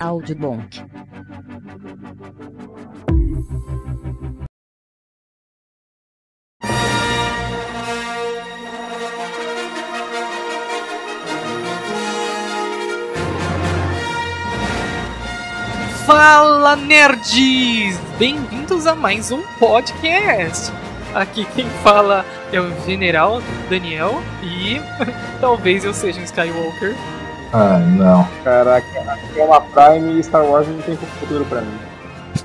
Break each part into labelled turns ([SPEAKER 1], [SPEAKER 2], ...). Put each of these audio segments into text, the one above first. [SPEAKER 1] Audiobook.
[SPEAKER 2] Fala nerds! Bem-vindos a mais um podcast. Aqui quem fala é o General Daniel e talvez eu seja um Skywalker.
[SPEAKER 3] Ah, não.
[SPEAKER 4] Caraca, aquela Prime e Star Wars não tem futuro pra mim.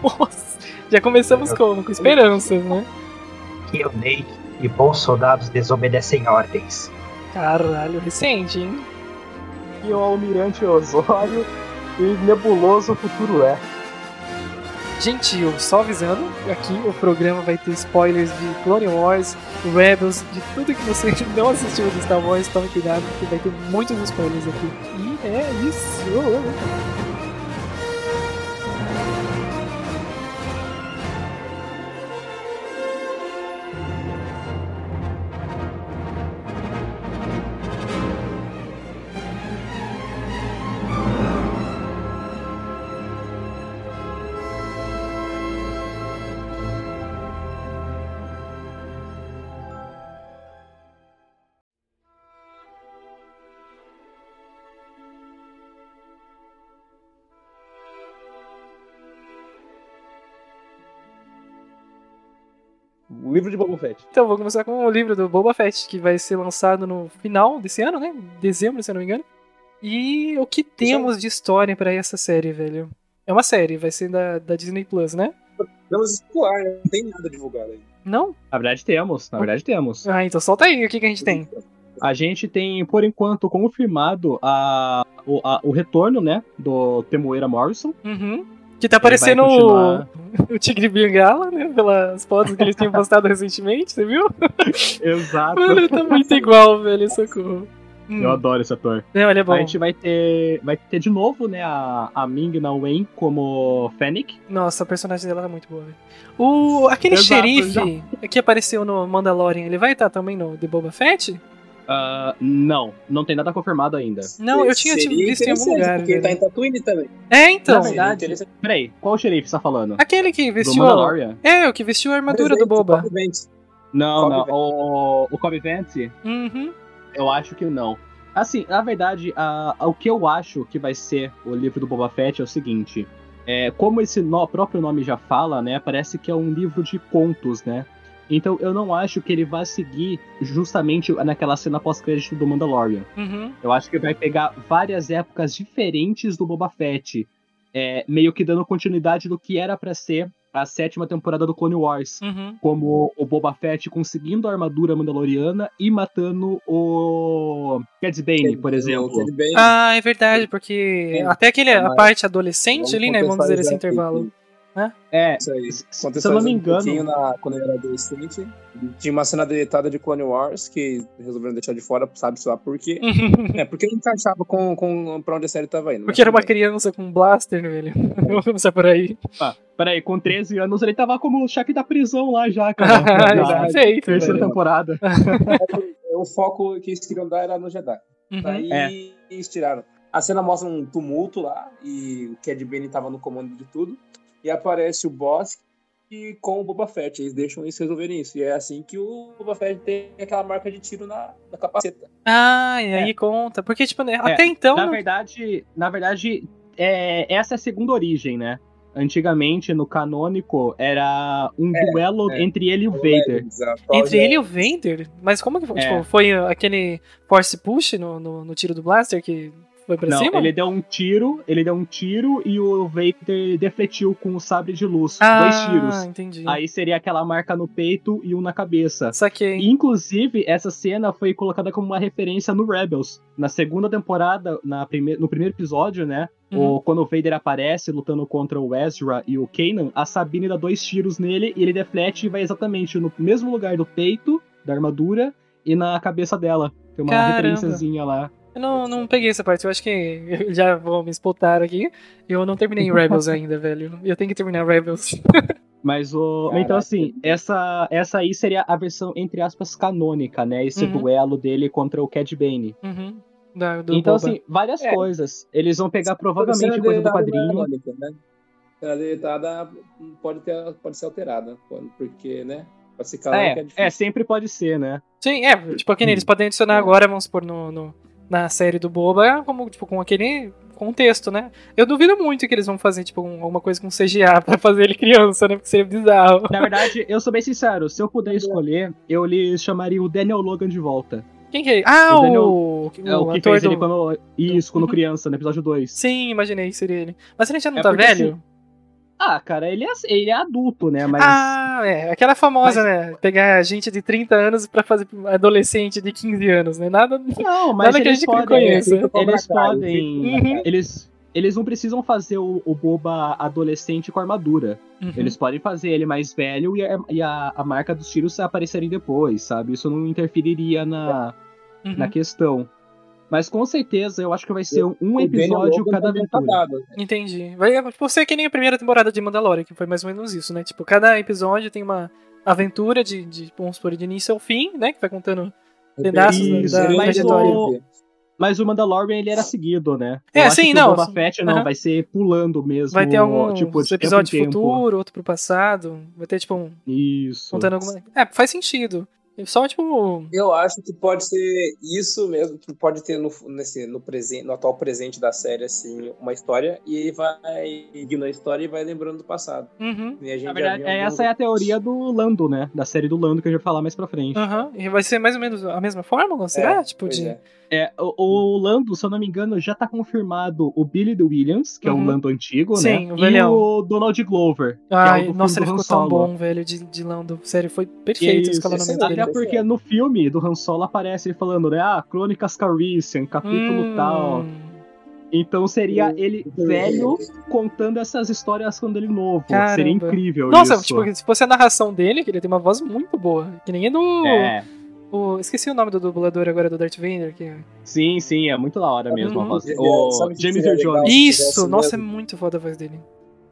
[SPEAKER 2] Nossa, já começamos como? Com esperanças, né?
[SPEAKER 5] que eu dei e bons soldados desobedecem ordens.
[SPEAKER 2] Caralho, recente, hein?
[SPEAKER 4] E o Almirante Osório e nebuloso futuro é.
[SPEAKER 2] Gente, eu só avisando, aqui o programa vai ter spoilers de Clone Wars, Rebels, de tudo que você não assistiu do Star Wars, tome cuidado, porque vai ter muitos spoilers aqui. E é isso!
[SPEAKER 4] O livro de Boba Fett.
[SPEAKER 2] Então, vou começar com o livro do Boba Fett, que vai ser lançado no final desse ano, né? Dezembro, se eu não me engano. E o que temos de história pra essa série, velho? É uma série, vai ser da, da Disney Plus, né?
[SPEAKER 4] Vamos escoar, né? não tem nada divulgado aí.
[SPEAKER 2] Não?
[SPEAKER 6] Na verdade temos, na verdade temos.
[SPEAKER 2] Ah, então solta aí o que, que a gente tem.
[SPEAKER 6] A gente tem, por enquanto, confirmado a, o, a- o retorno, né, do Temoeira Morrison.
[SPEAKER 2] Uhum. Que tá aparecendo
[SPEAKER 6] Ele vai
[SPEAKER 2] o, o Tigre Bengala, né? Pelas fotos que eles tinham postado recentemente, você viu?
[SPEAKER 6] Exato.
[SPEAKER 2] Mano, tá muito igual, velho, socorro. Hum.
[SPEAKER 6] Ah, Eu adoro esse ator.
[SPEAKER 2] Não, ele é bom.
[SPEAKER 6] A gente vai ter, vai ter de novo, né, a, a Ming Na Wen como Fennec.
[SPEAKER 2] Nossa, a personagem dela tá muito boa, velho. O, aquele
[SPEAKER 6] Exato,
[SPEAKER 2] xerife que apareceu no Mandalorian, ele vai estar também no The Boba Fett?
[SPEAKER 6] Ah, não, não tem nada confirmado ainda.
[SPEAKER 2] Não, eu tinha
[SPEAKER 7] Seria
[SPEAKER 2] visto em algum
[SPEAKER 7] interessante,
[SPEAKER 2] lugar.
[SPEAKER 7] Porque ele tá
[SPEAKER 2] velho.
[SPEAKER 7] em Tatooine também.
[SPEAKER 2] É, então.
[SPEAKER 7] Na verdade,
[SPEAKER 6] Peraí, qual xerife você tá falando?
[SPEAKER 2] Aquele que
[SPEAKER 6] Do
[SPEAKER 2] vestiu. a-
[SPEAKER 6] Mandalorian?
[SPEAKER 2] É, o que vestiu a armadura do
[SPEAKER 7] presente,
[SPEAKER 2] Boba.
[SPEAKER 7] provavelmente.
[SPEAKER 6] Não,
[SPEAKER 4] Cobb
[SPEAKER 6] não, o, o Cobb Vance?
[SPEAKER 2] Uhum.
[SPEAKER 6] Eu acho que não. Assim, na verdade, a- a- o que eu acho que vai ser o livro do Boba Fett é o seguinte. É, como esse no- próprio nome já fala, né? Parece que é um livro de contos, né? Então eu não acho que ele vai seguir justamente naquela cena pós-crédito do Mandalorian.
[SPEAKER 2] Uhum.
[SPEAKER 6] Eu acho que vai pegar várias épocas diferentes do Boba Fett. é, meio que dando continuidade do que era pra ser a sétima temporada do Clone Wars
[SPEAKER 2] Uhum.
[SPEAKER 6] como o Boba Fett conseguindo a armadura mandaloriana e matando o Cad Bane, por exemplo.
[SPEAKER 7] Tudo bem.
[SPEAKER 2] Ah, é verdade, porque
[SPEAKER 4] Sim.
[SPEAKER 2] até aquele, a
[SPEAKER 4] Mas-
[SPEAKER 2] parte adolescente ali, né? Vamos dizer
[SPEAKER 4] contextualizar aqui.
[SPEAKER 2] esse intervalo.
[SPEAKER 6] É,
[SPEAKER 7] Isso aí.
[SPEAKER 6] se eu não me engano,
[SPEAKER 4] pouquinho
[SPEAKER 7] Na- quando eu era adolescente, tinha uma cena deletada de Clone Wars que resolveram deixar de fora, sabe-se lá por quê. é, porque não encaixava com, com, pra onde a série tava indo. né? mas
[SPEAKER 2] Porque era
[SPEAKER 7] tudo
[SPEAKER 2] uma
[SPEAKER 7] bem.
[SPEAKER 2] criança com um blaster, né, velho? Vamos começar por aí.
[SPEAKER 6] ah, peraí, com 13 anos ele tava como o chefe da prisão lá já, cara.
[SPEAKER 2] É,
[SPEAKER 6] na
[SPEAKER 2] Perfeito.
[SPEAKER 6] terceira
[SPEAKER 2] velho.
[SPEAKER 6] temporada.
[SPEAKER 7] O foco que eles queriam dar era no Jedi.
[SPEAKER 2] Uhum.
[SPEAKER 7] Daí
[SPEAKER 6] É.
[SPEAKER 7] eles tiraram. A cena mostra um tumulto lá e o Cad Bane tava no comando de tudo. E aparece o boss e com o Boba Fett. Eles deixam eles resolverem isso. E é assim que o Boba Fett tem aquela marca de tiro na, na capaceta.
[SPEAKER 2] Ah, e aí conta. Porque, tipo, né, até então.
[SPEAKER 6] Na
[SPEAKER 2] não-
[SPEAKER 6] verdade, na verdade é, essa é a segunda origem, né? Antigamente, no canônico, era um duelo
[SPEAKER 7] é.
[SPEAKER 6] entre ele e o Vader.
[SPEAKER 2] Entre ele e o Vader? Mas como que foi?
[SPEAKER 6] É.
[SPEAKER 2] Tipo, foi aquele force push no, no, no tiro do blaster que foi pra
[SPEAKER 6] Não,
[SPEAKER 2] cima?
[SPEAKER 6] ele deu um tiro, ele deu um tiro e o Vader defletiu com o sabre de luz.
[SPEAKER 2] ah,
[SPEAKER 6] dois tiros.
[SPEAKER 2] entendi.
[SPEAKER 6] Aí seria aquela marca no peito e um na cabeça.
[SPEAKER 2] Saquei.
[SPEAKER 6] Inclusive, essa cena foi colocada como uma referência no Rebels. Na segunda temporada, na prime- no primeiro episódio, né?
[SPEAKER 2] Uhum.
[SPEAKER 6] O, quando o Vader aparece lutando contra o Ezra e o Kanan, a Sabine dá dois tiros nele e ele deflete e vai exatamente no mesmo lugar do peito, da armadura, e na cabeça dela. Tem uma
[SPEAKER 2] Caramba.
[SPEAKER 6] referenciazinha lá.
[SPEAKER 2] Eu não, não peguei essa parte. Eu acho que já vou me espotar aqui. Eu não terminei Rebels ainda, velho. Eu tenho que terminar Rebels.
[SPEAKER 6] Mas o.
[SPEAKER 4] Caraca.
[SPEAKER 6] Então, assim, essa, essa aí seria a versão, entre aspas, canônica, né? Esse
[SPEAKER 2] Uhum.
[SPEAKER 6] duelo dele contra o Cad Bane.
[SPEAKER 2] Uhum. Não, do
[SPEAKER 6] Então,
[SPEAKER 2] Boba.
[SPEAKER 6] assim, várias
[SPEAKER 7] É.
[SPEAKER 6] coisas. Eles vão pegar provavelmente
[SPEAKER 7] Cena
[SPEAKER 6] coisa do
[SPEAKER 7] deletada não é
[SPEAKER 6] quadrinho.
[SPEAKER 7] canônica, né? Cena deletada pode, ter, pode ser alterada, pode- porque, né? Pode ser canônica,
[SPEAKER 6] É,
[SPEAKER 7] difícil.
[SPEAKER 6] é, sempre pode ser, né?
[SPEAKER 2] Sim, é, tipo, aquele, eles podem adicionar
[SPEAKER 7] É.
[SPEAKER 2] agora, vamos supor, no, no- na série do Boba, como, tipo, com aquele contexto, né? Eu duvido muito que eles vão fazer, tipo, um- alguma coisa com CGA pra fazer ele criança, né? Porque seria bizarro.
[SPEAKER 6] Na verdade, eu sou bem sincero, se eu puder escolher, eu lhe chamaria o Daniel Logan de volta.
[SPEAKER 2] Quem que é? Ah,
[SPEAKER 6] O
[SPEAKER 2] o,
[SPEAKER 6] Daniel-
[SPEAKER 2] o
[SPEAKER 6] É o que
[SPEAKER 2] ator
[SPEAKER 6] fez
[SPEAKER 2] do...
[SPEAKER 6] ele quando. Isso, quando criança, no episódio 2.
[SPEAKER 2] Sim, imaginei que seria ele. Mas ele já não
[SPEAKER 6] É
[SPEAKER 2] tá
[SPEAKER 6] porque,
[SPEAKER 2] velho?
[SPEAKER 6] Ah, cara, ele é, ele é adulto, né? Mas.
[SPEAKER 2] Ah, é. Aquela famosa, né? Pegar gente de 30 anos pra fazer adolescente de 15 anos, né? Nada.
[SPEAKER 6] não, mas
[SPEAKER 2] Nada que a
[SPEAKER 6] eles
[SPEAKER 2] gente não
[SPEAKER 6] podem.
[SPEAKER 2] conheça.
[SPEAKER 6] Eles
[SPEAKER 7] Cobra Kai,
[SPEAKER 6] podem.
[SPEAKER 2] Uhum.
[SPEAKER 6] Eles, eles não precisam fazer o, o boba adolescente com armadura. é.
[SPEAKER 2] uhum,
[SPEAKER 6] Eles podem fazer ele mais velho e a, e a, a marca dos tiros aparecerem depois, sabe? Isso não interferiria na,
[SPEAKER 2] Uhum.
[SPEAKER 6] na questão. Mas com certeza eu acho que vai ser um
[SPEAKER 7] O Daniel
[SPEAKER 6] episódio
[SPEAKER 7] Logan
[SPEAKER 6] cada
[SPEAKER 7] também tá
[SPEAKER 6] aventura.
[SPEAKER 7] dado.
[SPEAKER 2] Entendi. Vai tipo, ser que nem a primeira temporada de Mandalorian, que foi mais ou menos isso, né? Tipo, cada episódio tem uma aventura de, de vamos supor, de início ao fim, né? Que vai contando. Pedaços da-
[SPEAKER 7] Isso,
[SPEAKER 2] da
[SPEAKER 7] ele é
[SPEAKER 6] mas
[SPEAKER 7] trajetória.
[SPEAKER 6] o- Mas o Mandalorian ele era seguido, né?
[SPEAKER 2] É,
[SPEAKER 6] Eu acho
[SPEAKER 2] sim,
[SPEAKER 6] que
[SPEAKER 2] não,
[SPEAKER 6] O Boba
[SPEAKER 2] sim.
[SPEAKER 6] Fett não,
[SPEAKER 2] Aham.
[SPEAKER 6] vai ser pulando mesmo.
[SPEAKER 2] Vai ter algum
[SPEAKER 6] tipo, de
[SPEAKER 2] episódio
[SPEAKER 6] tempo em tempo.
[SPEAKER 2] futuro, outro pro passado. Vai ter, tipo, um,
[SPEAKER 6] Isso.
[SPEAKER 2] contando alguma. É, faz sentido. É Só, tipo.
[SPEAKER 7] Eu acho que pode ser isso mesmo, que pode ter no, nesse, no, presente, no atual presente da série, assim, uma história, e ele vai ignora a história e vai lembrando do passado.
[SPEAKER 2] Uhum.
[SPEAKER 7] E a gente
[SPEAKER 6] Na
[SPEAKER 7] já
[SPEAKER 6] verdade,
[SPEAKER 7] viu
[SPEAKER 6] é,
[SPEAKER 7] alguns-
[SPEAKER 6] essa é a teoria do Lando, né? Da série do Lando que a gente vai falar mais pra frente.
[SPEAKER 2] Aham. E vai ser mais ou menos a mesma fórmula, será? tipo,
[SPEAKER 7] Pois
[SPEAKER 2] de.
[SPEAKER 7] é.
[SPEAKER 6] É, o, o
[SPEAKER 2] Hum.
[SPEAKER 6] Lando, se eu não me engano, já tá confirmado o Billy D. Williams, que é
[SPEAKER 2] Uhum.
[SPEAKER 6] o Lando antigo,
[SPEAKER 2] Sim,
[SPEAKER 6] né?
[SPEAKER 2] o
[SPEAKER 6] e
[SPEAKER 2] velhão.
[SPEAKER 6] o Donald Glover. que é o do
[SPEAKER 2] Ai,
[SPEAKER 6] filme
[SPEAKER 2] nossa,
[SPEAKER 6] do
[SPEAKER 2] ele
[SPEAKER 6] Han
[SPEAKER 2] ficou tão
[SPEAKER 6] Solo.
[SPEAKER 2] bom, velho, de, de Lando. Sério, foi
[SPEAKER 6] E
[SPEAKER 2] perfeito o
[SPEAKER 6] isso,
[SPEAKER 2] escalonamento
[SPEAKER 7] excelente.
[SPEAKER 6] é até
[SPEAKER 2] dele.
[SPEAKER 6] porque no filme do Han Solo aparece ele falando, né? Ah, Crônicas Carician, capítulo
[SPEAKER 2] Hum.
[SPEAKER 6] tal. Então seria ele
[SPEAKER 7] Hum.
[SPEAKER 6] velho contando essas histórias quando ele novo.
[SPEAKER 2] Caramba.
[SPEAKER 6] Seria incrível
[SPEAKER 2] Nossa,
[SPEAKER 6] isso.
[SPEAKER 2] tipo, se fosse a narração dele, que ele tem uma voz muito boa. Que nem é do.
[SPEAKER 6] É,
[SPEAKER 2] o- esqueci o nome do dublador agora do Darth Vader. Que...
[SPEAKER 6] sim, sim, é muito da hora mesmo a
[SPEAKER 2] Uhum.
[SPEAKER 6] voz.
[SPEAKER 7] Seria-
[SPEAKER 6] O
[SPEAKER 7] sabe o que
[SPEAKER 6] James
[SPEAKER 7] seria
[SPEAKER 6] Earl
[SPEAKER 7] legal?
[SPEAKER 6] Jones.
[SPEAKER 7] se
[SPEAKER 2] Isso!
[SPEAKER 7] tivesse
[SPEAKER 2] Nossa, é
[SPEAKER 7] mesmo.
[SPEAKER 2] muito foda a voz dele.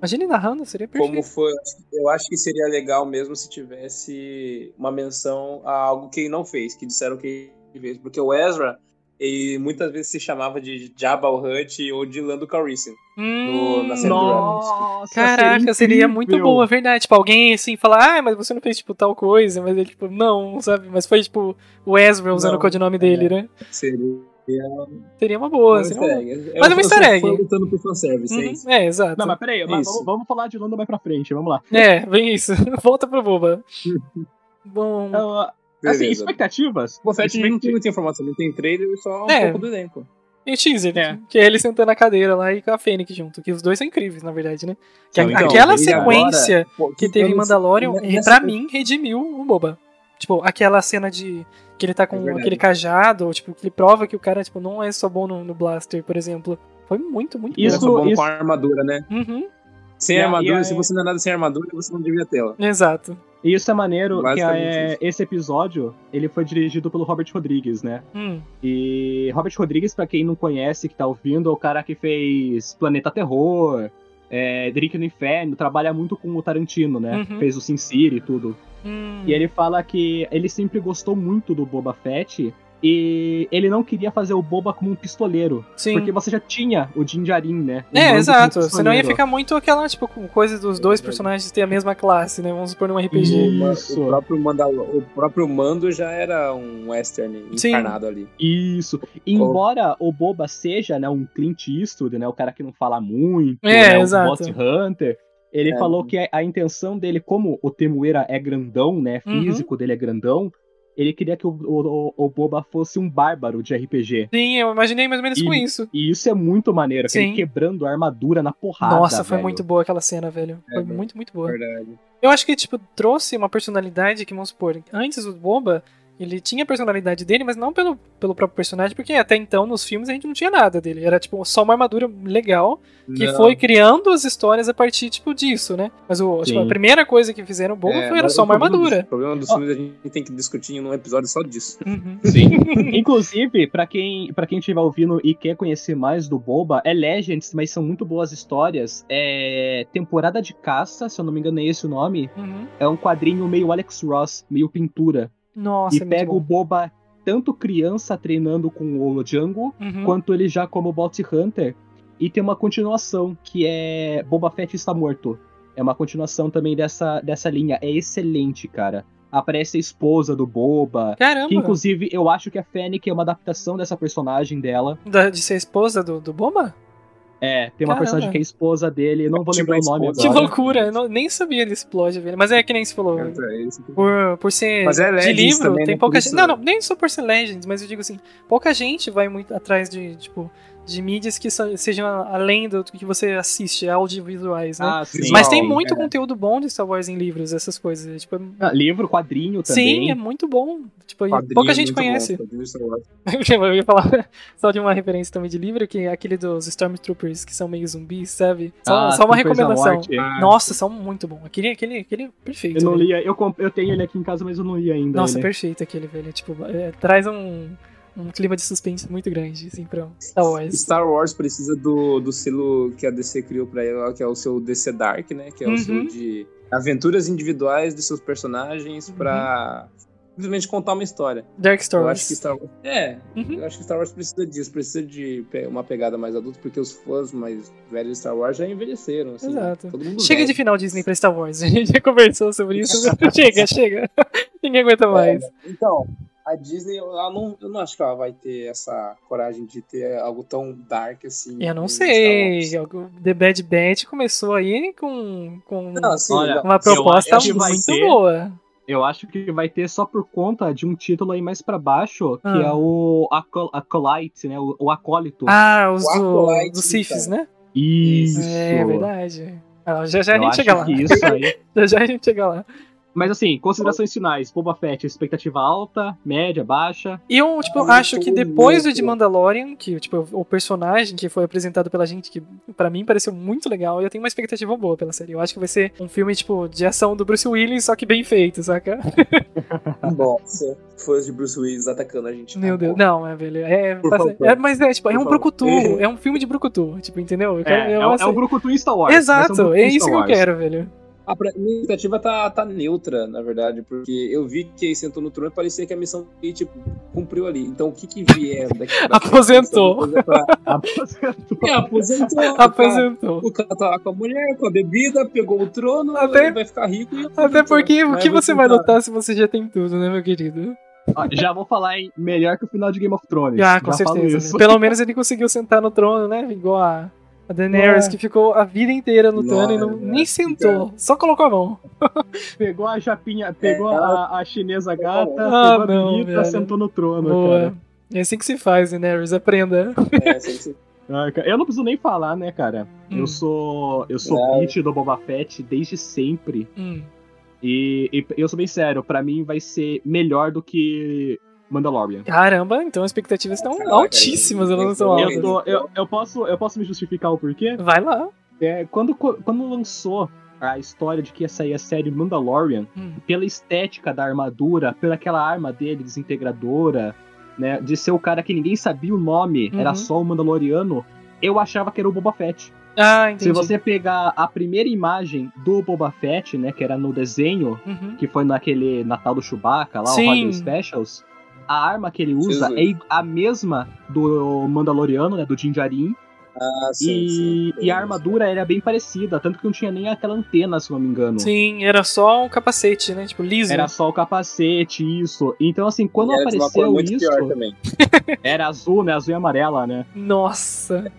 [SPEAKER 2] Imagina ele narrando, seria perfeito.
[SPEAKER 7] Como foi, eu acho que seria legal mesmo se tivesse uma menção a algo que ele não fez, que disseram que ele fez, porque o Ezra, ele muitas vezes se chamava de Jabba o Hutt ou de Lando Calrissian.
[SPEAKER 2] Hum,
[SPEAKER 7] na série do Rebels.
[SPEAKER 6] Nossa,
[SPEAKER 2] Caraca, seria, muito
[SPEAKER 6] é incrível.
[SPEAKER 2] boa, é verdade. Tipo, alguém assim falar, ah, mas você não fez, tipo, tal coisa, mas ele, tipo, não, sabe? Mas foi, tipo, o Ezra usando
[SPEAKER 7] Não,
[SPEAKER 2] o codinome dele,
[SPEAKER 6] é.
[SPEAKER 2] né?
[SPEAKER 7] Seria
[SPEAKER 2] Seria uma boa, seria uma boa. Mas é um easter egg.
[SPEAKER 7] Foi lutando por fanservice, é
[SPEAKER 2] Uhum,
[SPEAKER 7] isso.
[SPEAKER 2] é, exato.
[SPEAKER 6] Não, mas peraí, mas
[SPEAKER 7] Isso.
[SPEAKER 6] vamos, vamos falar de Lando mais pra frente, vamos lá.
[SPEAKER 2] É, bem isso. Volta pro Boba. Bom.
[SPEAKER 6] Ah, assim,
[SPEAKER 7] Beleza.
[SPEAKER 6] expectativas?
[SPEAKER 7] O Fett não tem
[SPEAKER 6] Expect-
[SPEAKER 7] muita informação, não tem trailer, só um
[SPEAKER 2] É.
[SPEAKER 7] pouco do elenco.
[SPEAKER 2] E o teaser,
[SPEAKER 6] É.
[SPEAKER 2] que é ele sentando na cadeira lá e com a Fênix junto, que os dois são incríveis, na verdade, né? Que a-
[SPEAKER 6] São incríveis.
[SPEAKER 2] aquela
[SPEAKER 7] e agora-
[SPEAKER 2] sequência
[SPEAKER 7] Pô,
[SPEAKER 2] que teve
[SPEAKER 7] eu
[SPEAKER 2] em
[SPEAKER 7] não sei-
[SPEAKER 2] Mandalorian,
[SPEAKER 7] ne-
[SPEAKER 2] e
[SPEAKER 7] nessa-
[SPEAKER 2] pra mim, redimiu o Boba. Tipo, aquela cena de que ele tá com
[SPEAKER 7] É verdade.
[SPEAKER 2] aquele cajado, ou, tipo, que prova que o cara tipo, não é só bom no, no Blaster, por exemplo. Foi muito, muito
[SPEAKER 7] Ele é
[SPEAKER 6] Isso-
[SPEAKER 7] só bom
[SPEAKER 6] isso-
[SPEAKER 7] com a armadura, né?
[SPEAKER 2] bom. Uhum,
[SPEAKER 7] Sem
[SPEAKER 6] E a-
[SPEAKER 7] armadura,
[SPEAKER 6] e a-
[SPEAKER 7] se você não é nada sem armadura, você não devia tê-la.
[SPEAKER 2] exato.
[SPEAKER 6] E Isso é maneiro, que
[SPEAKER 7] Basicamente
[SPEAKER 6] é,
[SPEAKER 7] isso.
[SPEAKER 6] esse episódio, ele foi dirigido pelo Robert Rodrigues, né?
[SPEAKER 2] Hum,
[SPEAKER 6] E Robert Rodrigues, pra quem não conhece, que tá ouvindo, é o cara que fez Planeta Terror, é, Drink no Inferno, trabalha muito com o Tarantino, né?
[SPEAKER 2] Uhum.
[SPEAKER 6] Fez o Sin City e tudo.
[SPEAKER 2] hum.
[SPEAKER 6] E ele fala que ele sempre gostou muito do Boba Fett e ele não queria fazer o Boba como um pistoleiro.
[SPEAKER 2] Sim.
[SPEAKER 6] Porque você já tinha o Jinjarin, né? O Lando
[SPEAKER 2] É,
[SPEAKER 6] como
[SPEAKER 2] exato. Senão ia
[SPEAKER 6] pistoleiro.
[SPEAKER 2] ficar muito aquela, tipo, com coisa dos dois personagens ter a mesma classe, né? Vamos supor num RPG.
[SPEAKER 7] O
[SPEAKER 6] Isso,
[SPEAKER 7] próprio, Mandalor, o próprio Mando já era um western
[SPEAKER 2] Sim.
[SPEAKER 7] encarnado ali.
[SPEAKER 6] isso. E Embora o Boba seja né, um Clint Eastwood, né, o cara que não fala muito,
[SPEAKER 2] É,
[SPEAKER 6] né, um
[SPEAKER 2] exato.
[SPEAKER 6] boss hunter, ele
[SPEAKER 7] É.
[SPEAKER 6] falou que a, a intenção dele, como o Temuera é grandão, né,
[SPEAKER 2] Uhum.
[SPEAKER 6] físico dele é grandão, ele queria que o, o- o Boba fosse um bárbaro de RPG.
[SPEAKER 2] Sim, eu imaginei mais ou menos com
[SPEAKER 6] E-
[SPEAKER 2] isso.
[SPEAKER 6] E isso é muito maneiro, que
[SPEAKER 2] Sim.
[SPEAKER 6] ele quebrando a armadura na porrada.
[SPEAKER 2] Nossa, foi
[SPEAKER 6] velho.
[SPEAKER 2] muito boa aquela cena, velho. foi
[SPEAKER 7] velho.
[SPEAKER 2] muito, muito boa.
[SPEAKER 7] Verdade.
[SPEAKER 2] Eu acho que, tipo, trouxe uma personalidade que, vamos supor, antes do Boba, ele tinha a personalidade dele, mas não pelo, pelo próprio personagem, porque até então, nos filmes, a gente não tinha nada dele. Era, tipo, só uma armadura legal, que
[SPEAKER 7] Não,
[SPEAKER 2] foi criando as histórias a partir, tipo, disso, né? Mas o, tipo,
[SPEAKER 6] Sim.
[SPEAKER 2] a primeira coisa que fizeram o Boba
[SPEAKER 7] é,
[SPEAKER 2] foi, era
[SPEAKER 7] mas
[SPEAKER 2] só
[SPEAKER 7] o
[SPEAKER 2] uma
[SPEAKER 7] problema dos-
[SPEAKER 2] armadura.
[SPEAKER 7] O problema dos
[SPEAKER 6] Ó.
[SPEAKER 7] filmes a gente tem que discutir em um episódio só disso.
[SPEAKER 2] Uhum.
[SPEAKER 6] Sim. Inclusive, pra quem para quem estiver ouvindo e quer conhecer mais do Boba, é Legends, mas são muito boas histórias. É Temporada de Caça, se eu não me engano é esse o nome.
[SPEAKER 2] Uhum.
[SPEAKER 6] É um quadrinho meio Alex Ross, meio pintura.
[SPEAKER 2] Nossa, é
[SPEAKER 6] e
[SPEAKER 2] muito
[SPEAKER 6] pega
[SPEAKER 2] bom.
[SPEAKER 6] o Boba tanto criança treinando com o Django,
[SPEAKER 2] Uhum.
[SPEAKER 6] quanto ele já como Bounty Hunter. E tem uma continuação, que é Boba Fett está morto. É uma continuação também dessa, dessa linha. É excelente, cara. Aparece a esposa do Boba.
[SPEAKER 2] Caramba!
[SPEAKER 6] Que inclusive eu acho que a Fennec é uma adaptação dessa personagem dela.
[SPEAKER 2] Da- de ser esposa do, do Boma?
[SPEAKER 6] É, tem uma
[SPEAKER 2] Caramba.
[SPEAKER 6] personagem que é esposa dele, eu não vou
[SPEAKER 7] Tipo
[SPEAKER 6] lembrar o
[SPEAKER 7] a
[SPEAKER 6] nome
[SPEAKER 7] esposa.
[SPEAKER 2] Que
[SPEAKER 7] Claro.
[SPEAKER 6] agora.
[SPEAKER 2] loucura! Eu não- nem sabia ele explode, velho. Mas é que nem você falou.
[SPEAKER 7] Então,
[SPEAKER 2] Por, por ser
[SPEAKER 7] Mas é
[SPEAKER 2] de
[SPEAKER 7] Legends
[SPEAKER 2] livro,
[SPEAKER 7] também,
[SPEAKER 2] tem
[SPEAKER 7] né? Por
[SPEAKER 2] pouca
[SPEAKER 7] isso-
[SPEAKER 2] gente. Não, não, nem só por ser Legends, mas eu digo assim, pouca gente vai muito atrás de, tipo, de mídias que sa- sejam a- além do que você assiste, audiovisuais, né?
[SPEAKER 6] Ah, sim.
[SPEAKER 2] mas
[SPEAKER 7] sim, é.
[SPEAKER 2] tem
[SPEAKER 7] sim,
[SPEAKER 2] muito conteúdo bom de Star Wars em livros, essas coisas. é, Tipo, é-
[SPEAKER 6] Ah, Livro, quadrinho também.
[SPEAKER 2] sim, é muito bom. Tipo, e
[SPEAKER 7] é
[SPEAKER 2] pouca gente conhece.
[SPEAKER 7] Bom,
[SPEAKER 2] eu ia falar só de uma referência também de livro, que é aquele dos Stormtroopers que são meio zumbis, sabe? Só,
[SPEAKER 6] Ah,
[SPEAKER 2] só uma
[SPEAKER 6] Troopers da
[SPEAKER 2] recomendação.
[SPEAKER 6] Morte.
[SPEAKER 2] Nossa, são muito bom. Aquele, aquele, aquele é perfeito.
[SPEAKER 6] Eu não
[SPEAKER 2] velho.
[SPEAKER 6] li, eu, comp- eu tenho ele aqui em casa, mas eu não li ainda.
[SPEAKER 2] Nossa,
[SPEAKER 6] ele.
[SPEAKER 2] perfeito aquele, velho. Tipo, é, traz um, um clima de suspense muito grande, assim, pra um Star Wars.
[SPEAKER 7] Star Wars precisa do, do selo que a DC criou pra ela, que é o seu DC Dark, né? Que é
[SPEAKER 2] Uhum.
[SPEAKER 7] o seu de aventuras individuais de seus personagens pra simplesmente contar uma história.
[SPEAKER 2] Dark
[SPEAKER 7] Eu acho que
[SPEAKER 2] Stories.
[SPEAKER 7] Star Wars. É,
[SPEAKER 2] Uhum.
[SPEAKER 7] eu acho que Star Wars precisa disso, precisa de pe- uma pegada mais adulta, porque os fãs mais velhos de Star Wars já envelheceram. Assim,
[SPEAKER 2] Exato.
[SPEAKER 7] Todo mundo
[SPEAKER 2] Chega de
[SPEAKER 7] velho.
[SPEAKER 2] final Disney pra Star Wars. A gente já conversou sobre isso. chega, chega. Ninguém
[SPEAKER 7] É,
[SPEAKER 2] aguenta mais.
[SPEAKER 7] Então, a Disney, ela não, eu não acho que ela vai ter essa coragem de ter algo tão dark assim.
[SPEAKER 2] Eu não
[SPEAKER 7] em Star
[SPEAKER 2] sei. é
[SPEAKER 7] Wars.
[SPEAKER 2] algo- The Bad Batch começou aí com, com
[SPEAKER 7] Não, assim,
[SPEAKER 6] Olha,
[SPEAKER 7] não-
[SPEAKER 2] uma
[SPEAKER 6] eu
[SPEAKER 2] proposta
[SPEAKER 6] acho que vai
[SPEAKER 2] muito
[SPEAKER 6] ser-
[SPEAKER 2] boa.
[SPEAKER 6] Eu acho que vai ter só por conta de um título aí mais pra baixo, que
[SPEAKER 2] Ah.
[SPEAKER 6] é o Aco- Acolyte, né? O, o Acólito.
[SPEAKER 2] Ah, os
[SPEAKER 7] O
[SPEAKER 2] do,
[SPEAKER 7] Acolyte,
[SPEAKER 2] do Sifis, né?
[SPEAKER 6] Isso.
[SPEAKER 2] É verdade. Ah, já já a
[SPEAKER 6] Eu
[SPEAKER 2] gente
[SPEAKER 6] acho
[SPEAKER 2] chega lá.
[SPEAKER 6] que isso aí.
[SPEAKER 2] Já já a gente chega lá.
[SPEAKER 6] Mas assim, considerações finais. Boba Fett, expectativa alta, média, baixa.
[SPEAKER 2] E eu, tipo,
[SPEAKER 7] Muito
[SPEAKER 2] acho que depois do
[SPEAKER 7] louco.
[SPEAKER 2] de Mandalorian, que, tipo, o personagem que foi apresentado pela gente, que pra mim pareceu muito legal, eu tenho uma expectativa boa pela série. Eu acho que vai ser um filme, tipo, de ação do Bruce Willis, só que bem feito, saca?
[SPEAKER 7] Tá Nossa, fãs de Bruce Willis atacando a gente.
[SPEAKER 2] Meu
[SPEAKER 7] Tá
[SPEAKER 2] Deus.
[SPEAKER 7] bom.
[SPEAKER 2] Não, é, velho. É,
[SPEAKER 7] Por
[SPEAKER 2] passa-
[SPEAKER 7] favor.
[SPEAKER 2] é- mas é, tipo, é
[SPEAKER 7] Por
[SPEAKER 2] um
[SPEAKER 7] favor.
[SPEAKER 2] brucutu. É um filme de brucutu, tipo, entendeu? Eu quero-
[SPEAKER 6] É,
[SPEAKER 2] eu
[SPEAKER 6] é, um-
[SPEAKER 2] acho-
[SPEAKER 6] é um grupo Twin Star Wars. vai ser um
[SPEAKER 2] Exato,
[SPEAKER 6] Brooklyn
[SPEAKER 2] é isso
[SPEAKER 6] Star
[SPEAKER 2] que eu
[SPEAKER 6] Wars.
[SPEAKER 2] quero, velho.
[SPEAKER 7] A pra- minha expectativa tá, tá neutra, na verdade, porque eu vi que ele sentou no trono e parecia que a missão dele, tipo, cumpriu ali. Então o que que vier daqui pra frente,
[SPEAKER 2] Aposentou.
[SPEAKER 7] essa coisa pra-
[SPEAKER 6] Aposentou.
[SPEAKER 7] É, aposentou. cara.
[SPEAKER 2] Apresentou.
[SPEAKER 7] O cara tá lá com a mulher, com a bebida, pegou o trono,
[SPEAKER 2] Até-
[SPEAKER 7] ele vai ficar rico. E
[SPEAKER 2] Até porque o
[SPEAKER 7] Mas assim, tá,
[SPEAKER 2] que
[SPEAKER 7] vou
[SPEAKER 2] você vai
[SPEAKER 7] tentar.
[SPEAKER 2] notar se você já tem tudo, né, meu querido?
[SPEAKER 6] Ó, Já vou falar em melhor que o final de Game of Thrones.
[SPEAKER 2] Ah, com
[SPEAKER 6] Já falo
[SPEAKER 2] certeza.
[SPEAKER 6] isso.
[SPEAKER 2] né? Pelo menos ele conseguiu sentar no trono, né? Igual a, a Daenerys,
[SPEAKER 6] É.
[SPEAKER 2] que ficou a vida inteira lutando e não,
[SPEAKER 7] Nossa.
[SPEAKER 2] nem sentou, só colocou a mão.
[SPEAKER 6] Pegou a chapinha, pegou
[SPEAKER 7] É,
[SPEAKER 6] a, a chinesa gata,
[SPEAKER 2] Ah,
[SPEAKER 6] pegou
[SPEAKER 2] não,
[SPEAKER 6] a menina,
[SPEAKER 2] velho.
[SPEAKER 6] sentou no trono,
[SPEAKER 2] Boa.
[SPEAKER 6] cara.
[SPEAKER 2] É assim que se faz, Daenerys, aprenda.
[SPEAKER 7] É, assim, assim.
[SPEAKER 6] Ah, cara, Eu não preciso nem falar, né, cara?
[SPEAKER 2] Hum,
[SPEAKER 6] Eu sou. Eu sou beat do Boba Fett desde sempre.
[SPEAKER 2] hum.
[SPEAKER 6] E, e eu sou bem sério, pra mim vai ser melhor do que Mandalorian.
[SPEAKER 2] Caramba, então as expectativas estão
[SPEAKER 7] Caraca,
[SPEAKER 2] altíssimas, elas não são
[SPEAKER 7] eu-
[SPEAKER 2] altas.
[SPEAKER 6] Eu, tô- eu, eu posso, eu posso me justificar o porquê?
[SPEAKER 2] Vai lá.
[SPEAKER 6] É, quando, quando lançou a história de que ia sair a série Mandalorian,
[SPEAKER 2] Hum.
[SPEAKER 6] pela estética da armadura, pela aquela arma dele desintegradora, né, de ser o cara que ninguém sabia o nome,
[SPEAKER 2] Uhum.
[SPEAKER 6] era só o Mandaloriano, eu achava que era o Boba Fett.
[SPEAKER 2] Ah, entendi.
[SPEAKER 6] Se você pegar a primeira imagem do Boba Fett, né, que era no desenho,
[SPEAKER 2] Uhum.
[SPEAKER 6] que foi naquele Natal do Chewbacca, lá,
[SPEAKER 2] Sim.
[SPEAKER 6] o Holiday Specials, a arma que ele usa
[SPEAKER 7] Jesus.
[SPEAKER 6] é i- a mesma do Mandaloriano, né, do Jinjarin,
[SPEAKER 7] Ah, sim,
[SPEAKER 6] e,
[SPEAKER 7] sim.
[SPEAKER 6] e a armadura era bem parecida, tanto que não tinha nem aquela antena, se não me engano.
[SPEAKER 2] Sim, era só um capacete, né? Tipo, liso.
[SPEAKER 6] Era só o capacete, isso. Então, assim, quando
[SPEAKER 7] Era de uma cor
[SPEAKER 6] apareceu
[SPEAKER 7] muito pior
[SPEAKER 6] isso,
[SPEAKER 7] também.
[SPEAKER 6] era azul, né? Azul e amarela, né?
[SPEAKER 2] Nossa,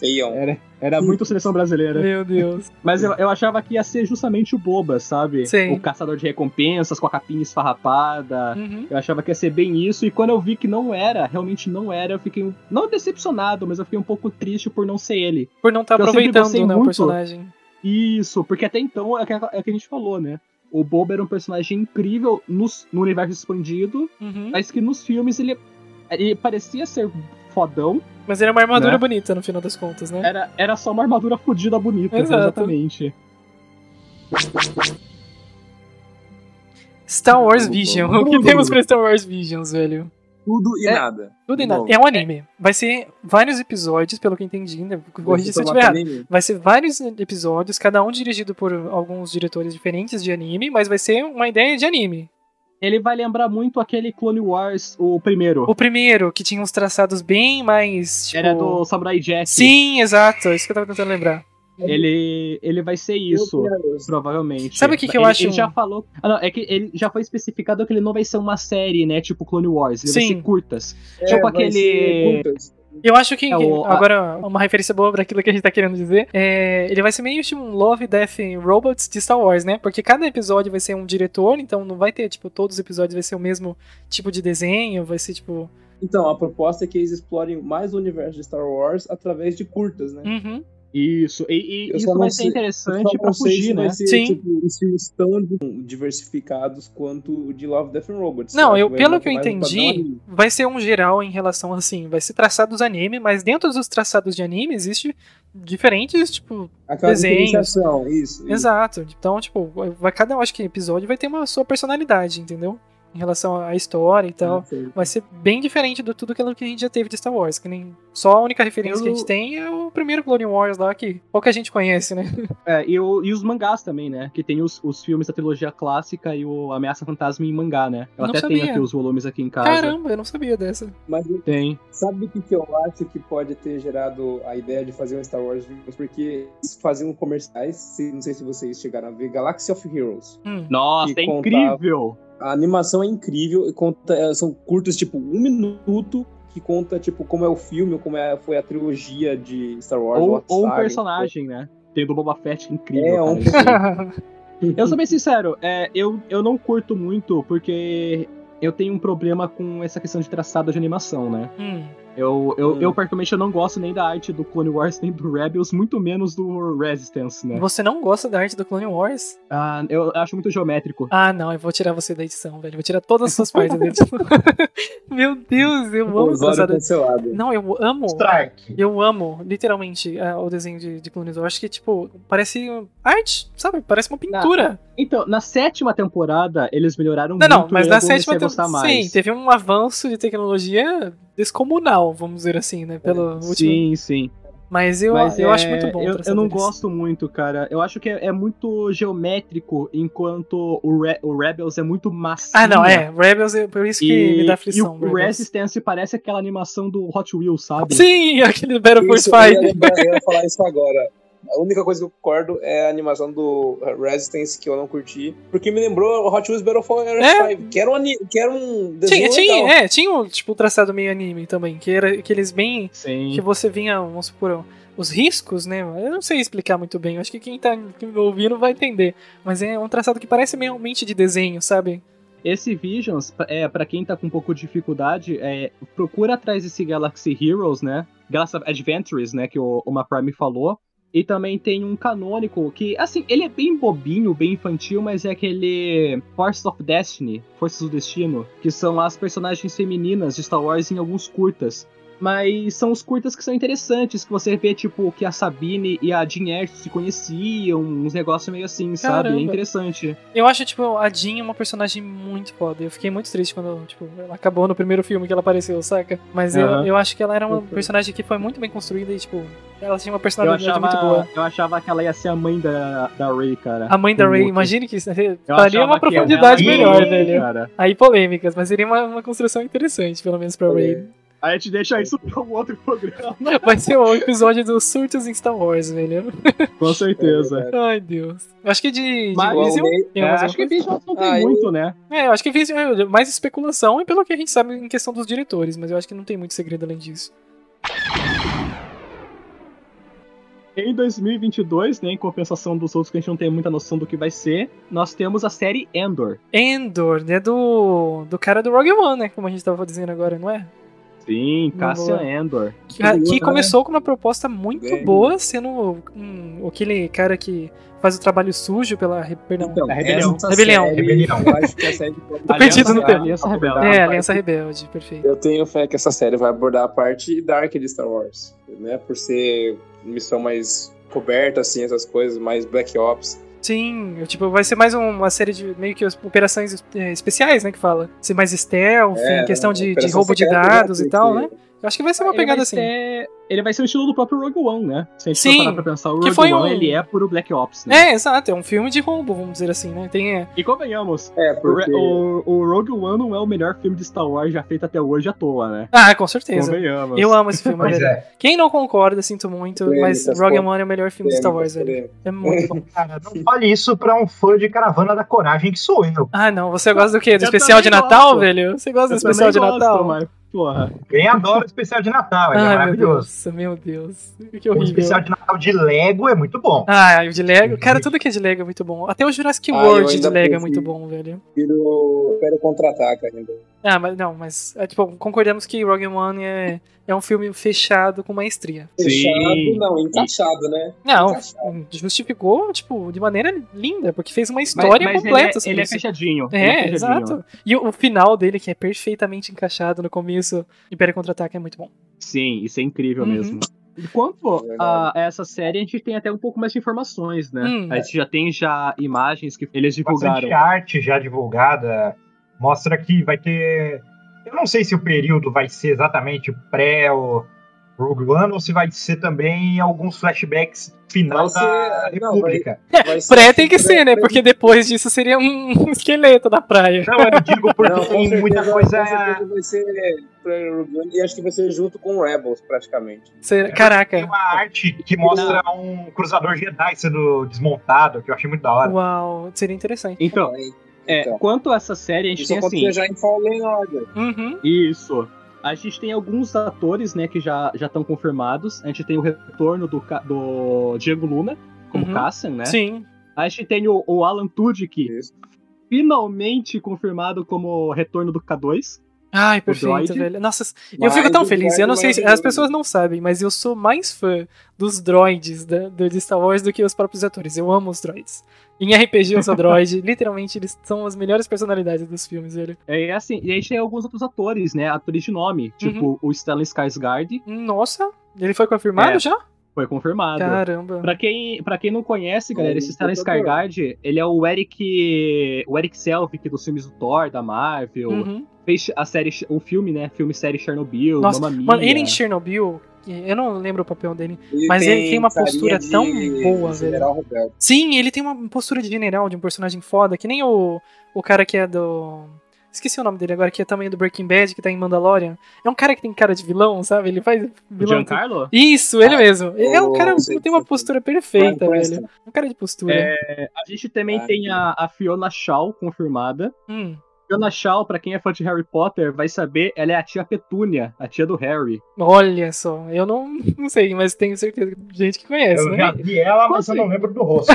[SPEAKER 7] Feião.
[SPEAKER 6] Era, era muito seleção brasileira.
[SPEAKER 2] meu Deus.
[SPEAKER 6] Mas eu, eu achava que ia ser justamente o Boba, sabe?
[SPEAKER 2] Sim.
[SPEAKER 6] O caçador de recompensas com a capinha esfarrapada.
[SPEAKER 2] Uhum.
[SPEAKER 6] Eu achava que ia ser bem isso, e quando eu vi que não era, realmente não era, eu fiquei um- não decepcionado, mas eu fiquei um pouco triste por não ser ele.
[SPEAKER 2] Por não estar
[SPEAKER 6] Eu sempre
[SPEAKER 2] aproveitando
[SPEAKER 6] gostei
[SPEAKER 2] né, o
[SPEAKER 6] muito.
[SPEAKER 2] personagem.
[SPEAKER 6] Isso, porque até então é o que, é o que a gente falou, né? O Boba era um personagem incrível nos- no universo expandido,
[SPEAKER 2] Uhum.
[SPEAKER 6] mas que nos filmes ele, ele parecia ser fodão,
[SPEAKER 2] Mas era uma armadura
[SPEAKER 6] Né?
[SPEAKER 2] bonita no final das contas, né?
[SPEAKER 6] era, era só uma armadura fodida bonita,
[SPEAKER 2] Exato.
[SPEAKER 6] exatamente.
[SPEAKER 2] Star Wars
[SPEAKER 7] Tudo,
[SPEAKER 2] Vision.
[SPEAKER 7] tudo.
[SPEAKER 2] O que temos pra Star Wars Visions, velho?
[SPEAKER 7] Tudo e
[SPEAKER 2] É.
[SPEAKER 7] nada.
[SPEAKER 2] Tudo e
[SPEAKER 7] De
[SPEAKER 2] nada.
[SPEAKER 7] novo.
[SPEAKER 2] É um anime. Vai ser vários episódios, pelo que eu entendi. Né? Corrija se eu
[SPEAKER 7] Formato
[SPEAKER 2] estiver
[SPEAKER 7] é
[SPEAKER 2] errado.
[SPEAKER 7] anime.
[SPEAKER 2] Vai ser vários episódios, cada um dirigido por alguns diretores diferentes de anime, mas vai ser uma ideia de anime.
[SPEAKER 6] Ele vai lembrar muito aquele Clone Wars, o primeiro.
[SPEAKER 2] O primeiro, que tinha uns traçados bem mais. Tipo...
[SPEAKER 6] Era do Samurai Jack.
[SPEAKER 2] Sim, exato. Isso que eu tava tentando lembrar.
[SPEAKER 6] Ele, ele vai ser isso,
[SPEAKER 7] Meu Deus.
[SPEAKER 6] provavelmente.
[SPEAKER 2] Sabe o que que eu
[SPEAKER 6] Ele-
[SPEAKER 2] acho?
[SPEAKER 6] Ele já falou. Ah, não, é que ele já foi especificado que ele não vai ser uma série, né? Tipo Clone Wars. Ele vai
[SPEAKER 2] Sim.
[SPEAKER 6] ser curtas.
[SPEAKER 7] É,
[SPEAKER 6] tipo
[SPEAKER 7] vai
[SPEAKER 6] aquele.
[SPEAKER 7] ser curtas.
[SPEAKER 2] Eu acho que.
[SPEAKER 6] É o- a-
[SPEAKER 2] agora, uma referência boa pra aquilo que a gente tá querendo dizer. É, ele vai ser meio tipo um Love, Death and Robots de Star Wars, né? Porque cada episódio vai ser um diretor, então não vai ter, tipo, todos os episódios vai ser o mesmo tipo de desenho, vai ser tipo.
[SPEAKER 7] Então, a proposta é que eles explorem mais o universo de Star Wars através de curtas, né?
[SPEAKER 2] Uhum.
[SPEAKER 6] Isso. E, e
[SPEAKER 7] Eu
[SPEAKER 6] isso
[SPEAKER 7] só
[SPEAKER 6] vai
[SPEAKER 7] não
[SPEAKER 6] ser
[SPEAKER 7] sei- Eu só
[SPEAKER 6] interessante
[SPEAKER 7] não
[SPEAKER 6] pra
[SPEAKER 7] sei se
[SPEAKER 6] fugir, né?
[SPEAKER 7] vai ser,
[SPEAKER 2] Sim.
[SPEAKER 7] tipo, se estão diversificados quanto o de Love, Death and Robots.
[SPEAKER 2] Não,
[SPEAKER 7] acho
[SPEAKER 2] eu,
[SPEAKER 7] vai
[SPEAKER 2] pelo
[SPEAKER 7] muito
[SPEAKER 2] que eu
[SPEAKER 7] mais no padrão
[SPEAKER 2] entendi,
[SPEAKER 7] anime.
[SPEAKER 2] vai ser um geral em relação assim. Vai ser traçados anime, mas dentro dos traçados de anime existe diferentes, tipo,
[SPEAKER 7] Aquela
[SPEAKER 2] desenhos.
[SPEAKER 7] diferenciação, isso. isso.
[SPEAKER 2] Exato. Então, tipo, vai, cada acho que episódio vai ter uma sua personalidade, entendeu? Em relação à história e tal.
[SPEAKER 7] Ah, sim.
[SPEAKER 2] Vai ser bem diferente do tudo aquilo que a gente já teve de Star Wars. Que nem, só a única referência que a gente
[SPEAKER 6] Eu-
[SPEAKER 2] tem é o primeiro Clone Wars lá, que pouca gente conhece, né?
[SPEAKER 6] É, e, o- e os mangás também, né? Que tem os, os filmes da trilogia clássica e o Ameaça Fantasma em mangá, né? Eu
[SPEAKER 2] Não
[SPEAKER 6] até
[SPEAKER 2] sabia.
[SPEAKER 6] tenho aqui os volumes aqui em casa.
[SPEAKER 2] Caramba, eu não sabia dessa.
[SPEAKER 7] Mas
[SPEAKER 6] Tem.
[SPEAKER 7] sabe o que, que eu acho que pode ter gerado a ideia de fazer um Star Wars? Juntos? Porque eles faziam comerciais, se- não sei se vocês chegaram a ver, Galaxy of Heroes.
[SPEAKER 2] Hum.
[SPEAKER 6] Nossa,
[SPEAKER 7] Que
[SPEAKER 6] é
[SPEAKER 7] contava-
[SPEAKER 6] incrível!
[SPEAKER 7] A animação é incrível, e conta, eh, são curtas, tipo, um minuto, que conta, tipo, como é o filme, ou como é, foi a trilogia de Star Wars. ou
[SPEAKER 6] Ou,
[SPEAKER 7] a
[SPEAKER 6] ou um
[SPEAKER 7] saga.
[SPEAKER 6] personagem, né? Tem do Boba Fett, que incrível.
[SPEAKER 7] É,
[SPEAKER 6] cara,
[SPEAKER 7] um-
[SPEAKER 6] isso aí. Eu sou bem sincero, é, eu, eu não curto muito porque eu tenho um problema com essa questão de traçado de animação, né?
[SPEAKER 2] Hum.
[SPEAKER 6] Eu, eu,
[SPEAKER 7] Hum.
[SPEAKER 6] eu particularmente, eu não gosto nem da arte do Clone Wars, nem do Rebels, muito menos do Resistance, né?
[SPEAKER 2] Você não gosta da arte do Clone Wars?
[SPEAKER 6] Ah, eu acho muito geométrico.
[SPEAKER 2] Ah, não, eu vou tirar você da edição, velho. Vou tirar todas as suas partes da edição. Meu Deus, eu amo
[SPEAKER 7] Vamos
[SPEAKER 2] os traçados.
[SPEAKER 7] cancelado.
[SPEAKER 2] Não, eu amo.
[SPEAKER 5] Strike.
[SPEAKER 2] Eu amo, literalmente, ah, o desenho de, de Clone Wars. Eu acho que, tipo, parece arte, sabe? Parece uma pintura.
[SPEAKER 6] Então, na sétima temporada, eles melhoraram
[SPEAKER 2] Não,
[SPEAKER 6] tipo, muito.
[SPEAKER 2] não, mas
[SPEAKER 6] e
[SPEAKER 2] na
[SPEAKER 6] eu comecei
[SPEAKER 2] sétima
[SPEAKER 6] a gostar mais.
[SPEAKER 2] Sim, teve um avanço de tecnologia descomunal, vamos dizer assim, né? Pelo último.
[SPEAKER 6] É, Sim, sim.
[SPEAKER 2] Mas eu,
[SPEAKER 6] Mas
[SPEAKER 2] eu
[SPEAKER 6] é,
[SPEAKER 2] acho muito bom.
[SPEAKER 6] Eu,
[SPEAKER 2] traçar
[SPEAKER 6] eu não
[SPEAKER 2] deles.
[SPEAKER 6] gosto muito, cara. Eu acho que é, é muito geométrico, enquanto o, Re- o Rebels é muito macio.
[SPEAKER 2] Ah, não, é. Rebels, é- por isso que me dá aflição.
[SPEAKER 6] E o, o
[SPEAKER 2] Rebels.
[SPEAKER 6] Resistance parece aquela animação do Hot Wheels, sabe?
[SPEAKER 2] Sim, aquele Battle Force
[SPEAKER 7] Isso, é, eu, ia
[SPEAKER 2] 5.
[SPEAKER 7] lembrar, eu ia falar isso agora. A única coisa que eu concordo é a animação do eh, Resistance que eu não curti, porque me lembrou o Hot Wheels Battle for Earth
[SPEAKER 2] É.
[SPEAKER 7] 5, que era um, ani- que era um
[SPEAKER 2] Tinha,
[SPEAKER 7] desenho legal.
[SPEAKER 2] tinha, é, tinha um tipo, traçado meio anime também, que era aqueles bem.
[SPEAKER 6] Sim.
[SPEAKER 2] que você vinha, vamos supor, os riscos, né? Eu não sei explicar muito bem, eu acho que quem tá me ouvindo vai entender. Mas é um traçado que parece realmente de desenho, sabe?
[SPEAKER 6] Esse Visions, pra- é, para quem tá com um pouco de dificuldade, é, procura atrás desse Galaxy Heroes, né? Galaxy Adventures, né? Que o, o Maprime falou. E também tem um canônico que, assim, ele é bem bobinho, bem infantil, mas é aquele Forces of Destiny, Forças do Destino, que são as personagens femininas de Star Wars em alguns curtas. Mas são os curtas que são interessantes, que você vê, tipo, que a Sabine e a Jean Erso se conheciam, uns negócios meio assim, sabe?
[SPEAKER 2] Caramba.
[SPEAKER 6] É interessante.
[SPEAKER 2] Eu acho, tipo, a Jean uma personagem muito foda. Eu fiquei muito triste quando, tipo, ela acabou no primeiro filme que ela apareceu, saca? Mas eu,
[SPEAKER 6] Aham. Uhum.
[SPEAKER 2] eu acho que ela era uma personagem que foi muito bem construída e, tipo, ela tinha uma
[SPEAKER 6] Eu
[SPEAKER 2] personalidade
[SPEAKER 6] achava,
[SPEAKER 2] muito boa.
[SPEAKER 6] eu achava que ela ia ser a mãe da, da Ray, cara.
[SPEAKER 2] A mãe da
[SPEAKER 6] Um
[SPEAKER 2] Ray,
[SPEAKER 6] outro.
[SPEAKER 2] imagine que isso
[SPEAKER 6] Eu
[SPEAKER 2] faria
[SPEAKER 6] achava
[SPEAKER 2] uma
[SPEAKER 6] que ela
[SPEAKER 2] profundidade
[SPEAKER 6] ia ser a
[SPEAKER 2] melhor,
[SPEAKER 6] mãe,
[SPEAKER 2] velho.
[SPEAKER 6] Cara.
[SPEAKER 2] Aí polêmicas, mas seria uma, uma construção interessante, pelo menos pra Ray.
[SPEAKER 6] A gente deixa isso pra um outro programa.
[SPEAKER 2] Vai ser o episódio dos surtos em Star Wars, velho.
[SPEAKER 6] Com
[SPEAKER 7] certeza.
[SPEAKER 6] certeza.
[SPEAKER 2] Ai, Deus. Eu acho que de, de
[SPEAKER 6] Mas- é um
[SPEAKER 2] Vision. tem mais
[SPEAKER 6] né? acho que
[SPEAKER 2] alguma coisa?
[SPEAKER 6] Visions não tem
[SPEAKER 7] Ah, eu-
[SPEAKER 6] muito, né?
[SPEAKER 2] É, eu acho que Vision é mais especulação e pelo que a gente sabe em questão dos diretores, mas eu acho que não tem muito segredo além disso.
[SPEAKER 6] Em 2022, né, em compensação dos outros que a gente não tem muita noção do que vai ser, nós temos a série Endor.
[SPEAKER 2] Endor, né? Do, do cara do Rogue One, né? Como a gente tava dizendo agora, não é?
[SPEAKER 6] Sim,
[SPEAKER 2] Não
[SPEAKER 6] Cassian
[SPEAKER 2] vou-
[SPEAKER 6] Endor.
[SPEAKER 2] Que, né? que começou com uma proposta muito
[SPEAKER 7] Bem.
[SPEAKER 2] boa, sendo hum, aquele cara que faz o trabalho sujo pela. re- Perdão.
[SPEAKER 7] Então,
[SPEAKER 6] É rebelião.
[SPEAKER 7] essa
[SPEAKER 2] Rebelião.
[SPEAKER 7] série,
[SPEAKER 5] Rebelião.
[SPEAKER 7] Eu acho que a série pode
[SPEAKER 6] Tô
[SPEAKER 2] perdido no
[SPEAKER 7] abordar-
[SPEAKER 2] tempo.
[SPEAKER 6] Aliança Rebelde.
[SPEAKER 7] abordar a
[SPEAKER 2] é,
[SPEAKER 7] parte-
[SPEAKER 2] Aliança Rebelde, perfeito.
[SPEAKER 7] Eu tenho fé que essa série vai abordar a parte dark de Star Wars, né? Por ser missão mais coberta, assim, essas coisas, mais Black Ops.
[SPEAKER 2] Sim, eu, tipo, vai ser mais um- uma série de meio que as operações eh, especiais, né? Que fala. Ser mais stealth,
[SPEAKER 7] É,
[SPEAKER 2] questão de, de
[SPEAKER 7] Operação
[SPEAKER 2] roubo de
[SPEAKER 7] secreta, né,
[SPEAKER 2] dados e tal, né?
[SPEAKER 7] porque
[SPEAKER 2] Eu acho que vai ser uma
[SPEAKER 6] Ele vai
[SPEAKER 2] pegada assim.
[SPEAKER 6] ser- ele vai ser o estilo do próprio Rogue One, né? Se a gente
[SPEAKER 2] Sim,
[SPEAKER 6] for parar pra pensar, o
[SPEAKER 2] que
[SPEAKER 6] Rogue
[SPEAKER 2] foi
[SPEAKER 6] One,
[SPEAKER 2] um-
[SPEAKER 6] ele é puro Black Ops, né?
[SPEAKER 2] É, exato, é um filme de rombo, vamos dizer assim, né? Tem, é,
[SPEAKER 6] E convenhamos,
[SPEAKER 7] É,
[SPEAKER 6] o, Re-
[SPEAKER 7] porque...
[SPEAKER 6] o- o Rogue One não é o melhor filme de Star Wars já feito até hoje à toa, né?
[SPEAKER 2] Ah, com certeza.
[SPEAKER 6] Convenhamos.
[SPEAKER 2] Eu amo esse filme,
[SPEAKER 5] Pois
[SPEAKER 2] velho.
[SPEAKER 5] é,
[SPEAKER 2] Quem não concorda, sinto muito, mas
[SPEAKER 7] Polêmicas,
[SPEAKER 2] Rogue
[SPEAKER 7] pô.
[SPEAKER 2] One é o melhor filme de Star Wars, velho. É muito bom, cara. Não-
[SPEAKER 5] olha isso pra um fã de Caravana da Coragem que sou eu.
[SPEAKER 2] Ah, não, você gosta do quê? Do
[SPEAKER 6] Eu
[SPEAKER 2] especial de
[SPEAKER 6] também
[SPEAKER 2] Natal,
[SPEAKER 6] gosto.
[SPEAKER 2] velho? Você gosta do
[SPEAKER 6] Eu
[SPEAKER 2] especial de
[SPEAKER 6] também gosto,
[SPEAKER 2] Natal?
[SPEAKER 6] Mas, porra.
[SPEAKER 5] Bem adoro o especial de Natal, ele é
[SPEAKER 2] Ai, meu
[SPEAKER 5] maravilhoso.
[SPEAKER 2] Deus, meu Deus. Que
[SPEAKER 5] O especial
[SPEAKER 2] horrível.
[SPEAKER 5] de Natal de Lego é muito bom.
[SPEAKER 2] Ah, o de Lego. Cara, tudo que é de Lego é muito bom. Até o Jurassic
[SPEAKER 7] Ah, eu
[SPEAKER 2] World
[SPEAKER 7] ainda
[SPEAKER 2] de Lego é
[SPEAKER 7] prefiro.
[SPEAKER 2] muito bom, velho.
[SPEAKER 7] Prefiro Império Contra-Ataca ainda.
[SPEAKER 2] Ah, mas não, mas. É, tipo, concordamos que Rogue One é, é um filme fechado com maestria.
[SPEAKER 6] Sim.
[SPEAKER 7] Fechado, não, encaixado, né?
[SPEAKER 2] Não,
[SPEAKER 7] Encaixado.
[SPEAKER 2] justificou, tipo, de maneira linda, porque fez uma história
[SPEAKER 6] é- mas, mas
[SPEAKER 2] completa
[SPEAKER 6] ele é,
[SPEAKER 2] sobre
[SPEAKER 6] ele
[SPEAKER 2] assim,
[SPEAKER 6] é né?
[SPEAKER 2] isso.
[SPEAKER 6] fechadinho. ele
[SPEAKER 2] É,
[SPEAKER 6] fechadinho.
[SPEAKER 2] exato. E o, o final dele, que é perfeitamente encaixado no começo, Império Contra-Ataque, é muito bom.
[SPEAKER 6] Sim, isso é incrível
[SPEAKER 2] Uhum.
[SPEAKER 6] mesmo. Quanto
[SPEAKER 7] Verdade.
[SPEAKER 6] a essa série, a gente tem até um pouco mais de informações, né?
[SPEAKER 2] Hum.
[SPEAKER 6] A gente já tem já imagens que eles divulgaram.
[SPEAKER 5] Bastante arte já divulgada. Mostra que vai ter. Eu não sei se o período vai ser exatamente pré o Rogue One ou se vai ser também alguns flashbacks final
[SPEAKER 7] Vai ser-
[SPEAKER 5] da
[SPEAKER 7] não, vai-
[SPEAKER 5] República.
[SPEAKER 7] Vai ser
[SPEAKER 2] Pré tem que
[SPEAKER 7] pré-
[SPEAKER 2] ser, né?
[SPEAKER 7] pré-
[SPEAKER 2] Porque depois disso seria um esqueleto da praia.
[SPEAKER 5] Não, eu digo porque
[SPEAKER 7] Não, com
[SPEAKER 5] tem muita
[SPEAKER 7] certeza-
[SPEAKER 5] coisa. é,
[SPEAKER 7] Com certeza vai ser pré Rogue One, e acho que vai ser junto com Rebels, praticamente.
[SPEAKER 2] Será-
[SPEAKER 5] Tem
[SPEAKER 2] Caraca.
[SPEAKER 5] uma arte que mostra um cruzador Jedi sendo desmontado, que eu achei muito da hora.
[SPEAKER 2] Uau, seria interessante.
[SPEAKER 6] Então, é,
[SPEAKER 7] Então.
[SPEAKER 6] quanto a essa série, a gente
[SPEAKER 7] Isso
[SPEAKER 6] tem assim.
[SPEAKER 7] acontecia já em Fallen Order.
[SPEAKER 2] Uhum.
[SPEAKER 6] Isso. A gente tem alguns atores, né, que já já estão confirmados. A gente tem o retorno do, Ca- do Diego Luna, como
[SPEAKER 2] Uhum.
[SPEAKER 6] Cassian, né?
[SPEAKER 2] Sim.
[SPEAKER 6] A gente tem o, o Alan Tudyk,
[SPEAKER 7] Isso.
[SPEAKER 6] finalmente confirmado como retorno do K2.
[SPEAKER 2] Ai, perfeito,
[SPEAKER 6] droid.
[SPEAKER 2] velho. Nossa, eu
[SPEAKER 7] Mas
[SPEAKER 2] fico tão
[SPEAKER 7] o
[SPEAKER 2] feliz.
[SPEAKER 7] droid é
[SPEAKER 2] Eu não sei, se- as
[SPEAKER 7] maravilhoso.
[SPEAKER 2] pessoas não sabem, mas eu sou mais fã dos droids da, do, de Star Wars do que os próprios atores. Eu amo os droids. Em RPG eu sou droid. Literalmente, eles são as melhores personalidades dos filmes, velho.
[SPEAKER 6] É assim, e a gente tem alguns outros atores, né, atores de nome,
[SPEAKER 2] Uhum.
[SPEAKER 6] tipo o Stellan Skarsgård,
[SPEAKER 2] Nossa, ele foi confirmado
[SPEAKER 6] É,
[SPEAKER 2] já?
[SPEAKER 6] foi confirmado.
[SPEAKER 2] Caramba.
[SPEAKER 6] Pra quem, pra quem não conhece, galera,
[SPEAKER 7] Aí,
[SPEAKER 6] esse Stellan
[SPEAKER 7] jogador.
[SPEAKER 6] Skarsgård, ele é o Eric, o Eric Selvig dos filmes do Thor, da Marvel,
[SPEAKER 2] Uhum.
[SPEAKER 6] fez a série, o filme, né, filme série Chernobyl,
[SPEAKER 2] Nossa,
[SPEAKER 6] Mamma Mia.
[SPEAKER 2] Mano, ele
[SPEAKER 7] é.
[SPEAKER 2] em Chernobyl, que eu não lembro o papel dele.
[SPEAKER 7] E
[SPEAKER 2] Mas ele tem uma
[SPEAKER 7] carinha
[SPEAKER 2] postura
[SPEAKER 7] de
[SPEAKER 2] tão boa,
[SPEAKER 7] General Rebelde.
[SPEAKER 2] Sim, ele tem uma postura de general, de um personagem foda, que nem o, o cara que é do. Esqueci o nome dele agora, que é também do Breaking Bad, que tá em Mandalorian. É um cara que tem cara de vilão, sabe? Ele faz
[SPEAKER 6] O
[SPEAKER 2] vilão.
[SPEAKER 6] Giancarlo?
[SPEAKER 2] Isso,
[SPEAKER 7] Ah,
[SPEAKER 2] ele mesmo. Ele é um
[SPEAKER 7] eu
[SPEAKER 2] cara
[SPEAKER 7] sei
[SPEAKER 2] que tem uma
[SPEAKER 7] que-
[SPEAKER 2] postura perfeita,
[SPEAKER 7] Brian
[SPEAKER 2] velho.
[SPEAKER 7] Cranston.
[SPEAKER 2] Um cara de postura.
[SPEAKER 6] É, a gente também
[SPEAKER 7] Ah,
[SPEAKER 6] tem a, a Fiona Shaw confirmada.
[SPEAKER 2] Hum.
[SPEAKER 6] Fiona Shaw, pra quem é fã de Harry Potter, vai saber, ela é a tia Petúnia, a tia do Harry.
[SPEAKER 2] Olha só, eu não, não sei, mas tenho certeza que tem gente que conhece,
[SPEAKER 5] Eu
[SPEAKER 2] né?
[SPEAKER 5] já vi ela, mas eu não lembro do rosto.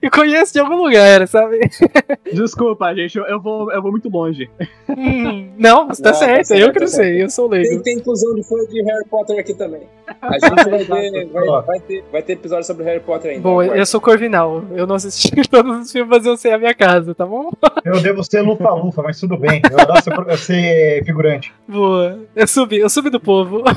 [SPEAKER 2] Eu conheço de algum lugar, sabe?
[SPEAKER 6] Desculpa, gente, eu, eu vou, eu vou muito longe.
[SPEAKER 2] Hum, não, você tá
[SPEAKER 7] Não, tá
[SPEAKER 2] certo,
[SPEAKER 7] certo,
[SPEAKER 2] eu que
[SPEAKER 7] tá
[SPEAKER 2] não
[SPEAKER 7] certo.
[SPEAKER 2] sei, eu sou
[SPEAKER 7] Tem,
[SPEAKER 2] leigo.
[SPEAKER 7] tem inclusão de fã de Harry Potter aqui também. A gente vai ter, vai, vai ter, vai ter episódio sobre Harry Potter ainda.
[SPEAKER 2] Bom, eu
[SPEAKER 7] aguarde.
[SPEAKER 2] sou Corvinal, eu não assisti todos os filmes, mas eu sei a minha casa, tá bom?
[SPEAKER 5] Eu devo ser lufa-lufa, mas tudo bem. Eu adoro ser, ser figurante.
[SPEAKER 2] Boa. Eu subi, eu subi do povo.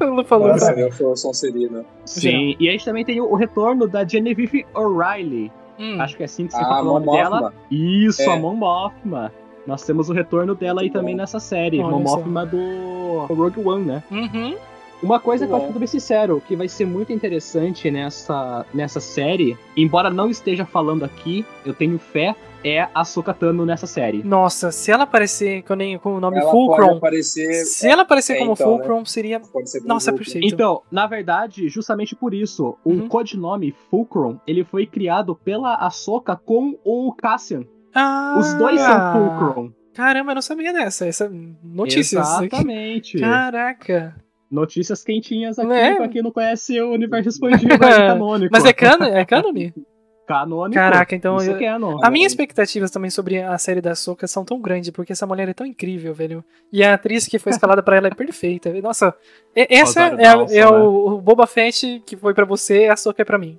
[SPEAKER 2] Lu falou.
[SPEAKER 5] Nossa.
[SPEAKER 7] Nossa, eu sou Sonserina.
[SPEAKER 6] Sim, e a gente também tem o, o retorno da Genevieve O'Reilly.
[SPEAKER 2] Hum,
[SPEAKER 6] Acho que é assim que se fala
[SPEAKER 7] Ah,
[SPEAKER 6] o nome
[SPEAKER 7] Mon
[SPEAKER 6] dela.
[SPEAKER 7] Mothma.
[SPEAKER 6] Isso,
[SPEAKER 7] É.
[SPEAKER 6] a Mon Mothma. Nós temos o retorno dela aí
[SPEAKER 7] Muito
[SPEAKER 6] também
[SPEAKER 7] bom.
[SPEAKER 6] nessa série.
[SPEAKER 2] Olha
[SPEAKER 6] Mon
[SPEAKER 2] só.
[SPEAKER 6] Mothma do Rogue One, né?
[SPEAKER 2] uhum.
[SPEAKER 6] Uma coisa que eu
[SPEAKER 2] é.
[SPEAKER 6] acho
[SPEAKER 7] Muito
[SPEAKER 6] que eu tô bem sincero, que vai ser muito interessante nessa, nessa série, embora não esteja falando aqui, eu tenho fé, é a Sokatano nessa série.
[SPEAKER 2] Nossa, se ela aparecer com nem- com o nome
[SPEAKER 7] Ela pode
[SPEAKER 2] Fulcrum,
[SPEAKER 7] aparecer.
[SPEAKER 2] se ela aparecer
[SPEAKER 7] é,
[SPEAKER 2] como
[SPEAKER 7] então,
[SPEAKER 2] Fulcrum, seria.
[SPEAKER 7] Pode ser
[SPEAKER 2] Nossa, é
[SPEAKER 7] Hulk.
[SPEAKER 2] perfeito.
[SPEAKER 6] Então, na verdade, justamente por isso, o
[SPEAKER 2] Uhum.
[SPEAKER 6] codinome Fulcrum, ele foi criado pela Ahsoka com o Cassian.
[SPEAKER 2] Ah,
[SPEAKER 6] Os dois são Fulcrum.
[SPEAKER 2] Caramba, eu não sabia dessa. Essa notícias.
[SPEAKER 6] Exatamente.
[SPEAKER 2] Caraca.
[SPEAKER 6] Notícias quentinhas aqui
[SPEAKER 2] Né?
[SPEAKER 6] pra quem não conhece o universo expandido é canônico.
[SPEAKER 2] Mas é canon? É cânone?
[SPEAKER 6] canônico.
[SPEAKER 2] Caraca, então.
[SPEAKER 6] Isso
[SPEAKER 2] eu-
[SPEAKER 6] que é canon.
[SPEAKER 2] A minha expectativas também sobre a série da Soca são tão grandes, porque essa mulher é tão incrível, velho. E a atriz que foi escalada pra ela é perfeita. Nossa, e- essa
[SPEAKER 6] Rosário
[SPEAKER 2] é, a-
[SPEAKER 6] Dawson,
[SPEAKER 2] é
[SPEAKER 6] né?
[SPEAKER 2] o, o Boba Fett que foi pra você, a Soca é pra mim.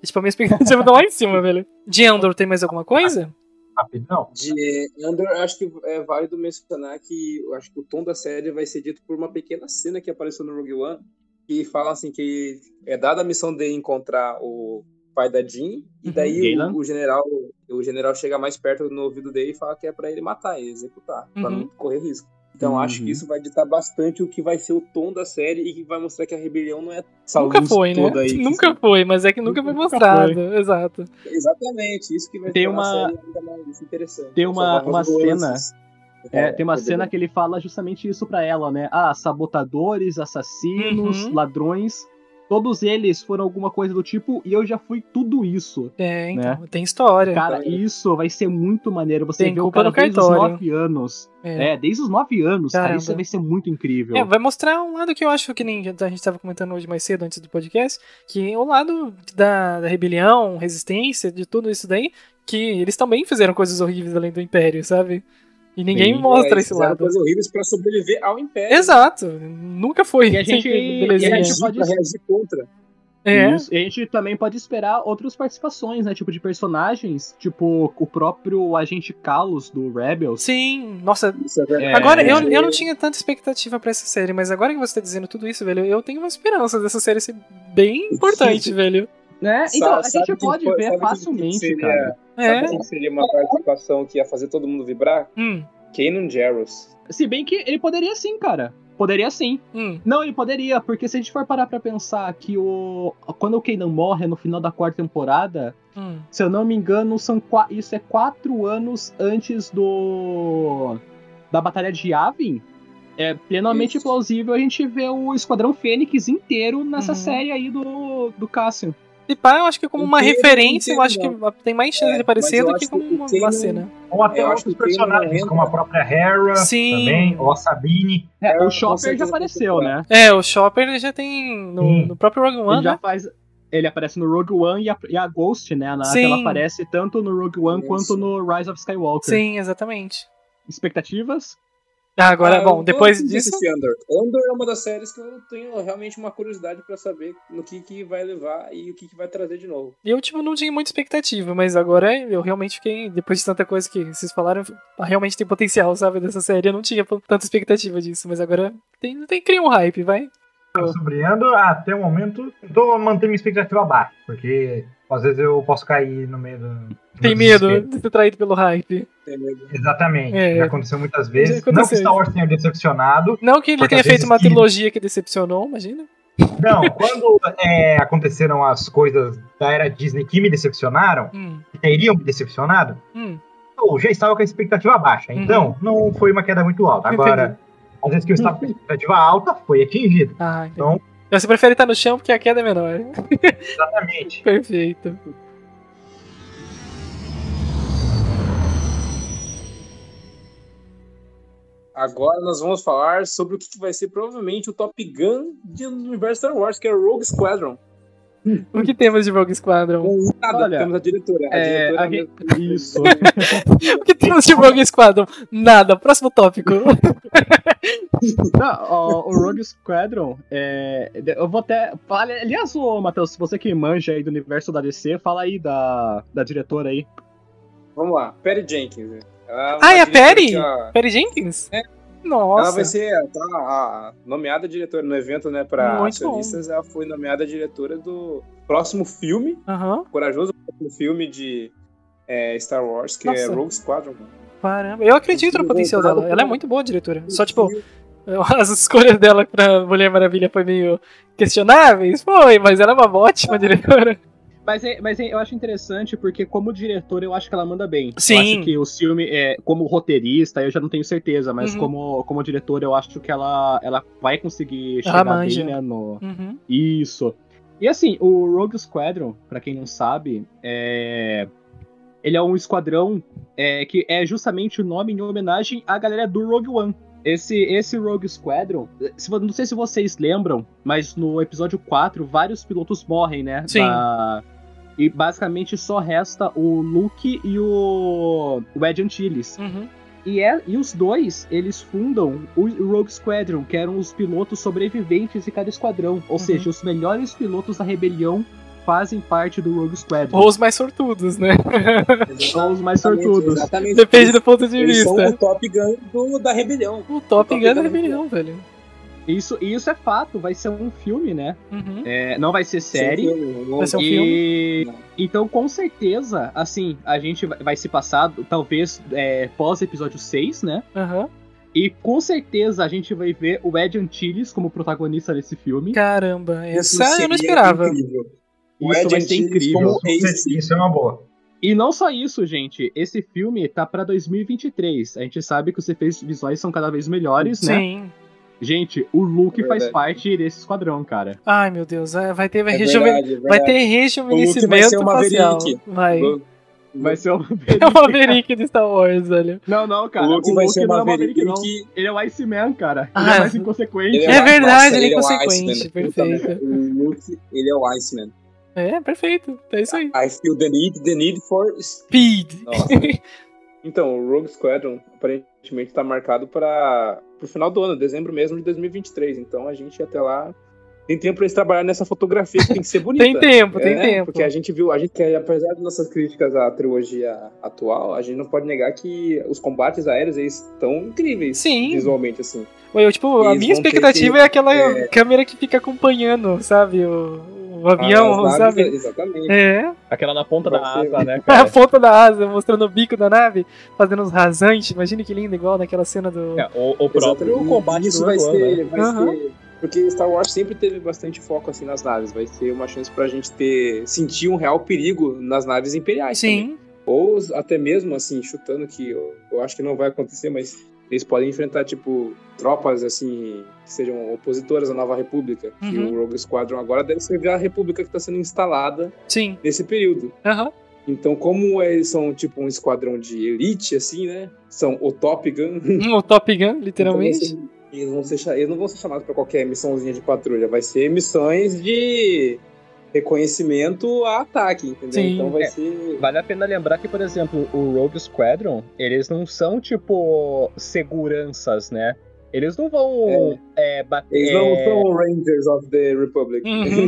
[SPEAKER 2] E, tipo, a minha expectativa tá lá em cima, velho. De Andor, tem mais alguma coisa?
[SPEAKER 7] Ah,
[SPEAKER 5] Rapidão.
[SPEAKER 7] De Andor, acho que é válido mencionar que eu acho que o tom da série vai ser dito por uma pequena cena que apareceu no Rogue One, que fala assim que é dada a missão de encontrar o pai da Jean, e
[SPEAKER 2] Uhum.
[SPEAKER 7] daí
[SPEAKER 6] Galen.
[SPEAKER 7] o, o general o general chega mais perto no ouvido dele e fala que é pra ele matar e executar, pra
[SPEAKER 2] Uhum.
[SPEAKER 7] não correr risco. Então
[SPEAKER 6] Uhum.
[SPEAKER 7] acho que isso vai ditar bastante o que vai ser o tom da série e que vai mostrar que a rebelião não é essa
[SPEAKER 2] Nunca
[SPEAKER 7] luz
[SPEAKER 2] foi, né?
[SPEAKER 7] toda aí que
[SPEAKER 2] nunca foi, mas é que nunca foi
[SPEAKER 7] Nunca foi.
[SPEAKER 2] mostrado. Exato.
[SPEAKER 7] se- Exatamente, isso que vai
[SPEAKER 6] Tem
[SPEAKER 7] tornar
[SPEAKER 6] uma-
[SPEAKER 7] a série ainda mais interessante.
[SPEAKER 6] tem uma-
[SPEAKER 7] Só vai
[SPEAKER 6] uma
[SPEAKER 7] as nuances.
[SPEAKER 6] É, tem uma
[SPEAKER 7] entendeu?
[SPEAKER 6] cena que ele fala justamente isso pra ela, né? Ah, sabotadores, assassinos,
[SPEAKER 2] Uhum.
[SPEAKER 6] ladrões. Todos eles foram alguma coisa do tipo, e eu já fui tudo isso.
[SPEAKER 2] É, então,
[SPEAKER 7] Né?
[SPEAKER 2] tem história.
[SPEAKER 6] Cara, isso vai ser muito maneiro. Você
[SPEAKER 2] Tem
[SPEAKER 6] vê o
[SPEAKER 2] culpa
[SPEAKER 6] cara
[SPEAKER 2] do
[SPEAKER 6] desde os
[SPEAKER 2] cartório.
[SPEAKER 6] 9 anos.
[SPEAKER 2] É.
[SPEAKER 6] É, desde os 9 anos, cara.
[SPEAKER 2] Caramba.
[SPEAKER 6] Isso vai ser muito incrível.
[SPEAKER 2] É, vai mostrar um lado que eu acho que nem a gente estava comentando hoje mais cedo antes do podcast, que o lado da, da rebelião, resistência, de tudo isso daí, que eles também fizeram coisas horríveis além do Império, sabe? E ninguém
[SPEAKER 6] Sim.
[SPEAKER 2] mostra
[SPEAKER 7] É,
[SPEAKER 2] esse
[SPEAKER 7] fizeram
[SPEAKER 2] lado.
[SPEAKER 7] coisas horríveis pra sobreviver ao império.
[SPEAKER 2] Exato, nunca foi.
[SPEAKER 6] E a gente-
[SPEAKER 2] sempre
[SPEAKER 7] E
[SPEAKER 2] belezinha.
[SPEAKER 7] a
[SPEAKER 6] É.
[SPEAKER 7] gente pode reagir contra.
[SPEAKER 2] É,
[SPEAKER 6] Isso. E a gente também pode esperar outras participações, né? Tipo, de personagens, tipo o próprio agente Kalos do Rebels.
[SPEAKER 2] sim, nossa.
[SPEAKER 7] Isso é verdade.
[SPEAKER 6] É.
[SPEAKER 2] Agora, eu,
[SPEAKER 7] Porque
[SPEAKER 2] eu não tinha tanta expectativa pra essa série, mas agora que você tá dizendo tudo isso, velho, eu tenho uma esperança dessa série ser bem importante, velho.
[SPEAKER 6] Né?
[SPEAKER 7] Sa-
[SPEAKER 6] Então, a
[SPEAKER 7] sabe
[SPEAKER 6] gente
[SPEAKER 7] que
[SPEAKER 6] pode
[SPEAKER 7] foi-
[SPEAKER 6] ver
[SPEAKER 7] sabe que
[SPEAKER 6] facilmente,
[SPEAKER 7] seria-
[SPEAKER 6] cara.
[SPEAKER 2] É.
[SPEAKER 7] Sabe quem seria uma participação que ia fazer todo mundo vibrar?
[SPEAKER 2] Hum,
[SPEAKER 7] Kanan Jarrus.
[SPEAKER 6] Se bem que ele poderia sim, cara. Poderia sim.
[SPEAKER 2] hum.
[SPEAKER 6] Não, ele poderia, porque se a gente for parar pra pensar que o. Quando o Kanan morre no final da quarta temporada,
[SPEAKER 2] Hum.
[SPEAKER 6] se eu não me engano, são qua- isso é quatro anos antes do. da Batalha de Yavin. É plenamente
[SPEAKER 7] Isso.
[SPEAKER 6] plausível a gente ver o Esquadrão Fênix inteiro nessa
[SPEAKER 2] Uhum.
[SPEAKER 6] série aí do, do Cassian.
[SPEAKER 2] Se pá, eu acho que como uma
[SPEAKER 7] Inteiro,
[SPEAKER 2] referência, eu acho
[SPEAKER 7] inteiro
[SPEAKER 2] que tem mais chance
[SPEAKER 7] É,
[SPEAKER 2] de aparecer
[SPEAKER 7] mas eu
[SPEAKER 2] do que
[SPEAKER 7] acho
[SPEAKER 2] como
[SPEAKER 7] que
[SPEAKER 2] uma,
[SPEAKER 7] tem
[SPEAKER 2] uma
[SPEAKER 7] um-
[SPEAKER 2] cena.
[SPEAKER 5] Ou até
[SPEAKER 7] Eu acho
[SPEAKER 5] outros
[SPEAKER 7] que tem um
[SPEAKER 5] personagens,
[SPEAKER 7] momento-
[SPEAKER 5] como a própria Hera
[SPEAKER 2] Sim.
[SPEAKER 5] também, ou a Sabine.
[SPEAKER 6] É,
[SPEAKER 7] com
[SPEAKER 6] o Chopper já
[SPEAKER 7] certeza
[SPEAKER 6] apareceu,
[SPEAKER 7] vai
[SPEAKER 6] né?
[SPEAKER 2] É, o Chopper ele já tem no,
[SPEAKER 5] Sim.
[SPEAKER 2] no próprio Rogue
[SPEAKER 6] Ele
[SPEAKER 2] One,
[SPEAKER 6] já
[SPEAKER 2] né?
[SPEAKER 6] faz. Ele aparece no Rogue One e a, e a Ghost, né? Na-
[SPEAKER 2] Sim.
[SPEAKER 6] Ela aparece tanto no Rogue One
[SPEAKER 7] Isso.
[SPEAKER 6] quanto no Rise of Skywalker.
[SPEAKER 2] Sim, exatamente.
[SPEAKER 6] Expectativas?
[SPEAKER 2] Ah, agora,
[SPEAKER 7] Ah, eu
[SPEAKER 2] bom,
[SPEAKER 7] tô
[SPEAKER 2] depois
[SPEAKER 7] afim de
[SPEAKER 2] disso.
[SPEAKER 7] assistir Andor. Andor é uma das séries que eu tenho realmente uma curiosidade pra saber no que, que vai levar e o que, que vai trazer de novo.
[SPEAKER 2] Eu, tipo, não tinha muita expectativa, mas agora eu realmente fiquei. Depois de tanta coisa que vocês falaram, realmente tem potencial, sabe? Dessa série. Eu não tinha tanta expectativa disso, mas agora tem, tem cria um hype, vai.
[SPEAKER 5] Sobre Andor, tá até o momento, eu tô mantendo minha expectativa baixa, porque às vezes eu posso cair no meio do.
[SPEAKER 2] Tem
[SPEAKER 5] do
[SPEAKER 2] medo
[SPEAKER 5] desespero.
[SPEAKER 2] de ser traído pelo hype.
[SPEAKER 7] Entendeu?
[SPEAKER 5] Exatamente,
[SPEAKER 2] É.
[SPEAKER 5] já aconteceu muitas vezes.
[SPEAKER 2] Já aconteceu
[SPEAKER 5] Não que Star
[SPEAKER 2] isso.
[SPEAKER 5] Wars tenha decepcionado.
[SPEAKER 2] Não que ele
[SPEAKER 5] Porque
[SPEAKER 2] tenha
[SPEAKER 5] às vezes
[SPEAKER 2] feito uma
[SPEAKER 5] que-
[SPEAKER 2] trilogia que decepcionou, imagina.
[SPEAKER 5] Não, quando é, aconteceram as coisas da era Disney que me decepcionaram,
[SPEAKER 2] Hum,
[SPEAKER 5] que teriam me decepcionado,
[SPEAKER 2] hum.
[SPEAKER 5] eu já estava com a expectativa
[SPEAKER 2] Uhum.
[SPEAKER 5] baixa. Então, não foi uma queda muito alta. Agora, às vezes que eu estava com a expectativa alta, foi atingida.
[SPEAKER 2] Ah, entendi.
[SPEAKER 5] Então-
[SPEAKER 2] Então você prefere estar no chão porque a queda é menor.
[SPEAKER 5] Exatamente.
[SPEAKER 2] Perfeito.
[SPEAKER 7] Agora nós vamos falar sobre o que, que vai ser provavelmente o Top Gun de- do universo Star Wars, que é Rogue Squadron.
[SPEAKER 2] O que temos de Rogue Squadron?
[SPEAKER 7] Nada,
[SPEAKER 6] Olha,
[SPEAKER 7] temos a diretora. A
[SPEAKER 6] é,
[SPEAKER 7] diretora
[SPEAKER 6] a gente-
[SPEAKER 7] mesmo.
[SPEAKER 6] Isso.
[SPEAKER 2] O que temos de Rogue Squadron? Nada. Próximo tópico.
[SPEAKER 6] Não, ó, o Rogue Squadron, é, eu vou até. Fala, aliás, ô, Matheus, você que manja aí do universo da DC, fala aí da, da diretora aí.
[SPEAKER 7] Vamos lá, Perry Jenkins. né? Ela é uma
[SPEAKER 2] Ah, é a
[SPEAKER 7] diretora
[SPEAKER 2] Perry?
[SPEAKER 7] que, ó,
[SPEAKER 2] Perry Jenkins?
[SPEAKER 7] É. Ela
[SPEAKER 2] Nossa.
[SPEAKER 7] vai ser a- tá, a, a nomeada diretora no evento, né, para
[SPEAKER 2] Muito bom.
[SPEAKER 7] acionistas. Ela foi nomeada diretora do próximo filme,
[SPEAKER 2] Aham.
[SPEAKER 7] corajoso próximo filme de é, Star Wars, que é
[SPEAKER 2] Nossa.
[SPEAKER 7] Rogue Squadron.
[SPEAKER 2] Caramba. Eu acredito no potencial
[SPEAKER 7] Voltado
[SPEAKER 2] dela. Ela é
[SPEAKER 7] pra-
[SPEAKER 2] muito boa diretora. Só, tipo, as escolhas dela pra Mulher Maravilha foi meio questionáveis. Foi, mas ela é uma ótima diretora.
[SPEAKER 6] Mas, é- mas é- eu acho interessante porque, como diretora, eu acho que ela manda bem.
[SPEAKER 2] Sim.
[SPEAKER 6] Eu acho que o filme, é, como roteirista, eu já não tenho certeza, mas
[SPEAKER 2] Uhum.
[SPEAKER 6] como, como diretora, eu acho que ela, ela vai conseguir
[SPEAKER 2] Ela
[SPEAKER 6] chegar
[SPEAKER 2] manja.
[SPEAKER 6] bem, né? No...
[SPEAKER 2] Uhum.
[SPEAKER 6] Isso. E assim, o Rogue Squadron, pra quem não sabe, é. Ele é um esquadrão é, que é justamente o nome em homenagem à galera do Rogue One. Esse, esse Rogue Squadron, se vo- não sei se vocês lembram, mas no episódio 4, vários pilotos morrem, né?
[SPEAKER 2] Sim.
[SPEAKER 6] Da- E basicamente só resta o Luke e o, o Ed Antilles.
[SPEAKER 2] Uhum.
[SPEAKER 6] E, é- e os dois, eles fundam o Rogue Squadron, que eram os pilotos sobreviventes de cada esquadrão. Ou seja, os melhores pilotos da rebelião fazem parte do Rogue Squadron.
[SPEAKER 2] Ou os mais sortudos, né?
[SPEAKER 6] São os mais sortudos.
[SPEAKER 7] Exatamente.
[SPEAKER 2] Depende do ponto de
[SPEAKER 7] Eles são
[SPEAKER 2] vista.
[SPEAKER 7] o Top Gun do- da rebelião.
[SPEAKER 2] O Top
[SPEAKER 7] Top
[SPEAKER 2] Gun é
[SPEAKER 7] Gun é muito
[SPEAKER 2] rebelião, velho.
[SPEAKER 6] Isso, e isso é fato, vai ser um filme, né?
[SPEAKER 2] Uhum.
[SPEAKER 6] É, não vai ser série.
[SPEAKER 7] Esse filme,
[SPEAKER 2] Vai ser um
[SPEAKER 6] e...
[SPEAKER 2] filme.
[SPEAKER 6] Então, com certeza, assim, a gente vai- vai se passar, talvez, é, pós episódio 6, né?
[SPEAKER 2] Aham.
[SPEAKER 6] E com certeza a gente vai ver o Ed Antilles como protagonista desse filme.
[SPEAKER 2] Caramba,
[SPEAKER 7] Isso
[SPEAKER 2] essa eu não
[SPEAKER 7] seria
[SPEAKER 2] esperava.
[SPEAKER 7] incrível. O
[SPEAKER 6] Isso
[SPEAKER 7] Ed
[SPEAKER 6] vai ser
[SPEAKER 7] Antilles
[SPEAKER 6] incrível.
[SPEAKER 7] como
[SPEAKER 5] Isso,
[SPEAKER 7] Ace.
[SPEAKER 5] isso é uma boa.
[SPEAKER 6] E não só isso, gente. Esse filme tá pra 2023. A gente sabe que os efeitos visuais são cada vez melhores, né?
[SPEAKER 2] Sim.
[SPEAKER 6] Gente, o Luke
[SPEAKER 7] É
[SPEAKER 6] faz
[SPEAKER 7] verdade.
[SPEAKER 6] parte desse esquadrão, cara.
[SPEAKER 2] Ai, meu Deus. é, Vai ter, vai
[SPEAKER 7] É
[SPEAKER 2] rejuven-
[SPEAKER 7] verdade, é
[SPEAKER 2] Vai
[SPEAKER 7] verdade.
[SPEAKER 2] ter
[SPEAKER 7] O Luke vai ser
[SPEAKER 2] rejuvenescimento
[SPEAKER 7] o
[SPEAKER 2] facial.
[SPEAKER 7] Maverick.
[SPEAKER 2] Vai.
[SPEAKER 6] Vai ser o
[SPEAKER 2] É
[SPEAKER 7] um
[SPEAKER 2] o Maverick do Star Wars, olha.
[SPEAKER 6] Não, não, cara.
[SPEAKER 7] o Luke vai ser o
[SPEAKER 6] não é o Maverick,
[SPEAKER 7] Maverick.
[SPEAKER 6] não.
[SPEAKER 7] Luke-
[SPEAKER 6] Ele é o Iceman, cara. Ele
[SPEAKER 2] Ah,
[SPEAKER 6] é mais
[SPEAKER 2] é.
[SPEAKER 6] inconsequente.
[SPEAKER 7] ele um
[SPEAKER 2] É
[SPEAKER 7] o-
[SPEAKER 2] verdade,
[SPEAKER 7] nossa,
[SPEAKER 2] ele é
[SPEAKER 7] o
[SPEAKER 2] consequente,
[SPEAKER 7] Iceman. Puta merda.
[SPEAKER 2] perfeito.
[SPEAKER 7] O Luke, ele é o Iceman.
[SPEAKER 2] É, perfeito. É isso aí.
[SPEAKER 7] I feel the need, the need for
[SPEAKER 2] Speed.
[SPEAKER 7] Nossa. então, o Rogue Squadron aparentemente tá marcado para o final do ano, dezembro mesmo de 2023. Então a gente até lá tem tempo para eles trabalhar nessa fotografia que tem que ser bonita.
[SPEAKER 2] Tem tempo, tem
[SPEAKER 7] né?
[SPEAKER 2] tempo.
[SPEAKER 7] Porque a gente viu, a gente, que apesar das nossas críticas à trilogia atual, a gente não pode negar que os combates aéreos eles estão incríveis
[SPEAKER 2] Sim.
[SPEAKER 7] visualmente, assim.
[SPEAKER 2] Eu, tipo, a
[SPEAKER 7] Eles
[SPEAKER 2] minha
[SPEAKER 7] vão ter
[SPEAKER 2] expectativa
[SPEAKER 7] que-
[SPEAKER 2] é aquela
[SPEAKER 7] é.
[SPEAKER 2] câmera que fica acompanhando, sabe? O, o
[SPEAKER 7] As
[SPEAKER 2] avião,
[SPEAKER 7] naves, É.
[SPEAKER 2] sabe?
[SPEAKER 7] Exatamente.
[SPEAKER 2] É.
[SPEAKER 6] Aquela na ponta
[SPEAKER 7] Vai
[SPEAKER 6] da
[SPEAKER 7] ser-
[SPEAKER 6] asa, né,
[SPEAKER 2] A
[SPEAKER 6] cara?
[SPEAKER 2] ponta da asa, mostrando o bico da nave, fazendo uns rasantes. Imagina que lindo, igual naquela cena do.
[SPEAKER 6] É, o, o próprio
[SPEAKER 7] Exatamente.
[SPEAKER 6] combate
[SPEAKER 7] Isso
[SPEAKER 6] do
[SPEAKER 7] vai
[SPEAKER 6] Rogue One, né?
[SPEAKER 7] ser, vai
[SPEAKER 2] Aham.
[SPEAKER 7] ser- Porque Star Wars sempre teve bastante foco assim nas naves. Vai ser uma chance pra gente ter sentir um real perigo nas naves imperiais. também.
[SPEAKER 2] Sim.
[SPEAKER 7] Ou os- até mesmo assim, chutando que eu, eu acho que não vai acontecer, mas eles podem enfrentar, tipo, tropas assim que sejam opositoras à nova república. Que
[SPEAKER 2] Uhum.
[SPEAKER 7] o Rogue Squadron agora deve servir à república que está sendo instalada
[SPEAKER 2] Sim.
[SPEAKER 7] nesse período.
[SPEAKER 2] Aham.
[SPEAKER 7] Então, como eles são tipo um esquadrão de elite, assim, né? São o Top Gun.
[SPEAKER 2] Hum, O Top Gun,
[SPEAKER 7] Então,
[SPEAKER 2] literalmente.
[SPEAKER 7] eles- Eles, vão ser cha- eles não vão ser chamados para qualquer missãozinha de patrulha, vai ser missões de reconhecimento a ataque, entendeu?
[SPEAKER 2] Sim,
[SPEAKER 7] então vai
[SPEAKER 6] é.
[SPEAKER 7] ser.
[SPEAKER 6] Vale a pena lembrar que, por exemplo, o Rogue Squadron, eles não são, tipo, seguranças, né? Eles não vão é, bater.
[SPEAKER 7] Eles não são Rangers of the Republic.
[SPEAKER 2] Uhum.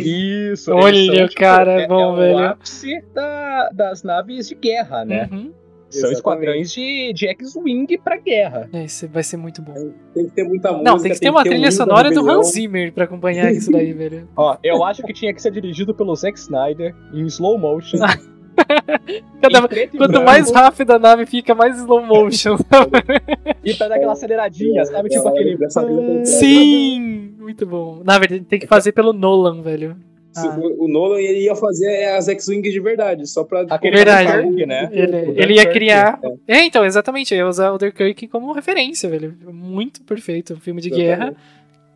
[SPEAKER 6] Isso,
[SPEAKER 2] Olha,
[SPEAKER 6] eles são, tipo,
[SPEAKER 2] cara, é
[SPEAKER 6] é,
[SPEAKER 2] bom,
[SPEAKER 6] é
[SPEAKER 2] velho.
[SPEAKER 6] O ápice da- das naves de guerra, né?
[SPEAKER 2] Uhum.
[SPEAKER 6] São
[SPEAKER 7] Exatamente.
[SPEAKER 6] esquadrões de, de X-Wing pra guerra.
[SPEAKER 2] É, isso vai ser muito bom.
[SPEAKER 7] Tem que ter muita música.
[SPEAKER 2] Não, tem que ter uma
[SPEAKER 7] um
[SPEAKER 2] trilha
[SPEAKER 7] hino da
[SPEAKER 2] sonora do
[SPEAKER 7] rebelião.
[SPEAKER 2] Hans Zimmer pra acompanhar isso daí, velho.
[SPEAKER 6] Ó, eu acho que tinha que ser dirigido pelo Zack Snyder em slow motion.
[SPEAKER 2] Cada-
[SPEAKER 6] em preto e
[SPEAKER 2] Quanto
[SPEAKER 6] branco,
[SPEAKER 7] um
[SPEAKER 2] mais rápida a nave fica, mais slow motion. sabe?
[SPEAKER 6] E pra dar aquela aceleradinha, sabe? Tipo
[SPEAKER 7] É,
[SPEAKER 6] aquele.
[SPEAKER 7] dessa vez-
[SPEAKER 2] Ah. Sim! Muito bom. Na verdade, tem que fazer pelo Nolan, velho.
[SPEAKER 7] Se-
[SPEAKER 2] Ah.
[SPEAKER 7] Tipo, O o Nolan ele ia fazer as X-Wing de verdade, só pra. tipo,
[SPEAKER 6] Aquele
[SPEAKER 2] Verdade.
[SPEAKER 6] Kirk,
[SPEAKER 7] É,
[SPEAKER 6] né?
[SPEAKER 2] Ele,
[SPEAKER 6] O
[SPEAKER 2] ele ia
[SPEAKER 6] Dunkirk.
[SPEAKER 2] criar. É, então, exatamente. Eu ia usar o Kirk como referência, velho. Muito perfeito. Um filme de guerra.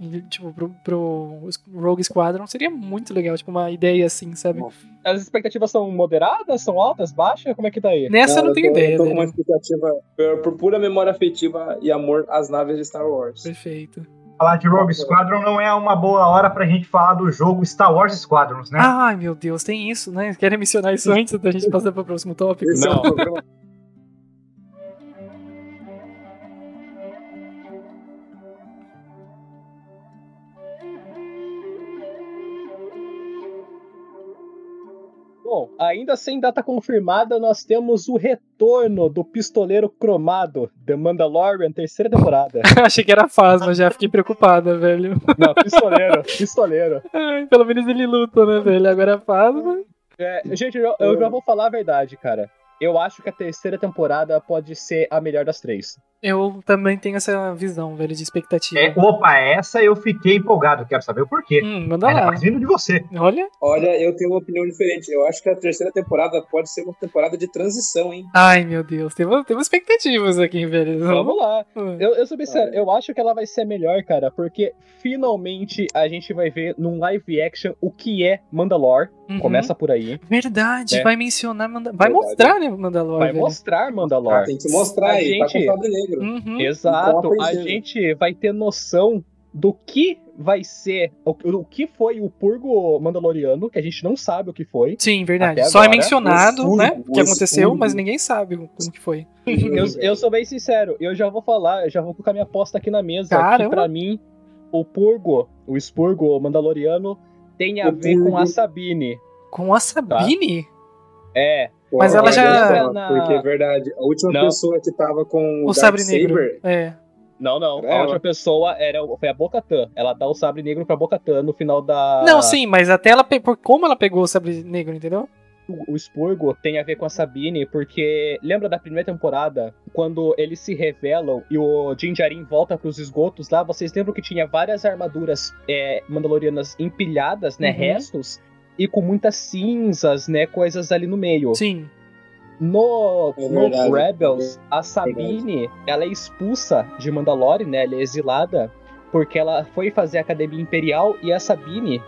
[SPEAKER 2] E, tipo, pro, pro Rogue Squadron seria muito legal, tipo, uma ideia assim, sabe?
[SPEAKER 6] As expectativas são moderadas, são altas, baixas? Como é que tá aí?
[SPEAKER 2] Nessa eu
[SPEAKER 7] Cara,
[SPEAKER 2] não tenho
[SPEAKER 7] eu tô-
[SPEAKER 2] ideia,
[SPEAKER 7] Eu tô com uma
[SPEAKER 2] velho.
[SPEAKER 7] expectativa por, por pura memória afetiva e amor às naves de Star Wars.
[SPEAKER 2] Perfeito.
[SPEAKER 5] Falar de Rogue Squadron não é uma boa hora pra gente falar do jogo Star Wars Squadrons, né?
[SPEAKER 2] Ai, meu Deus, tem isso, né? Querem mencionar isso antes da gente passar pro próximo tópico?
[SPEAKER 7] Esse é
[SPEAKER 6] Não.
[SPEAKER 7] o programa
[SPEAKER 6] Bom, ainda sem data confirmada, nós temos o retorno do pistoleiro cromado, The Mandalorian, terceira temporada.
[SPEAKER 2] Achei que era Fasma, já fiquei preocupada, velho.
[SPEAKER 6] Não, pistoleiro, pistoleiro.
[SPEAKER 2] Ai, pelo menos ele luta, né, velho? Agora é Fasma.
[SPEAKER 6] É, gente, eu, eu já vou falar a verdade, cara. Eu acho que a terceira temporada pode ser a melhor das três.
[SPEAKER 2] Eu também tenho essa visão, velho, de expectativa.
[SPEAKER 5] É, opa, essa eu fiquei empolgado, quero saber o porquê.
[SPEAKER 2] Hum, manda
[SPEAKER 5] Ainda
[SPEAKER 2] lá.
[SPEAKER 5] mais vindo de você.
[SPEAKER 6] É.
[SPEAKER 2] Olha.
[SPEAKER 7] Olha, eu tenho uma opinião diferente. Eu acho que a terceira temporada pode ser uma temporada de transição, hein?
[SPEAKER 2] Ai, meu Deus, temos, temos expectativas aqui, velho. Hum.
[SPEAKER 6] Vamos lá.
[SPEAKER 2] Vamos.
[SPEAKER 6] Eu, eu sou sincero,
[SPEAKER 7] Olha.
[SPEAKER 6] eu acho que ela vai ser melhor, cara, porque finalmente a gente vai ver num live action o que é Mandalore.
[SPEAKER 2] Uhum.
[SPEAKER 6] Começa por aí.
[SPEAKER 2] Verdade,
[SPEAKER 6] né?
[SPEAKER 2] vai mencionar, Manda- vai
[SPEAKER 7] Verdade.
[SPEAKER 2] mostrar, né, Mandalor,
[SPEAKER 6] Vai
[SPEAKER 2] velho?
[SPEAKER 6] mostrar Mandalore.
[SPEAKER 7] Ah, Tem que mostrar
[SPEAKER 6] A
[SPEAKER 7] aí, tá com
[SPEAKER 6] gente-
[SPEAKER 7] saldo negro.
[SPEAKER 2] Uhum.
[SPEAKER 6] Exato,
[SPEAKER 7] Então,
[SPEAKER 6] a
[SPEAKER 7] aprendendo.
[SPEAKER 6] gente vai ter noção do que vai ser, o, o que foi o purgo mandaloriano, que a gente não sabe o que foi.
[SPEAKER 2] Sim, verdade.
[SPEAKER 6] Até
[SPEAKER 2] Só é
[SPEAKER 6] agora,
[SPEAKER 2] mencionado,
[SPEAKER 7] o escuro,
[SPEAKER 2] né?
[SPEAKER 7] o
[SPEAKER 2] Que aconteceu,
[SPEAKER 7] escuro.
[SPEAKER 2] mas ninguém sabe como que foi.
[SPEAKER 6] Eu,
[SPEAKER 7] Uhum.
[SPEAKER 6] eu sou bem sincero, eu já vou falar, eu já vou colocar minha aposta aqui na mesa,
[SPEAKER 2] Caramba.
[SPEAKER 6] que pra mim, o purgo, o expurgo mandaloriano, tem a
[SPEAKER 7] O
[SPEAKER 6] ver com
[SPEAKER 7] Purgo.
[SPEAKER 6] a Sabine.
[SPEAKER 2] Com
[SPEAKER 6] Tá.
[SPEAKER 2] a Sabine?
[SPEAKER 6] é,
[SPEAKER 2] Mas
[SPEAKER 7] Olha
[SPEAKER 2] ela já-
[SPEAKER 7] só, Porque é verdade, a última
[SPEAKER 6] Não.
[SPEAKER 7] pessoa que tava com o,
[SPEAKER 2] O
[SPEAKER 7] Dark
[SPEAKER 2] Sabre Negro.
[SPEAKER 7] Saber,
[SPEAKER 2] É.
[SPEAKER 6] Não, não.
[SPEAKER 7] Era
[SPEAKER 6] a
[SPEAKER 7] É, ela.
[SPEAKER 6] outra pessoa era, o- foi a Bocatã. Ela dá o sabre negro pra Bocatã no final da.
[SPEAKER 2] Não, sim, mas até ela pegou. Como ela pegou o Sabre Negro, entendeu?
[SPEAKER 6] o Spurgo tem a ver com a Sabine, porque lembra da primeira temporada, quando eles se revelam e o Jinjarin volta para os esgotos lá, vocês lembram que tinha várias armaduras é, mandalorianas empilhadas, né,
[SPEAKER 2] Uhum.
[SPEAKER 6] restos, e com muitas cinzas, né, coisas ali no meio.
[SPEAKER 2] Sim.
[SPEAKER 6] No,
[SPEAKER 7] É
[SPEAKER 6] no
[SPEAKER 7] verdade. É
[SPEAKER 6] Rebels, a Sabine, ela é expulsa de Mandalore, né? Ela é exilada, porque ela foi fazer a Academia Imperial e a Sabine,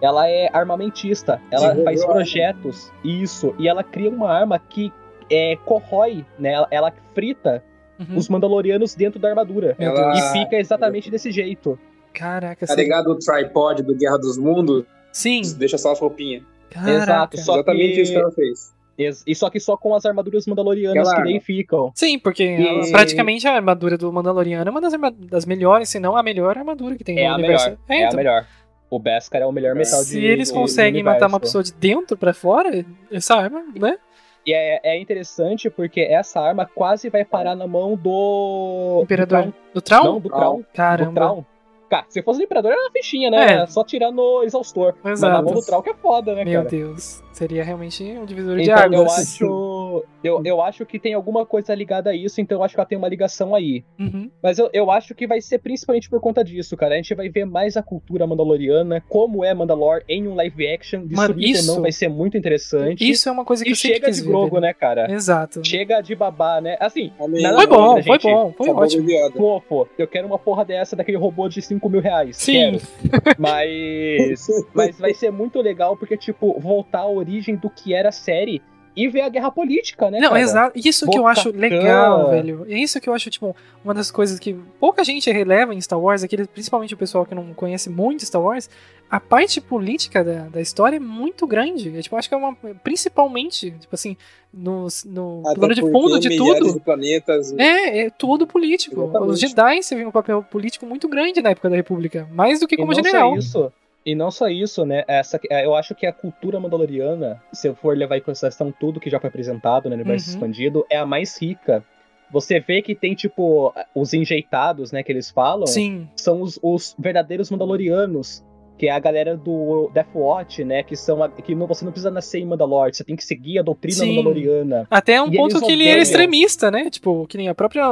[SPEAKER 6] ela é armamentista. Ela
[SPEAKER 7] Desenvolveu
[SPEAKER 6] faz
[SPEAKER 7] a arma.
[SPEAKER 6] projetos, isso. E ela cria uma arma que é, corrói, né? Ela, ela frita
[SPEAKER 2] Uhum.
[SPEAKER 6] os Mandalorianos dentro da armadura.
[SPEAKER 2] Meu
[SPEAKER 7] Ela-
[SPEAKER 2] Deus.
[SPEAKER 6] E fica exatamente desse jeito.
[SPEAKER 2] Caraca,
[SPEAKER 7] Tá
[SPEAKER 2] sério.
[SPEAKER 7] ligado o tripod do Guerra dos Mundos?
[SPEAKER 2] Sim.
[SPEAKER 7] Deixa só as roupinhas.
[SPEAKER 2] Caraca.
[SPEAKER 6] Exato, só
[SPEAKER 7] Exatamente
[SPEAKER 6] que-
[SPEAKER 7] isso que ela fez.
[SPEAKER 6] Ex- E só que só com as armaduras mandalorianas
[SPEAKER 7] Aquela
[SPEAKER 6] que nem ficam.
[SPEAKER 2] Sim, porque ela-
[SPEAKER 6] E-
[SPEAKER 2] praticamente a armadura do Mandaloriano é uma das, arma- das melhores, se não a melhor armadura que tem
[SPEAKER 6] É
[SPEAKER 2] no
[SPEAKER 6] a
[SPEAKER 2] universo.
[SPEAKER 6] melhor. É a
[SPEAKER 2] então,
[SPEAKER 6] melhor. O Beskar é o melhor metal de
[SPEAKER 2] Se eles
[SPEAKER 6] do
[SPEAKER 2] conseguem
[SPEAKER 6] universo.
[SPEAKER 2] matar uma pessoa de dentro pra fora, essa arma, né?
[SPEAKER 6] E é, é interessante porque essa arma quase vai parar na mão do.
[SPEAKER 2] Imperador.
[SPEAKER 6] Do
[SPEAKER 2] Do
[SPEAKER 6] Traum.
[SPEAKER 2] Traum?
[SPEAKER 6] Não, do Traum. Do
[SPEAKER 2] Caramba.
[SPEAKER 6] Traum. Cara, se fosse o Imperador era uma fichinha, né?
[SPEAKER 2] É.
[SPEAKER 6] Era Só tirar no exaustor. Mas na
[SPEAKER 2] Exato.
[SPEAKER 6] mão do Traum que é foda, né,
[SPEAKER 2] Meu
[SPEAKER 6] cara?
[SPEAKER 2] Deus. Seria realmente um divisor de
[SPEAKER 6] Então eu
[SPEAKER 2] águas.
[SPEAKER 6] acho. Eu, eu acho que tem alguma coisa ligada a isso, então eu acho que ela tem uma ligação aí.
[SPEAKER 2] Uhum.
[SPEAKER 6] Mas eu, eu acho que vai ser principalmente por conta disso, cara. A gente vai ver mais a cultura mandaloriana, como é Mandalore em um live action. De
[SPEAKER 2] Mano,
[SPEAKER 6] subir
[SPEAKER 2] isso-
[SPEAKER 6] não vai ser muito interessante.
[SPEAKER 2] Isso é uma coisa que
[SPEAKER 6] E
[SPEAKER 2] eu sempre
[SPEAKER 6] chega
[SPEAKER 2] quis
[SPEAKER 6] de
[SPEAKER 2] ver,
[SPEAKER 6] Grogo,
[SPEAKER 2] velho.
[SPEAKER 6] né, cara?
[SPEAKER 2] Exato.
[SPEAKER 6] Chega de babá, né? Assim, Nada
[SPEAKER 2] Foi
[SPEAKER 6] contra,
[SPEAKER 2] bom, foi
[SPEAKER 6] gente.
[SPEAKER 2] bom, foi ótimo.
[SPEAKER 6] fofo, eu quero uma porra dessa daquele robô de 5 mil reais.
[SPEAKER 2] Sim.
[SPEAKER 6] Quero. Mas. Mas vai ser muito legal porque, tipo, voltar à origem do que era a série e ver a guerra política, né?
[SPEAKER 2] Não,
[SPEAKER 6] cara?
[SPEAKER 2] exato. Isso que eu
[SPEAKER 6] Boca
[SPEAKER 2] acho legal,
[SPEAKER 6] Chan.
[SPEAKER 2] velho. É isso que eu acho, tipo, uma das coisas que pouca gente releva em Star Wars, aqueles, principalmente o pessoal que não conhece muito Star Wars, a parte política da, da história é muito grande. Eu tipo, acho que é uma. Principalmente, tipo assim, no, no
[SPEAKER 6] Ah, tá
[SPEAKER 2] plano de fundo de tudo.
[SPEAKER 7] planetas,
[SPEAKER 2] É, é tudo político.
[SPEAKER 7] Exatamente.
[SPEAKER 2] Os Jedi teve um papel político muito grande na época da República, mais do que
[SPEAKER 6] E
[SPEAKER 2] como
[SPEAKER 6] não
[SPEAKER 2] general.
[SPEAKER 6] Só isso, e não só isso, né? Essa, eu acho que a cultura mandaloriana, se eu for levar em consideração tudo que já foi apresentado no universo
[SPEAKER 2] Uhum.
[SPEAKER 6] expandido, é a mais rica. Você vê que tem, tipo, os enjeitados, né, que eles falam.
[SPEAKER 2] Sim.
[SPEAKER 6] são os, os verdadeiros Mandalorianos, que é a galera do Death Watch, né? Que são a- que não- você não precisa nascer em Mandalore, você tem que seguir a doutrina
[SPEAKER 2] Sim.
[SPEAKER 6] Mandaloriana.
[SPEAKER 2] Até um
[SPEAKER 6] E
[SPEAKER 2] ponto
[SPEAKER 6] eles
[SPEAKER 2] que ele era
[SPEAKER 6] odeiam.
[SPEAKER 2] extremista, né? Tipo, que nem a própria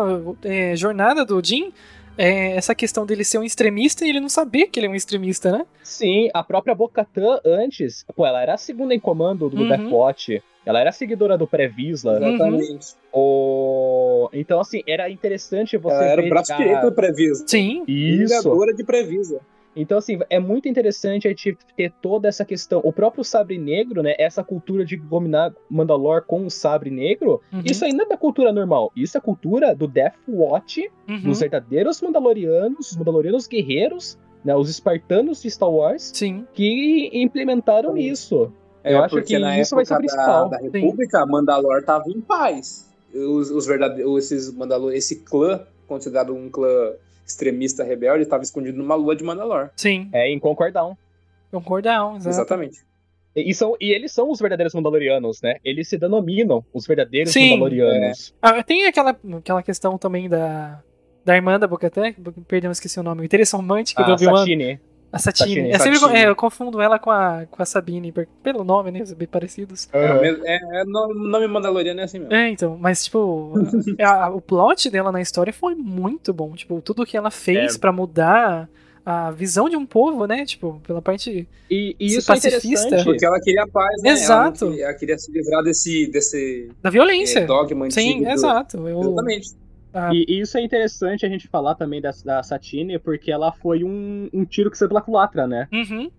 [SPEAKER 2] é, jornada do Jim, é, essa questão dele ser um extremista e ele não saber que ele é um extremista, né?
[SPEAKER 6] Sim, a própria Bocatã antes, pô, ela era a segunda em comando do
[SPEAKER 2] Uhum.
[SPEAKER 6] Death Watch. Ela era seguidora do Previsla.
[SPEAKER 2] Uhum.
[SPEAKER 7] Exatamente.
[SPEAKER 6] O... Então, assim, era interessante você
[SPEAKER 7] Ela era
[SPEAKER 6] ver
[SPEAKER 7] o braço
[SPEAKER 6] a-
[SPEAKER 7] direito do Previsa.
[SPEAKER 2] Sim.
[SPEAKER 6] Isso.
[SPEAKER 7] Vingadora de Previsa.
[SPEAKER 6] Então, assim, é muito interessante a gente ter toda essa questão. O próprio Sabre Negro, né? Essa cultura de dominar Mandalor com o Sabre Negro.
[SPEAKER 2] Uhum.
[SPEAKER 6] Isso aí não é da cultura normal. Isso é cultura do Death Watch,
[SPEAKER 2] Uhum.
[SPEAKER 6] dos verdadeiros Mandalorianos, os Mandalorianos guerreiros, né? Os espartanos de Star Wars,
[SPEAKER 2] Sim.
[SPEAKER 6] que implementaram
[SPEAKER 7] Sim.
[SPEAKER 6] isso. Eu acho
[SPEAKER 7] É, porque
[SPEAKER 6] que
[SPEAKER 7] na
[SPEAKER 6] isso
[SPEAKER 7] época
[SPEAKER 6] vai ser o principal.
[SPEAKER 7] Da, da República, Mandalor tava em paz. Os, os verdadeiros, esses Mandalor, esse clã, considerado um clã extremista rebelde, estava escondido numa lua de Mandalor.
[SPEAKER 2] Sim.
[SPEAKER 6] É em Concordão.
[SPEAKER 2] Concordão, exato.
[SPEAKER 7] Exatamente.
[SPEAKER 6] E, e são, e eles são os verdadeiros Mandalorianos, né? Eles se denominam os verdadeiros
[SPEAKER 2] Sim.
[SPEAKER 6] Mandalorianos.
[SPEAKER 2] Ah, tem aquela, aquela questão também da. Da irmã da Bocatã, perdão, esqueci o nome, o interesse romântico do
[SPEAKER 6] Ah, A
[SPEAKER 2] Obi-Wan.
[SPEAKER 6] Satine.
[SPEAKER 2] A Satine.
[SPEAKER 6] Satine.
[SPEAKER 2] É, sempre,
[SPEAKER 7] Satine.
[SPEAKER 2] é, eu confundo ela com a, com a Sabine, por- pelo nome, né? Bem parecidos.
[SPEAKER 7] É,
[SPEAKER 6] Aham.
[SPEAKER 7] o mesmo- é, é no- o nome Mandaloriano é assim mesmo.
[SPEAKER 2] É, então, mas tipo, a- a- o plot dela na história foi muito bom. Tipo, tudo que ela fez
[SPEAKER 6] É.
[SPEAKER 2] pra mudar a visão de um povo, né? Tipo, pela parte.
[SPEAKER 6] E, e
[SPEAKER 2] Esse
[SPEAKER 6] isso
[SPEAKER 2] tá
[SPEAKER 6] é
[SPEAKER 2] pacifista.
[SPEAKER 6] interessante.
[SPEAKER 7] Porque ela queria a paz, né? Ela não
[SPEAKER 2] Exato.
[SPEAKER 7] queria- Ela, queria se livrar desse, desse
[SPEAKER 2] da
[SPEAKER 7] eh,
[SPEAKER 6] É,
[SPEAKER 2] violência.
[SPEAKER 6] então,
[SPEAKER 7] dogma
[SPEAKER 2] Sim,
[SPEAKER 7] antigo. do-
[SPEAKER 2] exato. Eu-
[SPEAKER 7] Exatamente.
[SPEAKER 2] Ah.
[SPEAKER 6] E, e isso é interessante a gente falar também da, da Satine, porque ela foi um, um tiro que saiu pela culatra, né?
[SPEAKER 2] Uhum,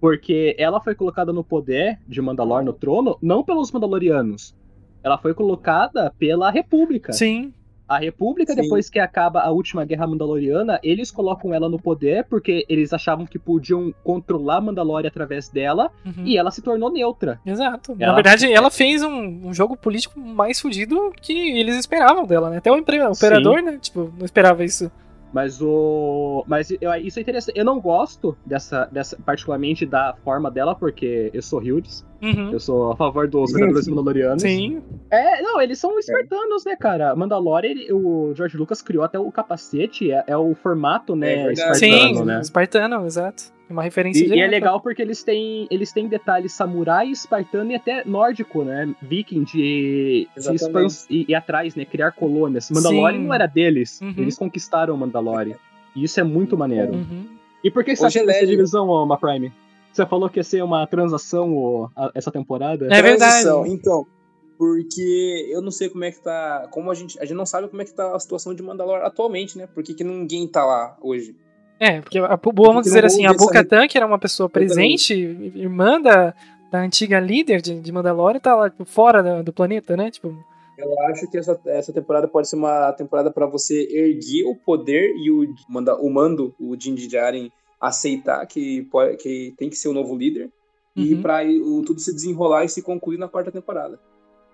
[SPEAKER 6] Porque ela foi colocada no poder de Mandalor, no trono, não pelos Mandalorianos. Ela foi colocada pela República.
[SPEAKER 2] sim,
[SPEAKER 6] A República,
[SPEAKER 7] Sim.
[SPEAKER 6] depois que acaba a última guerra mandaloriana, eles colocam ela no poder porque eles achavam que podiam controlar Mandalore através dela
[SPEAKER 2] uhum,
[SPEAKER 6] e ela se tornou neutra.
[SPEAKER 2] Exato. Na
[SPEAKER 6] Ela-
[SPEAKER 2] verdade, ela fez um, um jogo político mais fudido que eles esperavam dela, né? Até o impre- o
[SPEAKER 6] Sim.
[SPEAKER 2] imperador, né? Tipo, não esperava isso.
[SPEAKER 6] Mas o. Mas eu- isso é interessante. Eu não gosto dessa, dessa particularmente da forma dela, porque eu sou Hildes.
[SPEAKER 2] Uhum,
[SPEAKER 6] Eu sou a favor dos Vingadores Mandalorianos.
[SPEAKER 2] Sim,
[SPEAKER 6] É, não, eles são espartanos, né, cara? Mandalore, ele- o George Lucas criou até o capacete, é, é o formato, né,
[SPEAKER 7] É verdade.
[SPEAKER 6] espartano,
[SPEAKER 2] sim,
[SPEAKER 6] né?
[SPEAKER 2] espartano, exato. Uma referência
[SPEAKER 6] E, e é
[SPEAKER 2] direta.
[SPEAKER 6] legal porque eles têm, eles têm detalhes samurai, espartano e até nórdico, né? Viking de, de
[SPEAKER 7] Exatamente.
[SPEAKER 6] expans, e, e atrás, né? Criar colônias. Mandalore
[SPEAKER 2] Sim.
[SPEAKER 6] não era deles.
[SPEAKER 2] Uhum.
[SPEAKER 6] Eles conquistaram Mandalore. E isso é muito maneiro.
[SPEAKER 2] Uhum.
[SPEAKER 6] E por que você acha
[SPEAKER 7] Hoje é
[SPEAKER 6] que essa
[SPEAKER 7] leve.
[SPEAKER 6] divisão, ó, uma Prime? Você falou que ia ser uma transação ó, a- essa temporada?
[SPEAKER 2] É verdade.
[SPEAKER 7] Transição, Então, porque eu não sei como é que tá. Como a gente. A gente não sabe como é que tá a situação de Mandalore atualmente, né? Por que, que ninguém tá lá hoje?
[SPEAKER 2] É, porque a, vamos
[SPEAKER 7] Porque
[SPEAKER 2] dizer
[SPEAKER 7] não
[SPEAKER 2] assim, a
[SPEAKER 7] houve essa-
[SPEAKER 2] Bocatan, que era uma pessoa presente, irmã da, da antiga líder de, de Mandalore, tá lá tipo, fora da- do, planeta, né? Tipo,
[SPEAKER 7] Eu acho que essa, essa temporada pode ser uma temporada pra você erguer o poder e o, manda, o mando, o Jinji Jaren, aceitar que, pode, que tem que ser o novo líder. E
[SPEAKER 2] Uhum.
[SPEAKER 7] pra o, tudo se desenrolar e se concluir na quarta temporada.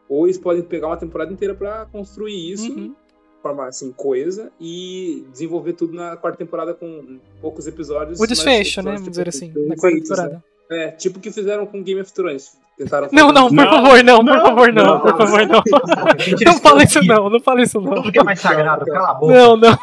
[SPEAKER 7] Ou eles podem pegar uma temporada inteira pra construir isso.
[SPEAKER 2] uhum.
[SPEAKER 7] de forma assim, coesa e desenvolver tudo na quarta temporada com poucos episódios.
[SPEAKER 2] o
[SPEAKER 7] mas
[SPEAKER 2] desfecho, né? Vamos
[SPEAKER 7] episódios, tipo,
[SPEAKER 2] dizer assim,
[SPEAKER 7] bem
[SPEAKER 2] na quarta
[SPEAKER 7] feitos,
[SPEAKER 2] temporada.
[SPEAKER 7] né? É, tipo o que fizeram com Game of Thrones. Tentaram
[SPEAKER 2] Não,
[SPEAKER 7] fazer- um
[SPEAKER 2] não, por
[SPEAKER 5] Não,
[SPEAKER 2] favor, não, por
[SPEAKER 6] não,
[SPEAKER 2] favor, não,
[SPEAKER 5] não,
[SPEAKER 2] por favor, não.
[SPEAKER 5] Gente,
[SPEAKER 2] Não
[SPEAKER 5] eles
[SPEAKER 2] fala
[SPEAKER 5] tão
[SPEAKER 2] isso
[SPEAKER 5] aqui.
[SPEAKER 2] não, não fala isso não.
[SPEAKER 5] Tudo que é mais sagrado, cala a boca.
[SPEAKER 2] Não, não,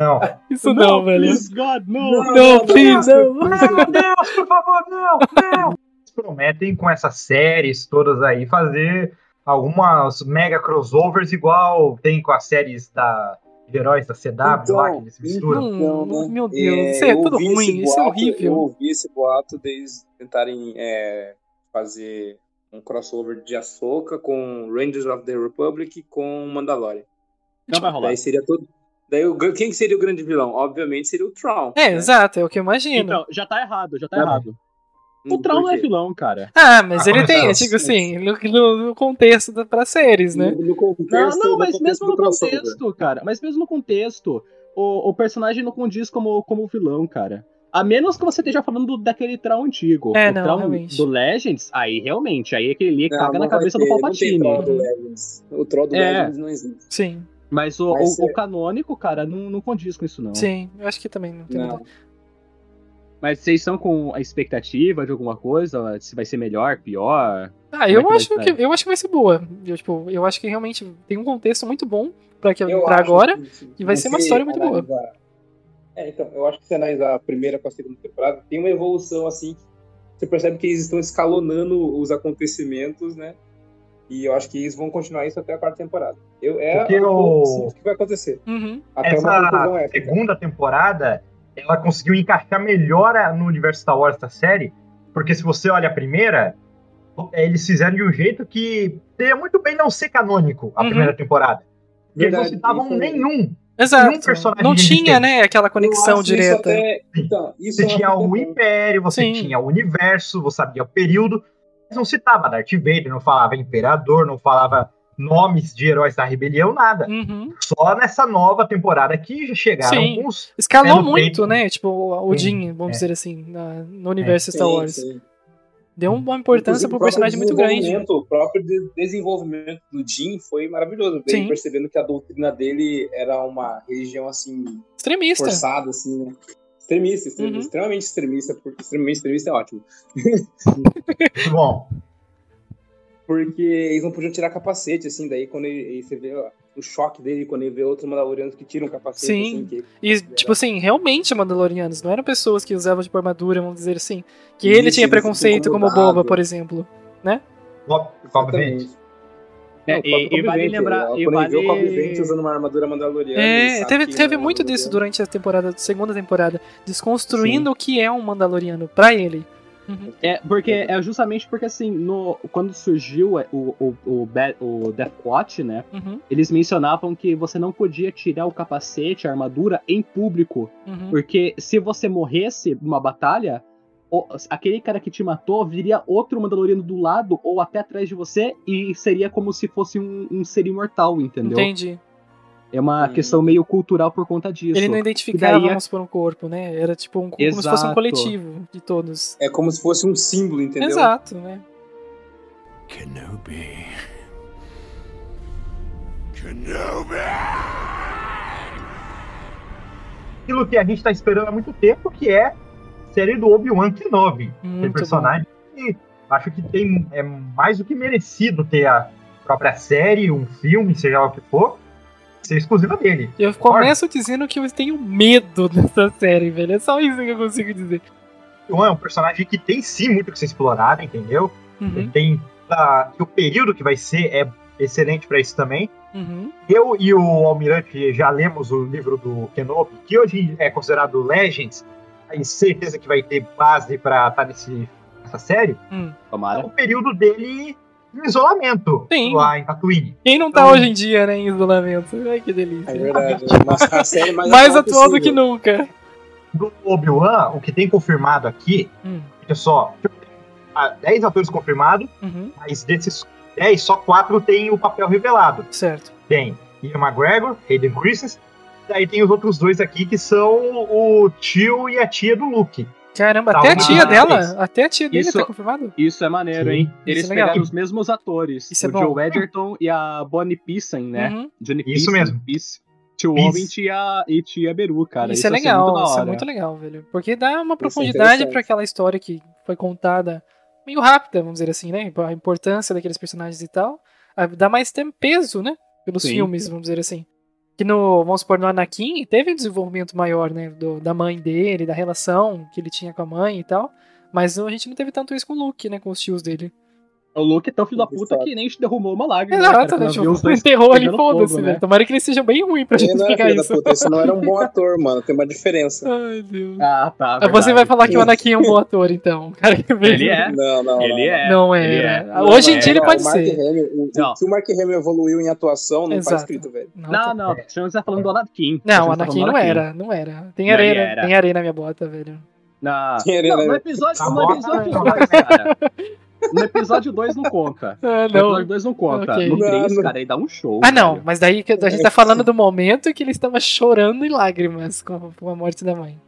[SPEAKER 5] Não.
[SPEAKER 2] isso não, velho.
[SPEAKER 6] please, God, não.
[SPEAKER 2] Não, please, não.
[SPEAKER 5] Não, Deus, por favor, não, não. Eles prometem com essas séries todas aí fazer algumas mega crossovers igual tem com as séries da de heróis da CW lá que eles misturam.
[SPEAKER 2] Não,
[SPEAKER 7] Então,
[SPEAKER 6] Hum,
[SPEAKER 2] meu Deus,
[SPEAKER 7] é,
[SPEAKER 2] isso é
[SPEAKER 7] eu
[SPEAKER 2] tudo
[SPEAKER 7] ouvi esse
[SPEAKER 2] ruim, isso é
[SPEAKER 7] boato- Eu
[SPEAKER 2] horrível.
[SPEAKER 7] ouvi esse boato deles tentarem é, fazer um crossover de Ahsoka com Rangers of the Republic com Mandalorian.
[SPEAKER 6] Não vai rolar.
[SPEAKER 7] Daí seria todo. Daí o gran- quem que seria o grande vilão? Obviamente seria o Tron.
[SPEAKER 2] É,
[SPEAKER 7] né?
[SPEAKER 2] exato, é o que eu imagino.
[SPEAKER 6] Então, já tá errado, já tá
[SPEAKER 7] Tá bom.
[SPEAKER 6] errado. O
[SPEAKER 7] Por
[SPEAKER 6] Tron não é
[SPEAKER 7] quê?
[SPEAKER 6] vilão, cara.
[SPEAKER 2] Ah, mas
[SPEAKER 5] Ah,
[SPEAKER 2] ele tem,
[SPEAKER 5] começaram.
[SPEAKER 2] eu digo assim, no, no- no contexto da, pra séries, né?
[SPEAKER 7] No, no contexto,
[SPEAKER 6] Não, não,
[SPEAKER 7] no
[SPEAKER 6] mas
[SPEAKER 7] contexto
[SPEAKER 6] mesmo
[SPEAKER 7] do
[SPEAKER 6] no
[SPEAKER 7] crossover.
[SPEAKER 6] contexto, cara. Mas mesmo no contexto, o, o personagem não condiz como, como vilão, cara. A menos que você esteja falando do- daquele Tron antigo.
[SPEAKER 2] É,
[SPEAKER 6] o
[SPEAKER 2] não,
[SPEAKER 6] Tron
[SPEAKER 2] realmente.
[SPEAKER 6] do Legends, aí realmente, aí aquele ali
[SPEAKER 7] Não,
[SPEAKER 6] caga na
[SPEAKER 7] não vai
[SPEAKER 6] cabeça
[SPEAKER 7] ter,
[SPEAKER 6] do
[SPEAKER 7] não tem
[SPEAKER 6] Palpatine.
[SPEAKER 7] troll do Legends. O troll do
[SPEAKER 6] É.
[SPEAKER 7] Legends não existe.
[SPEAKER 2] Sim,
[SPEAKER 6] Mas o,
[SPEAKER 7] Vai
[SPEAKER 6] o-
[SPEAKER 7] ser.
[SPEAKER 6] o canônico, cara, não, não condiz com isso, não.
[SPEAKER 2] sim, eu acho que também não tem
[SPEAKER 7] Não.
[SPEAKER 2] nada.
[SPEAKER 6] Mas vocês estão com a expectativa de alguma coisa? Se vai ser melhor, pior?
[SPEAKER 2] Ah,
[SPEAKER 6] é
[SPEAKER 2] eu
[SPEAKER 6] que vai
[SPEAKER 2] acho
[SPEAKER 6] estar?
[SPEAKER 2] que eu acho que vai ser boa. Eu, tipo, eu acho que realmente tem um contexto muito bom pra que
[SPEAKER 7] Eu
[SPEAKER 2] Então, pra
[SPEAKER 7] acho
[SPEAKER 2] agora.
[SPEAKER 7] que se
[SPEAKER 2] e vai ser uma
[SPEAKER 7] você
[SPEAKER 2] história muito boa.
[SPEAKER 7] analisar- É, então, eu acho que se analisar a primeira com a segunda temporada, tem uma evolução assim. que Você percebe que eles estão escalonando os acontecimentos, né? E eu acho que eles vão continuar isso até a quarta temporada. Eu, é o
[SPEAKER 5] Porque
[SPEAKER 7] que eu
[SPEAKER 5] o-
[SPEAKER 7] sinto que vai acontecer.
[SPEAKER 2] Uhum.
[SPEAKER 7] Até É uma conclusão
[SPEAKER 5] Essa
[SPEAKER 7] épica.
[SPEAKER 5] segunda temporada, ela conseguiu encaixar melhor a- no universo Star Wars da série, porque se você olha a primeira, eles fizeram de um jeito que teria muito bem não ser canônico a
[SPEAKER 2] Uhum.
[SPEAKER 5] primeira temporada. Porque eles não
[SPEAKER 7] Verdade,
[SPEAKER 5] citavam
[SPEAKER 7] isso é-
[SPEAKER 5] nenhum.
[SPEAKER 2] Exato.
[SPEAKER 5] um personagem
[SPEAKER 2] Não
[SPEAKER 5] existente.
[SPEAKER 2] tinha, né, aquela conexão
[SPEAKER 7] Eu acho isso
[SPEAKER 2] direta.
[SPEAKER 7] até- Então, isso
[SPEAKER 5] Você
[SPEAKER 7] eu acho
[SPEAKER 5] tinha um
[SPEAKER 7] até
[SPEAKER 5] o
[SPEAKER 7] bom.
[SPEAKER 5] Império, você
[SPEAKER 2] Sim.
[SPEAKER 5] tinha o Universo, você sabia o período, mas não citava Darth Vader, não falava Imperador, não falava nomes de heróis da rebelião, nada.
[SPEAKER 2] Uhum.
[SPEAKER 5] Só nessa nova temporada que já chegaram
[SPEAKER 2] Sim.
[SPEAKER 5] com os...
[SPEAKER 2] Escalou
[SPEAKER 5] Era o
[SPEAKER 2] muito,
[SPEAKER 5] Peyton.
[SPEAKER 2] né? Tipo, o Odin, vamos
[SPEAKER 5] é.
[SPEAKER 2] dizer assim, na- no universo Star
[SPEAKER 7] Sim,
[SPEAKER 2] Wars.
[SPEAKER 7] sim.
[SPEAKER 2] Deu uma importância
[SPEAKER 7] Inclusive,
[SPEAKER 2] pro
[SPEAKER 7] o próprio
[SPEAKER 2] personagem muito grande.
[SPEAKER 7] desenvolvimento, O próprio de- desenvolvimento do Jim foi maravilhoso. Ele
[SPEAKER 2] Sim.
[SPEAKER 7] percebendo que a doutrina dele era uma religião assim
[SPEAKER 2] Extremista.
[SPEAKER 7] forçada, assim, né? extremista, extremista,
[SPEAKER 2] Uhum.
[SPEAKER 7] extremamente extremista, porque extremamente extremista é ótimo.
[SPEAKER 5] Muito bom.
[SPEAKER 7] Porque eles não podiam tirar capacete, assim, daí quando ele, e você vê ó, o choque dele quando ele vê outros mandalorianos que tiram capacete,
[SPEAKER 2] Sim.
[SPEAKER 7] assim, que
[SPEAKER 2] E, tipo assim, realmente Mandalorianos não eram pessoas que usavam tipo armadura, vamos dizer assim. Que
[SPEAKER 7] Isso,
[SPEAKER 2] ele tinha
[SPEAKER 7] ele fica
[SPEAKER 2] preconceito como
[SPEAKER 7] incomodado.
[SPEAKER 2] boba, por exemplo.
[SPEAKER 5] Ob- Obviamente.
[SPEAKER 7] Exatamente.
[SPEAKER 6] É,
[SPEAKER 7] Não, o
[SPEAKER 6] e-
[SPEAKER 7] próprio
[SPEAKER 6] e vale
[SPEAKER 7] Cobb Vanth,
[SPEAKER 6] lembrar-
[SPEAKER 7] ó,
[SPEAKER 6] e
[SPEAKER 7] Quando ele vê o Cobb
[SPEAKER 6] vale-
[SPEAKER 7] Vanth usando uma armadura mandaloriana. ele
[SPEAKER 2] É,
[SPEAKER 7] sabe
[SPEAKER 2] teve,
[SPEAKER 7] que
[SPEAKER 2] teve
[SPEAKER 7] é um
[SPEAKER 2] muito disso
[SPEAKER 7] mandaloriano.
[SPEAKER 2] durante a temporada, segunda temporada, desconstruindo o que é um Mandaloriano pra ele. Uhum.
[SPEAKER 6] É, porque é justamente porque assim, no, quando surgiu é, o, o, o, Ba- o Death Watch, né?
[SPEAKER 2] Uhum,
[SPEAKER 6] Eles mencionavam que você não podia tirar o capacete, a armadura em público.
[SPEAKER 2] uhum.
[SPEAKER 6] Porque se você morresse numa batalha, o- aquele cara que te matou viria outro Mandaloriano do lado ou até atrás de você e seria como se fosse um, um ser imortal, entendeu?
[SPEAKER 2] Entendi.
[SPEAKER 6] É uma
[SPEAKER 7] Hum.
[SPEAKER 6] questão meio cultural por conta disso.
[SPEAKER 2] Ele não
[SPEAKER 6] E
[SPEAKER 2] identificava,
[SPEAKER 7] é
[SPEAKER 6] daí a-
[SPEAKER 2] vamos por um corpo, né? Era tipo um, como se fosse um
[SPEAKER 6] Exato.
[SPEAKER 2] coletivo de todos.
[SPEAKER 7] É como se fosse um símbolo, entendeu?
[SPEAKER 2] Exato, né?
[SPEAKER 1] Kenobi. Kenobi!
[SPEAKER 5] Aquilo que a gente tá esperando há muito tempo, que é a série do Obi-Wan Kenobi. Tem
[SPEAKER 2] Muito
[SPEAKER 5] personagem que acho que tem é mais do que merecido ter a própria série, um filme, seja lá o que for, ser exclusiva dele.
[SPEAKER 2] bom. Eu começo dizendo que eu tenho medo dessa série, velho. É só isso que eu consigo dizer.
[SPEAKER 5] Obi-Wan é um personagem que tem sim muito o que ser explorado, entendeu?
[SPEAKER 2] Uhum,
[SPEAKER 5] Ele tem. ah, e o período que vai ser é excelente pra isso também.
[SPEAKER 2] uhum,
[SPEAKER 5] Eu e o Almirante já lemos o livro do Kenobi, que hoje é considerado Legends, e certeza que vai ter base pra estar nesse, nessa série.
[SPEAKER 2] uhum.
[SPEAKER 5] É
[SPEAKER 6] Tomara.
[SPEAKER 5] o período dele em isolamento
[SPEAKER 2] Sim.
[SPEAKER 5] lá em Tatooine.
[SPEAKER 2] Quem não tá
[SPEAKER 5] Então-
[SPEAKER 2] hoje em dia, né, em isolamento? Ai, que delícia.
[SPEAKER 7] É verdade. é uma- a série mais,
[SPEAKER 2] Mais atual do que nunca.
[SPEAKER 5] Do Obi-Wan, o que tem confirmado aqui,
[SPEAKER 2] Hum,
[SPEAKER 5] olha só, há 10 atores confirmados,
[SPEAKER 2] uhum,
[SPEAKER 5] mas desses 10, só 4 tem o papel revelado.
[SPEAKER 2] Certo.
[SPEAKER 5] Tem Ian McGregor, Hayden Christensen, daí tem os outros dois aqui que são o tio e a tia do Luke.
[SPEAKER 2] Caramba,
[SPEAKER 5] Tá
[SPEAKER 2] até a
[SPEAKER 5] uma-
[SPEAKER 2] tia
[SPEAKER 5] Isso.
[SPEAKER 2] dela, até a tia dele
[SPEAKER 6] Isso-
[SPEAKER 2] tá confirmado?
[SPEAKER 6] Isso é maneiro,
[SPEAKER 5] Sim.
[SPEAKER 6] hein? Eles
[SPEAKER 2] é legal.
[SPEAKER 6] pegaram os mesmos atores.
[SPEAKER 2] Isso é
[SPEAKER 6] o
[SPEAKER 2] bom.
[SPEAKER 6] Joe Edgerton e a Bonnie Pissan, né?
[SPEAKER 2] Uhum.
[SPEAKER 6] Johnny
[SPEAKER 5] Isso
[SPEAKER 6] Pearson,
[SPEAKER 5] mesmo.
[SPEAKER 6] Peace, Tio
[SPEAKER 5] Peace.
[SPEAKER 6] Owen e a, e Tia Beru, cara.
[SPEAKER 2] isso é
[SPEAKER 6] vai ser
[SPEAKER 2] legal,
[SPEAKER 6] muito da
[SPEAKER 2] isso é
[SPEAKER 6] hora. é
[SPEAKER 2] muito legal, velho. Porque dá uma profundidade
[SPEAKER 7] interessante.
[SPEAKER 2] pra aquela história que foi contada meio rápida, vamos dizer assim, né? A importância daqueles personagens e tal. Ah, Dá mais tempo, peso, né? Pelos
[SPEAKER 6] Sim.
[SPEAKER 2] filmes, vamos dizer assim. Que no, vamos supor, no Anakin teve um desenvolvimento maior, né? do- da mãe dele, da relação que ele tinha com a mãe e tal. Mas a gente não teve tanto isso com o Luke, né? Com os tios dele.
[SPEAKER 6] O Luke é tão filho da
[SPEAKER 7] Isso,
[SPEAKER 6] puta
[SPEAKER 7] tá.
[SPEAKER 6] que nem te derrumou uma lágrima. né, cara,
[SPEAKER 2] Exato,
[SPEAKER 6] quando
[SPEAKER 2] né?
[SPEAKER 6] eu vi os
[SPEAKER 2] Tipo,
[SPEAKER 6] dois
[SPEAKER 2] enterrou ali,
[SPEAKER 6] pegando fogo,
[SPEAKER 2] foda-se,
[SPEAKER 6] né? É,
[SPEAKER 2] velho. Tomara que eles sejam bem ruins pra
[SPEAKER 7] Ele
[SPEAKER 2] gente
[SPEAKER 7] não era
[SPEAKER 2] explicar
[SPEAKER 7] filho da
[SPEAKER 2] isso.
[SPEAKER 7] puta, esse não era um bom ator, mano. Tem uma diferença.
[SPEAKER 2] Ai, Deus.
[SPEAKER 6] Ah, tá.
[SPEAKER 2] Ah, Você
[SPEAKER 6] verdade.
[SPEAKER 2] vai falar que o Anakin é um bom ator, então. O cara que fez-
[SPEAKER 6] Ele é.
[SPEAKER 7] Não, não.
[SPEAKER 6] Ele é.
[SPEAKER 2] Não
[SPEAKER 6] Ele
[SPEAKER 2] era.
[SPEAKER 6] é.
[SPEAKER 2] Ah, Hoje em
[SPEAKER 6] Não
[SPEAKER 2] dia
[SPEAKER 6] é.
[SPEAKER 2] ele
[SPEAKER 7] Não,
[SPEAKER 2] pode
[SPEAKER 7] o Mark
[SPEAKER 2] ser.
[SPEAKER 7] Hamill, o- o,
[SPEAKER 6] Não.
[SPEAKER 7] que o Mark Hamill evoluiu em atuação não
[SPEAKER 2] Exato.
[SPEAKER 7] tá escrito, velho.
[SPEAKER 6] Não,
[SPEAKER 2] tá-
[SPEAKER 6] não. Você não está falando do Anakin.
[SPEAKER 2] Não, o
[SPEAKER 6] Você
[SPEAKER 2] Anakin
[SPEAKER 6] tá falando
[SPEAKER 2] não
[SPEAKER 6] do
[SPEAKER 2] era, não era. Tem
[SPEAKER 6] Não,
[SPEAKER 2] areia,
[SPEAKER 6] ele era.
[SPEAKER 2] tem areia na minha bota, velho.
[SPEAKER 6] Na...
[SPEAKER 7] Ele era,
[SPEAKER 6] Não, no
[SPEAKER 7] né?
[SPEAKER 6] episódio
[SPEAKER 5] Tá
[SPEAKER 6] 2,
[SPEAKER 5] bom.
[SPEAKER 6] cara. No episódio 2 não conta.
[SPEAKER 2] Ah,
[SPEAKER 6] No episódio
[SPEAKER 2] não.
[SPEAKER 6] 2 não conta.
[SPEAKER 2] Ok.
[SPEAKER 6] No
[SPEAKER 7] Não,
[SPEAKER 6] 3,
[SPEAKER 7] não.
[SPEAKER 6] cara, ele dá um show.
[SPEAKER 2] Ah, não.
[SPEAKER 6] velho.
[SPEAKER 2] Mas daí que a gente tá falando do momento que ele estava chorando em lágrimas com a, com a morte da mãe.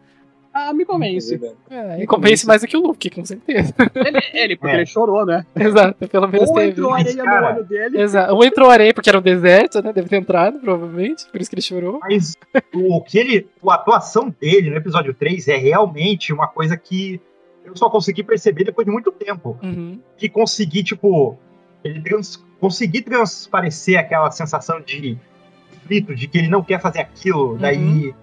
[SPEAKER 6] Ah, me convence.
[SPEAKER 2] É, e compensa mais do que o Luke, com certeza.
[SPEAKER 6] Ele, ele porque
[SPEAKER 5] É.
[SPEAKER 6] ele chorou, né?
[SPEAKER 2] Exato, pelo menos
[SPEAKER 6] Ou
[SPEAKER 2] teve.
[SPEAKER 6] entrou areia no
[SPEAKER 5] Cara.
[SPEAKER 6] olho dele.
[SPEAKER 2] Exato. Ou entrou areia porque era um deserto, né? Deve ter entrado, provavelmente. Por isso que ele chorou.
[SPEAKER 5] Mas o que ele. A atuação dele no episódio 3 é realmente uma coisa que eu só consegui perceber depois de muito tempo.
[SPEAKER 2] Uhum.
[SPEAKER 5] Que consegui, tipo. Ele trans, consegui transparecer aquela sensação de conflito, de que ele não quer fazer aquilo, daí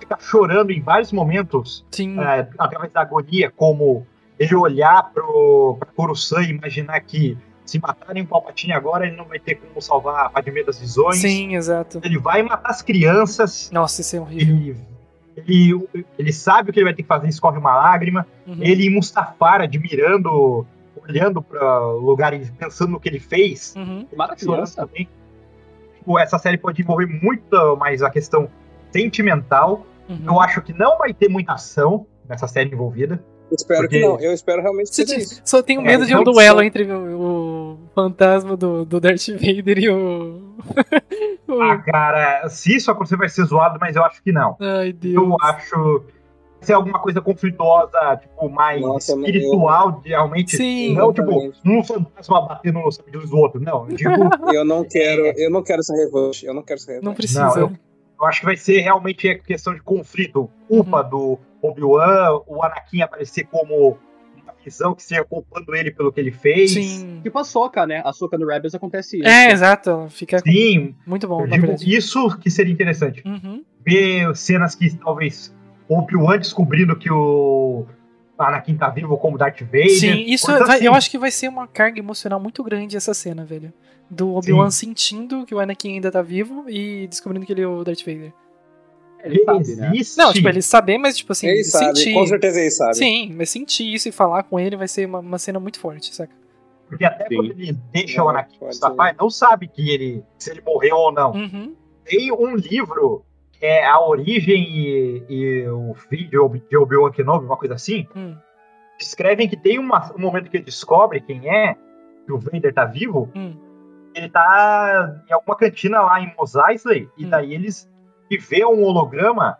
[SPEAKER 5] ficar chorando em vários momentos,
[SPEAKER 2] Sim.
[SPEAKER 5] é, através da agonia, como ele olhar pro, pra Coruscant e imaginar que se matarem o Palpatine agora, ele não vai ter como salvar a Padmé das visões.
[SPEAKER 2] Sim, exato.
[SPEAKER 5] Ele vai matar as crianças
[SPEAKER 2] Nossa, isso é horrível.
[SPEAKER 5] ele, ele, ele sabe o que ele vai ter que fazer, escorre uma lágrima.
[SPEAKER 2] Uhum.
[SPEAKER 5] Ele em Mustafar admirando, olhando para o lugar e pensando no que ele fez.
[SPEAKER 2] Uhum.
[SPEAKER 6] Mata a
[SPEAKER 5] Chorando
[SPEAKER 6] criança.
[SPEAKER 5] também. Tipo, essa série pode envolver muito mais a questão sentimental.
[SPEAKER 2] Uhum.
[SPEAKER 5] Eu acho que não vai ter muita ação nessa série envolvida.
[SPEAKER 7] Espero
[SPEAKER 5] Porque-
[SPEAKER 7] que não. Eu espero realmente
[SPEAKER 2] Você
[SPEAKER 7] que
[SPEAKER 2] te-
[SPEAKER 7] seja isso.
[SPEAKER 2] Só tenho
[SPEAKER 5] É,
[SPEAKER 2] medo de um
[SPEAKER 5] então-
[SPEAKER 2] duelo entre o, o fantasma do, do Darth Vader e o. o-
[SPEAKER 5] Ah, cara, se isso acontecer vai ser zoado, mas eu acho que não.
[SPEAKER 2] Ai, Deus.
[SPEAKER 5] Eu acho que se é alguma coisa conflituosa, tipo, mais
[SPEAKER 7] Nossa, mas eu-
[SPEAKER 5] espiritual, realmente.
[SPEAKER 2] Sim.
[SPEAKER 5] Não, tipo,
[SPEAKER 7] Exatamente.
[SPEAKER 5] um fantasma batendo nos sabidos um do outro. Não, eu digo
[SPEAKER 7] Eu não
[SPEAKER 6] É.
[SPEAKER 7] quero, eu não quero essa revanche. Eu não quero essa
[SPEAKER 2] Não
[SPEAKER 7] revanche.
[SPEAKER 2] precisa.
[SPEAKER 5] Não, eu- Eu acho que vai ser realmente a questão de conflito. Culpa
[SPEAKER 2] Uhum.
[SPEAKER 5] do Obi-Wan, o Anakin aparecer como uma visão que seja culpando ele pelo que ele fez.
[SPEAKER 2] Sim.
[SPEAKER 6] Tipo a Soca, né? A Soca no Rebels acontece isso.
[SPEAKER 2] É, exato. ela Fica
[SPEAKER 5] Sim,
[SPEAKER 2] muito bom,
[SPEAKER 5] eu
[SPEAKER 2] na
[SPEAKER 5] digo,
[SPEAKER 2] verdade.
[SPEAKER 5] isso que seria interessante.
[SPEAKER 2] Uhum.
[SPEAKER 5] Ver cenas que talvez o Obi-Wan descobrindo que o Anakin tá vivo como Darth Vader.
[SPEAKER 2] Sim, isso
[SPEAKER 5] coisas
[SPEAKER 2] vai-
[SPEAKER 5] assim.
[SPEAKER 2] eu acho que vai ser uma carga emocional muito grande essa cena, velho. Do Obi-Wan sentindo que o Anakin ainda tá vivo e descobrindo que ele é o Darth Vader.
[SPEAKER 6] Ele sabe, né?
[SPEAKER 5] existe.
[SPEAKER 2] Não, tipo, ele saber, mas tipo assim,
[SPEAKER 7] ele sabe,
[SPEAKER 2] sentir.
[SPEAKER 7] com certeza ele sabe.
[SPEAKER 2] Sim, mas sentir isso e falar com ele vai ser uma, uma cena muito forte, saca?
[SPEAKER 5] Porque até
[SPEAKER 6] Sim.
[SPEAKER 5] quando ele deixa o
[SPEAKER 7] Não,
[SPEAKER 5] Anakin
[SPEAKER 7] pode
[SPEAKER 5] Mustafar, não sabe que ele se ele morreu ou não.
[SPEAKER 2] Uhum.
[SPEAKER 5] tem um livro que é A Origem e, e o Fim de Obi- de Obi-Wan Kenobi, uma coisa assim,
[SPEAKER 2] Hum.
[SPEAKER 5] escrevem que tem uma- um momento que ele descobre quem é, que o Vader tá vivo,
[SPEAKER 2] Hum.
[SPEAKER 5] ele tá em alguma cantina lá em Mos Eisley, e
[SPEAKER 2] Hum.
[SPEAKER 5] daí eles e vê um holograma,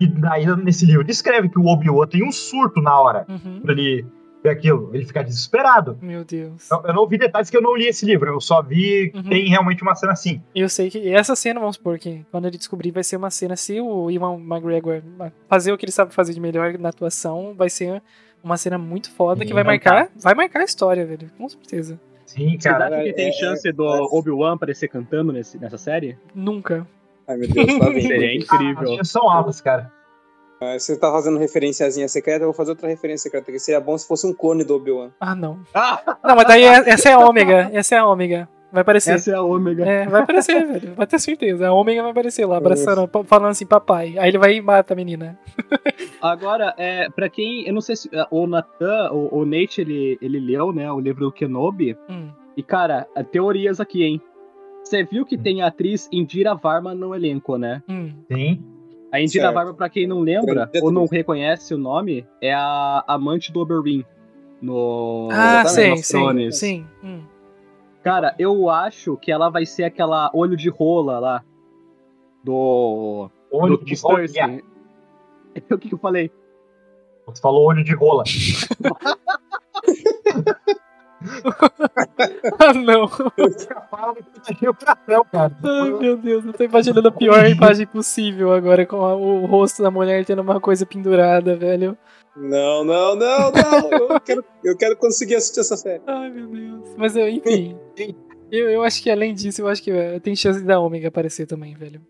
[SPEAKER 5] e daí nesse livro descreve que o Obi-Wan tem um surto na hora,
[SPEAKER 2] Uhum.
[SPEAKER 5] quando ele vê aquilo, ele fica desesperado.
[SPEAKER 2] Meu Deus.
[SPEAKER 5] Eu, eu não vi detalhes que eu não li esse livro, eu só vi que
[SPEAKER 2] Uhum.
[SPEAKER 5] tem realmente uma cena assim.
[SPEAKER 2] Eu sei que essa cena, vamos supor que quando ele descobrir, vai ser uma cena. Se o Iwan McGregor fazer o que ele sabe fazer de melhor na atuação, vai ser uma cena muito foda que
[SPEAKER 5] Sim,
[SPEAKER 2] vai
[SPEAKER 5] vai
[SPEAKER 2] marcar, vai marcar a história, velho. Com certeza.
[SPEAKER 5] Sim,
[SPEAKER 6] Você
[SPEAKER 5] cara.
[SPEAKER 6] acha que tem
[SPEAKER 7] é-
[SPEAKER 6] chance do
[SPEAKER 7] é-
[SPEAKER 6] Obi-Wan aparecer cantando nesse- nessa série?
[SPEAKER 2] Nunca.
[SPEAKER 7] Ai, meu Deus, tá lá vem.
[SPEAKER 6] Seria
[SPEAKER 5] As
[SPEAKER 6] incrível.
[SPEAKER 5] chances são altas, cara.
[SPEAKER 7] Ah, Você tá fazendo referenciazinha secreta, eu vou fazer outra referência secreta aqui. Seria bom se fosse um clone do Obi-Wan.
[SPEAKER 2] Ah, não. Não, mas daí é- essa é a ômega. Essa é a ômega. Vai aparecer.
[SPEAKER 6] Essa é a ômega.
[SPEAKER 2] É, vai aparecer, velho. Vai ter certeza. A ômega vai aparecer lá, abraçando, pa- falando assim, papai. Aí ele vai e mata a menina.
[SPEAKER 6] Agora, é, pra quem. Eu não sei se. é, O Natan, o, o Nate, ele, ele leu, né? O livro do Kenobi.
[SPEAKER 2] Hum.
[SPEAKER 6] E, cara, é, teorias aqui, hein? Você viu
[SPEAKER 7] Hum.
[SPEAKER 6] que tem a atriz Indira Varma no elenco, né?
[SPEAKER 2] Hum.
[SPEAKER 5] Sim.
[SPEAKER 6] A Indira
[SPEAKER 7] Certo.
[SPEAKER 6] Varma, pra quem não lembra
[SPEAKER 7] Grande
[SPEAKER 6] ou não reconhece o nome, é a amante do Oberyn no
[SPEAKER 2] Ah,
[SPEAKER 6] no
[SPEAKER 2] sim,
[SPEAKER 6] Game of
[SPEAKER 2] sim.
[SPEAKER 6] Thrones.
[SPEAKER 2] Sim. Hum.
[SPEAKER 6] Cara, eu acho que ela vai ser aquela olho de rola lá do
[SPEAKER 5] Olho
[SPEAKER 6] do
[SPEAKER 5] de rola. né?
[SPEAKER 6] Thurston. O que que eu falei?
[SPEAKER 5] Você falou olho de rola.
[SPEAKER 2] Ah, não.
[SPEAKER 5] Eu tinha falado que você tinha o papel, cara.
[SPEAKER 2] Ai, meu Deus, eu tô imaginando a pior imagem possível agora, com a- o rosto da mulher tendo uma coisa pendurada, velho.
[SPEAKER 7] Não, não, não, não. eu, quero, eu quero conseguir assistir essa série.
[SPEAKER 2] Ai, meu Deus. Mas, eu- enfim. Eu, eu acho que, além disso, eu acho que eh, tem chance da Ômega aparecer também, velho.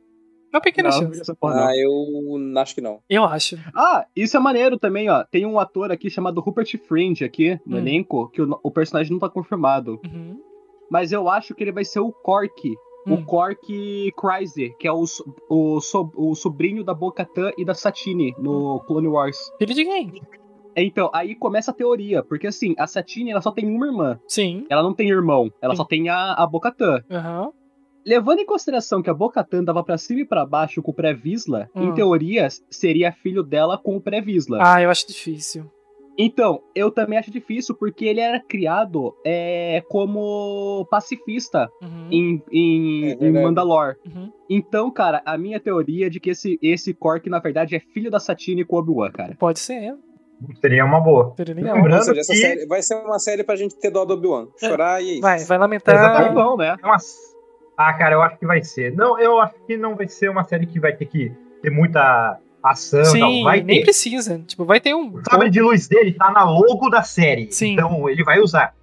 [SPEAKER 2] Uma pequena
[SPEAKER 6] Não,
[SPEAKER 2] chance.
[SPEAKER 6] essa porra não.
[SPEAKER 7] Ah, eu acho que não.
[SPEAKER 2] Eu acho.
[SPEAKER 6] Ah, isso é maneiro também, ó. Tem um ator aqui chamado Rupert Friend aqui no
[SPEAKER 2] Hum.
[SPEAKER 6] elenco, que o, o personagem não tá confirmado.
[SPEAKER 2] Uhum.
[SPEAKER 6] Mas eu acho que ele vai ser o Cork.
[SPEAKER 2] Hum.
[SPEAKER 6] O Cork Cryze, que é o, so- o, so- o sobrinho da Bocatan e da Satine no Clone Wars.
[SPEAKER 2] Filho de quem?
[SPEAKER 6] Então, aí começa a teoria, porque assim, a Satine ela só tem uma irmã.
[SPEAKER 2] Sim.
[SPEAKER 6] Ela não tem irmão, ela
[SPEAKER 2] Sim.
[SPEAKER 6] só tem a, a Bocatan.
[SPEAKER 2] Aham.
[SPEAKER 6] Levando em consideração que a Bocatan dava pra cima e pra baixo com o Pré-Visla,
[SPEAKER 2] Hum.
[SPEAKER 6] em teoria seria filho dela com o Pré-Visla.
[SPEAKER 2] Ah, eu acho difícil.
[SPEAKER 6] Então, eu também acho difícil, porque ele era criado é, como pacifista
[SPEAKER 2] Uhum.
[SPEAKER 6] em, em,
[SPEAKER 7] É
[SPEAKER 6] em
[SPEAKER 7] verdade.
[SPEAKER 6] Mandalore.
[SPEAKER 2] Uhum.
[SPEAKER 6] Então, cara, a minha teoria é de que esse, esse Cork, na verdade, é filho da Satine com Obi-Wan, cara.
[SPEAKER 2] Pode ser,
[SPEAKER 5] Seria uma boa.
[SPEAKER 2] seria legal.
[SPEAKER 5] Lembrando
[SPEAKER 7] Ou seja, essa
[SPEAKER 5] que-
[SPEAKER 7] série vai ser uma série pra gente ter dó do Obi-Wan. Chorar e é isso.
[SPEAKER 2] Vai, vai
[SPEAKER 6] Tá
[SPEAKER 2] lamentar.
[SPEAKER 5] Exatamente.
[SPEAKER 6] bom, né?
[SPEAKER 5] É uma- Ah, cara, eu acho que vai ser. Não, eu acho que não vai ser uma série que vai ter que ter muita ação.
[SPEAKER 2] Sim,
[SPEAKER 5] não. Vai
[SPEAKER 2] nem
[SPEAKER 5] ter.
[SPEAKER 2] precisa. Tipo, vai ter um.
[SPEAKER 5] O sabre de luz dele tá na logo da série.
[SPEAKER 2] Sim.
[SPEAKER 5] Então ele vai usar.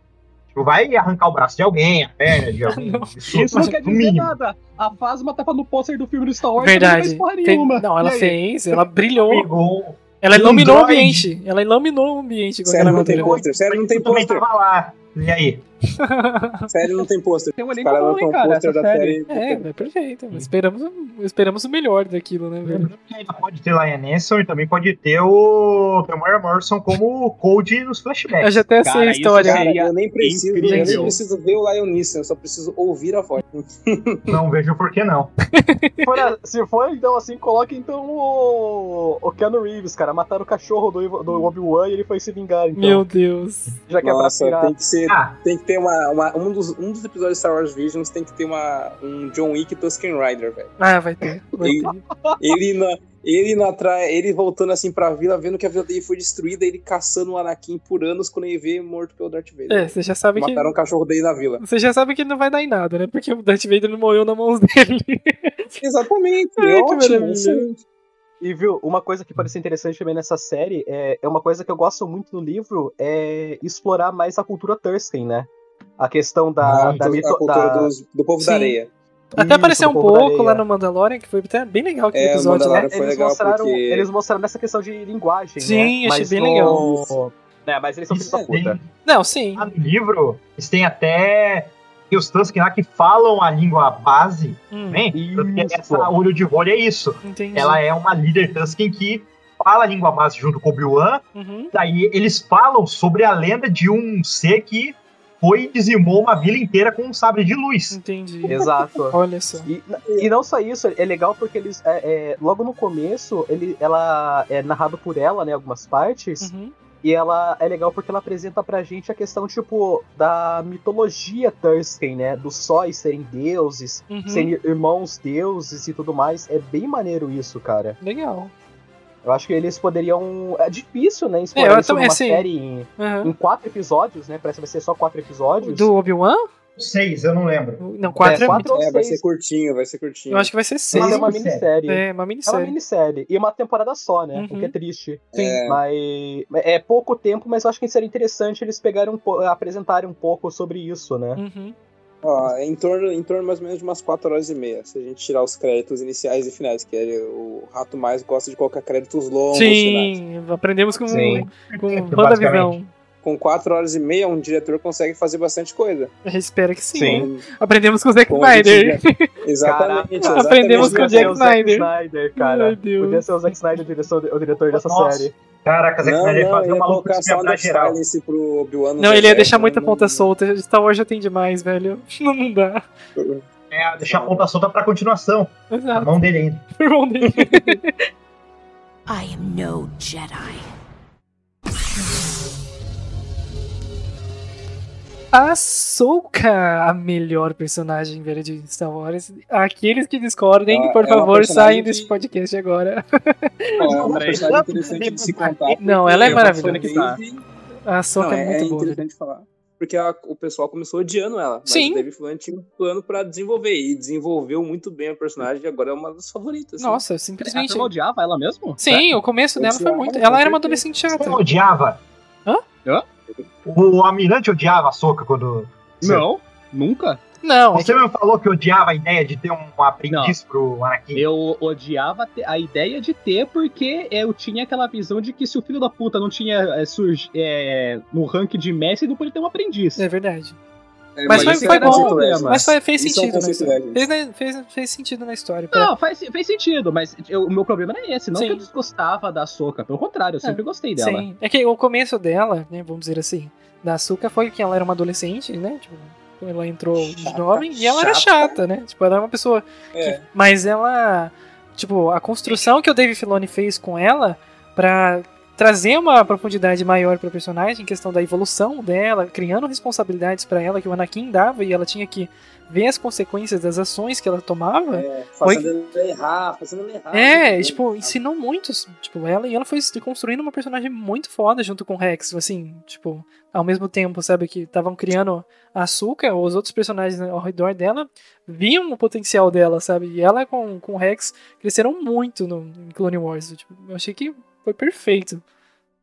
[SPEAKER 5] Tipo, vai arrancar o braço de alguém, a perna de alguém.
[SPEAKER 2] Não.
[SPEAKER 5] Isso,
[SPEAKER 6] Isso não quer
[SPEAKER 5] no
[SPEAKER 6] dizer
[SPEAKER 5] mínimo.
[SPEAKER 6] nada. A Fasma tava no pôster do filme do Star Wars, ela não
[SPEAKER 2] Verdade.
[SPEAKER 6] fez então, porra
[SPEAKER 2] Fe-
[SPEAKER 6] nenhuma.
[SPEAKER 2] Não, ela
[SPEAKER 6] E aí?
[SPEAKER 2] fez, ela brilhou.
[SPEAKER 5] Pegou.
[SPEAKER 2] Ela
[SPEAKER 5] Um
[SPEAKER 2] iluminou o
[SPEAKER 5] droid.
[SPEAKER 2] ambiente. Ela iluminou o ambiente com
[SPEAKER 7] Série
[SPEAKER 2] aquela
[SPEAKER 7] não tem
[SPEAKER 2] bandeira.
[SPEAKER 7] pôster. Série não tem
[SPEAKER 5] também
[SPEAKER 7] pôster.
[SPEAKER 5] tava lá. E aí?
[SPEAKER 7] Série não tem pôster.
[SPEAKER 6] Tem um
[SPEAKER 7] Os
[SPEAKER 6] elenco
[SPEAKER 7] caras
[SPEAKER 6] bom, hein,
[SPEAKER 7] lançam um
[SPEAKER 6] cara,
[SPEAKER 7] pôster
[SPEAKER 6] essa
[SPEAKER 7] da
[SPEAKER 6] série.
[SPEAKER 7] série.
[SPEAKER 2] É, é perfeito. Esperamos, esperamos o melhor daquilo, né, velho?
[SPEAKER 5] Lembrando que ainda pode ter Lion Anderson e também pode ter o Tamara Morrison como o Cold nos
[SPEAKER 2] Eu
[SPEAKER 5] flashbacks.
[SPEAKER 2] já até
[SPEAKER 6] Cara,
[SPEAKER 2] sei a
[SPEAKER 6] isso
[SPEAKER 2] história.
[SPEAKER 6] já-
[SPEAKER 7] Cara, é
[SPEAKER 6] Seria
[SPEAKER 7] eu nem preciso, eu nem
[SPEAKER 6] incrível.
[SPEAKER 7] preciso ver o Lion Neeson, eu só preciso ouvir a voz.
[SPEAKER 5] Não vejo por que não.
[SPEAKER 4] Se for, a- se for, então assim, coloque então o, o Keanu Reeves, cara. Mataram o cachorro do, Ivo- do Obi-Wan e ele foi se vingar, então.
[SPEAKER 2] Meu Deus.
[SPEAKER 4] Já que
[SPEAKER 7] Nossa,
[SPEAKER 4] é pra pirar.
[SPEAKER 7] tem que ser.
[SPEAKER 5] Ah,
[SPEAKER 7] Tem que ter uma. uma- um, dos, um dos episódios de Star Wars Visions tem que ter uma, um John Wick Tusken Rider, velho.
[SPEAKER 2] Ah, vai ter. Vai
[SPEAKER 7] E-
[SPEAKER 2] ter.
[SPEAKER 7] Ele na. Ele na traia, ele voltando assim pra vila, vendo que a vila dele foi destruída, ele caçando o Anakin por anos quando ele vê morto pelo Darth Vader.
[SPEAKER 2] É, você já sabe que.
[SPEAKER 7] Mataram um o cachorro dele na vila.
[SPEAKER 2] Você já sabe que ele não vai dar em nada, né? Porque o Darth Vader não morreu nas mãos dele.
[SPEAKER 7] Exatamente.
[SPEAKER 2] Ai, que
[SPEAKER 7] ótimo,
[SPEAKER 2] maravilha.
[SPEAKER 7] excelente.
[SPEAKER 4] E viu, uma coisa que parecia interessante também nessa série é, é uma coisa que eu gosto muito no livro é explorar mais a cultura Thurston, né? A questão da,
[SPEAKER 5] Muito,
[SPEAKER 4] da, mito-
[SPEAKER 7] Ah, Então, a cultura
[SPEAKER 5] tá.
[SPEAKER 4] da-
[SPEAKER 7] dos- do povo
[SPEAKER 2] Sim.
[SPEAKER 7] da areia.
[SPEAKER 2] Até apareceu um
[SPEAKER 4] povo da
[SPEAKER 2] pouco
[SPEAKER 4] areia.
[SPEAKER 2] lá no Mandalorian, que foi até bem legal aquele
[SPEAKER 7] É, o
[SPEAKER 2] episódio né? lá.
[SPEAKER 7] Mandalorian- Cara,
[SPEAKER 4] É,
[SPEAKER 7] foi
[SPEAKER 4] eles,
[SPEAKER 7] legal
[SPEAKER 4] mostraram,
[SPEAKER 7] porque-
[SPEAKER 4] eles mostraram essa questão de linguagem,
[SPEAKER 2] Sim,
[SPEAKER 4] né?
[SPEAKER 2] achei
[SPEAKER 4] Mas
[SPEAKER 2] bem
[SPEAKER 4] no-
[SPEAKER 2] legal.
[SPEAKER 4] É, mas eles são filhos
[SPEAKER 5] isso
[SPEAKER 4] da puta.
[SPEAKER 5] tem,
[SPEAKER 2] Não, sim.
[SPEAKER 5] lá no livro, eles têm até os Tusken lá que falam a língua base,
[SPEAKER 2] Hum,
[SPEAKER 5] né?
[SPEAKER 4] Isso.
[SPEAKER 5] Porque essa olho de rolho é isso.
[SPEAKER 2] entendi.
[SPEAKER 5] Ela é uma líder Tusken que fala a língua base junto com o Obi-Wan,
[SPEAKER 2] Uhum.
[SPEAKER 5] daí eles falam sobre a lenda de um ser que foi e dizimou uma vila inteira com um sabre de luz.
[SPEAKER 2] Entendi.
[SPEAKER 4] Exato.
[SPEAKER 2] Olha só.
[SPEAKER 4] E, e não só isso, é legal porque eles. é, é, logo no começo, ele, ela é narrado por ela, né? Algumas partes.
[SPEAKER 2] Uhum.
[SPEAKER 4] E ela é legal porque ela apresenta pra gente a questão, tipo, da mitologia Thurston, né? Dos sóis serem deuses,
[SPEAKER 2] Uhum.
[SPEAKER 4] serem irmãos deuses e tudo mais. É bem maneiro isso, cara.
[SPEAKER 2] Legal.
[SPEAKER 4] Eu acho que eles poderiam. É difícil, né?
[SPEAKER 2] É, eu
[SPEAKER 4] Explorar isso
[SPEAKER 2] também,
[SPEAKER 4] numa
[SPEAKER 2] assim,
[SPEAKER 4] série em,
[SPEAKER 2] Uhum.
[SPEAKER 4] em quatro episódios, né? Parece que vai ser só quatro
[SPEAKER 6] Então,
[SPEAKER 4] episódios.
[SPEAKER 2] Do Obi-Wan?
[SPEAKER 5] Seis, eu não lembro.
[SPEAKER 2] Não, quatro é,
[SPEAKER 4] É, quatro
[SPEAKER 2] muito.
[SPEAKER 4] ou
[SPEAKER 7] É, vai ser
[SPEAKER 4] seis.
[SPEAKER 7] curtinho, vai ser curtinho.
[SPEAKER 2] Eu acho que vai ser seis.
[SPEAKER 4] Mas é uma
[SPEAKER 5] Minissérie.
[SPEAKER 4] minissérie.
[SPEAKER 2] É, uma
[SPEAKER 4] É uma
[SPEAKER 2] minissérie.
[SPEAKER 4] minissérie. E uma temporada só, né? O
[SPEAKER 2] Uhum.
[SPEAKER 4] que é triste.
[SPEAKER 7] É.
[SPEAKER 4] Mas. É
[SPEAKER 6] É
[SPEAKER 4] pouco tempo, mas eu acho que seria interessante eles pegarem um po- apresentarem um pouco sobre isso, né?
[SPEAKER 2] Uhum.
[SPEAKER 7] Ó, é em torno, em torno mais ou menos de umas 4 horas e meia, se a gente tirar os créditos iniciais e finais, que é, o Rato Mais gosta de colocar créditos longos, sei lá.
[SPEAKER 2] Sim, aprendemos com,
[SPEAKER 5] Sim. É,
[SPEAKER 2] com
[SPEAKER 5] Basicamente.
[SPEAKER 2] WandaVision.
[SPEAKER 7] Com 4 horas e meia, um diretor consegue fazer bastante coisa.
[SPEAKER 2] Eu espero que sim.
[SPEAKER 5] Sim.
[SPEAKER 2] né? Aprendemos com o Zack
[SPEAKER 7] Como a gente
[SPEAKER 2] Snyder.
[SPEAKER 7] já- Exatamente, exatamente.
[SPEAKER 2] Aprendemos com o
[SPEAKER 4] Podia ser
[SPEAKER 2] Jack
[SPEAKER 4] Zack
[SPEAKER 2] Snyder. Meu
[SPEAKER 4] cara.
[SPEAKER 2] Deus.
[SPEAKER 4] Podia ser o Zack Snyder o diretor, o diretor dessa
[SPEAKER 5] Nossa.
[SPEAKER 4] série.
[SPEAKER 5] Caraca, Zack
[SPEAKER 7] Não,
[SPEAKER 5] Snyder ia
[SPEAKER 7] não,
[SPEAKER 5] fazer
[SPEAKER 7] ele
[SPEAKER 5] um
[SPEAKER 7] ia
[SPEAKER 5] maluco
[SPEAKER 7] colocar só
[SPEAKER 5] desmembrar
[SPEAKER 7] um
[SPEAKER 5] geral.
[SPEAKER 7] silence pro Obi-Wan no
[SPEAKER 2] Não, ele ia
[SPEAKER 7] deserto,
[SPEAKER 2] deixar
[SPEAKER 7] né?
[SPEAKER 2] muita
[SPEAKER 7] Não-
[SPEAKER 2] ponta solta. Star Wars já tem demais, velho. Não, não dá.
[SPEAKER 5] É, deixar a ponta solta pra continuação. A
[SPEAKER 2] Exato.
[SPEAKER 5] mão dele ainda.
[SPEAKER 2] Irmão dele.
[SPEAKER 3] I am no Jedi.
[SPEAKER 2] A Souka, a melhor personagem velho de Star Wars. Aqueles que discordem,
[SPEAKER 7] Ela-
[SPEAKER 2] por
[SPEAKER 7] ela é uma
[SPEAKER 2] favor,
[SPEAKER 7] personagem
[SPEAKER 2] saem
[SPEAKER 7] que-
[SPEAKER 2] desse podcast agora.
[SPEAKER 7] É uma personagem interessante de se contar.
[SPEAKER 2] Não, ela é
[SPEAKER 7] porque
[SPEAKER 2] maravilhosa.
[SPEAKER 7] a
[SPEAKER 5] tá.
[SPEAKER 7] fanbase-
[SPEAKER 2] A
[SPEAKER 7] Não,
[SPEAKER 2] Souka é,
[SPEAKER 7] é, é
[SPEAKER 2] muito boa. velho.
[SPEAKER 7] interessante falar. Porque ela- o pessoal começou odiando ela. Mas
[SPEAKER 2] Sim.
[SPEAKER 7] o David Flan tinha um plano pra desenvolver. E desenvolveu muito bem a personagem. E agora é uma das favoritas. assim.
[SPEAKER 2] Nossa,
[SPEAKER 6] A
[SPEAKER 2] simplesmente.
[SPEAKER 6] turma odiava ela mesmo?
[SPEAKER 2] É, Sim, o começo dela foi muito. Ela era uma adolescente chata.
[SPEAKER 5] Você não odiava?
[SPEAKER 2] Hã?
[SPEAKER 6] Hã?
[SPEAKER 5] O Almirante odiava a Soca quando.
[SPEAKER 6] Não, nunca.
[SPEAKER 2] Não, é
[SPEAKER 5] Você mesmo falou que odiava a ideia de ter um aprendiz pro Anakin.
[SPEAKER 6] Eu odiava te- a ideia de ter, porque eu tinha aquela visão de que se o filho da puta não tinha é, surg- é, no ranking de Messi, não podia ter um aprendiz.
[SPEAKER 2] que- é verdade.
[SPEAKER 7] É,
[SPEAKER 2] Mas,
[SPEAKER 6] mas
[SPEAKER 2] foi,
[SPEAKER 7] isso
[SPEAKER 2] foi
[SPEAKER 7] era
[SPEAKER 6] um
[SPEAKER 2] bom,
[SPEAKER 7] conceito
[SPEAKER 6] problema.
[SPEAKER 2] mas,
[SPEAKER 7] extra.
[SPEAKER 2] foi- fez
[SPEAKER 7] Isso é um
[SPEAKER 2] sentido na
[SPEAKER 7] conceito
[SPEAKER 2] história.
[SPEAKER 7] leve.
[SPEAKER 2] Fez, na- fez, fez sentido na história. pra-
[SPEAKER 6] Não, faz, fez sentido, mas eu- o meu problema não é esse. Não
[SPEAKER 2] É. Sim.
[SPEAKER 6] que eu desgostava da Soca, pelo contrário, eu sempre gostei dela.
[SPEAKER 2] Sim. É que o começo dela, né, vamos dizer assim, da Suka foi que ela era uma adolescente, né? Tipo, ela entrou
[SPEAKER 7] Chata,
[SPEAKER 2] jovem e ela era
[SPEAKER 7] chata.
[SPEAKER 2] chata, né? Tipo, ela era uma pessoa.
[SPEAKER 7] É.
[SPEAKER 2] Mas ela. Tipo, a construção que o Dave Filoni fez com ela pra trazer uma profundidade maior pra personagem, em questão da evolução dela, criando responsabilidades pra ela que o Anakin dava e ela tinha que ver as consequências das ações que ela tomava.
[SPEAKER 7] É, fazendo ela errar, tá fazendo ela errar.
[SPEAKER 2] É,
[SPEAKER 7] né?
[SPEAKER 2] tipo, ensinou muito, tipo, ela e ela foi se construindo uma personagem muito foda junto com o Rex, assim, tipo, ao mesmo tempo, sabe, que estavam criando a Suka, os outros personagens ao redor dela viam o potencial dela, sabe, e ela com, com o Rex cresceram muito no em Clone Wars, tipo, eu achei que foi perfeito.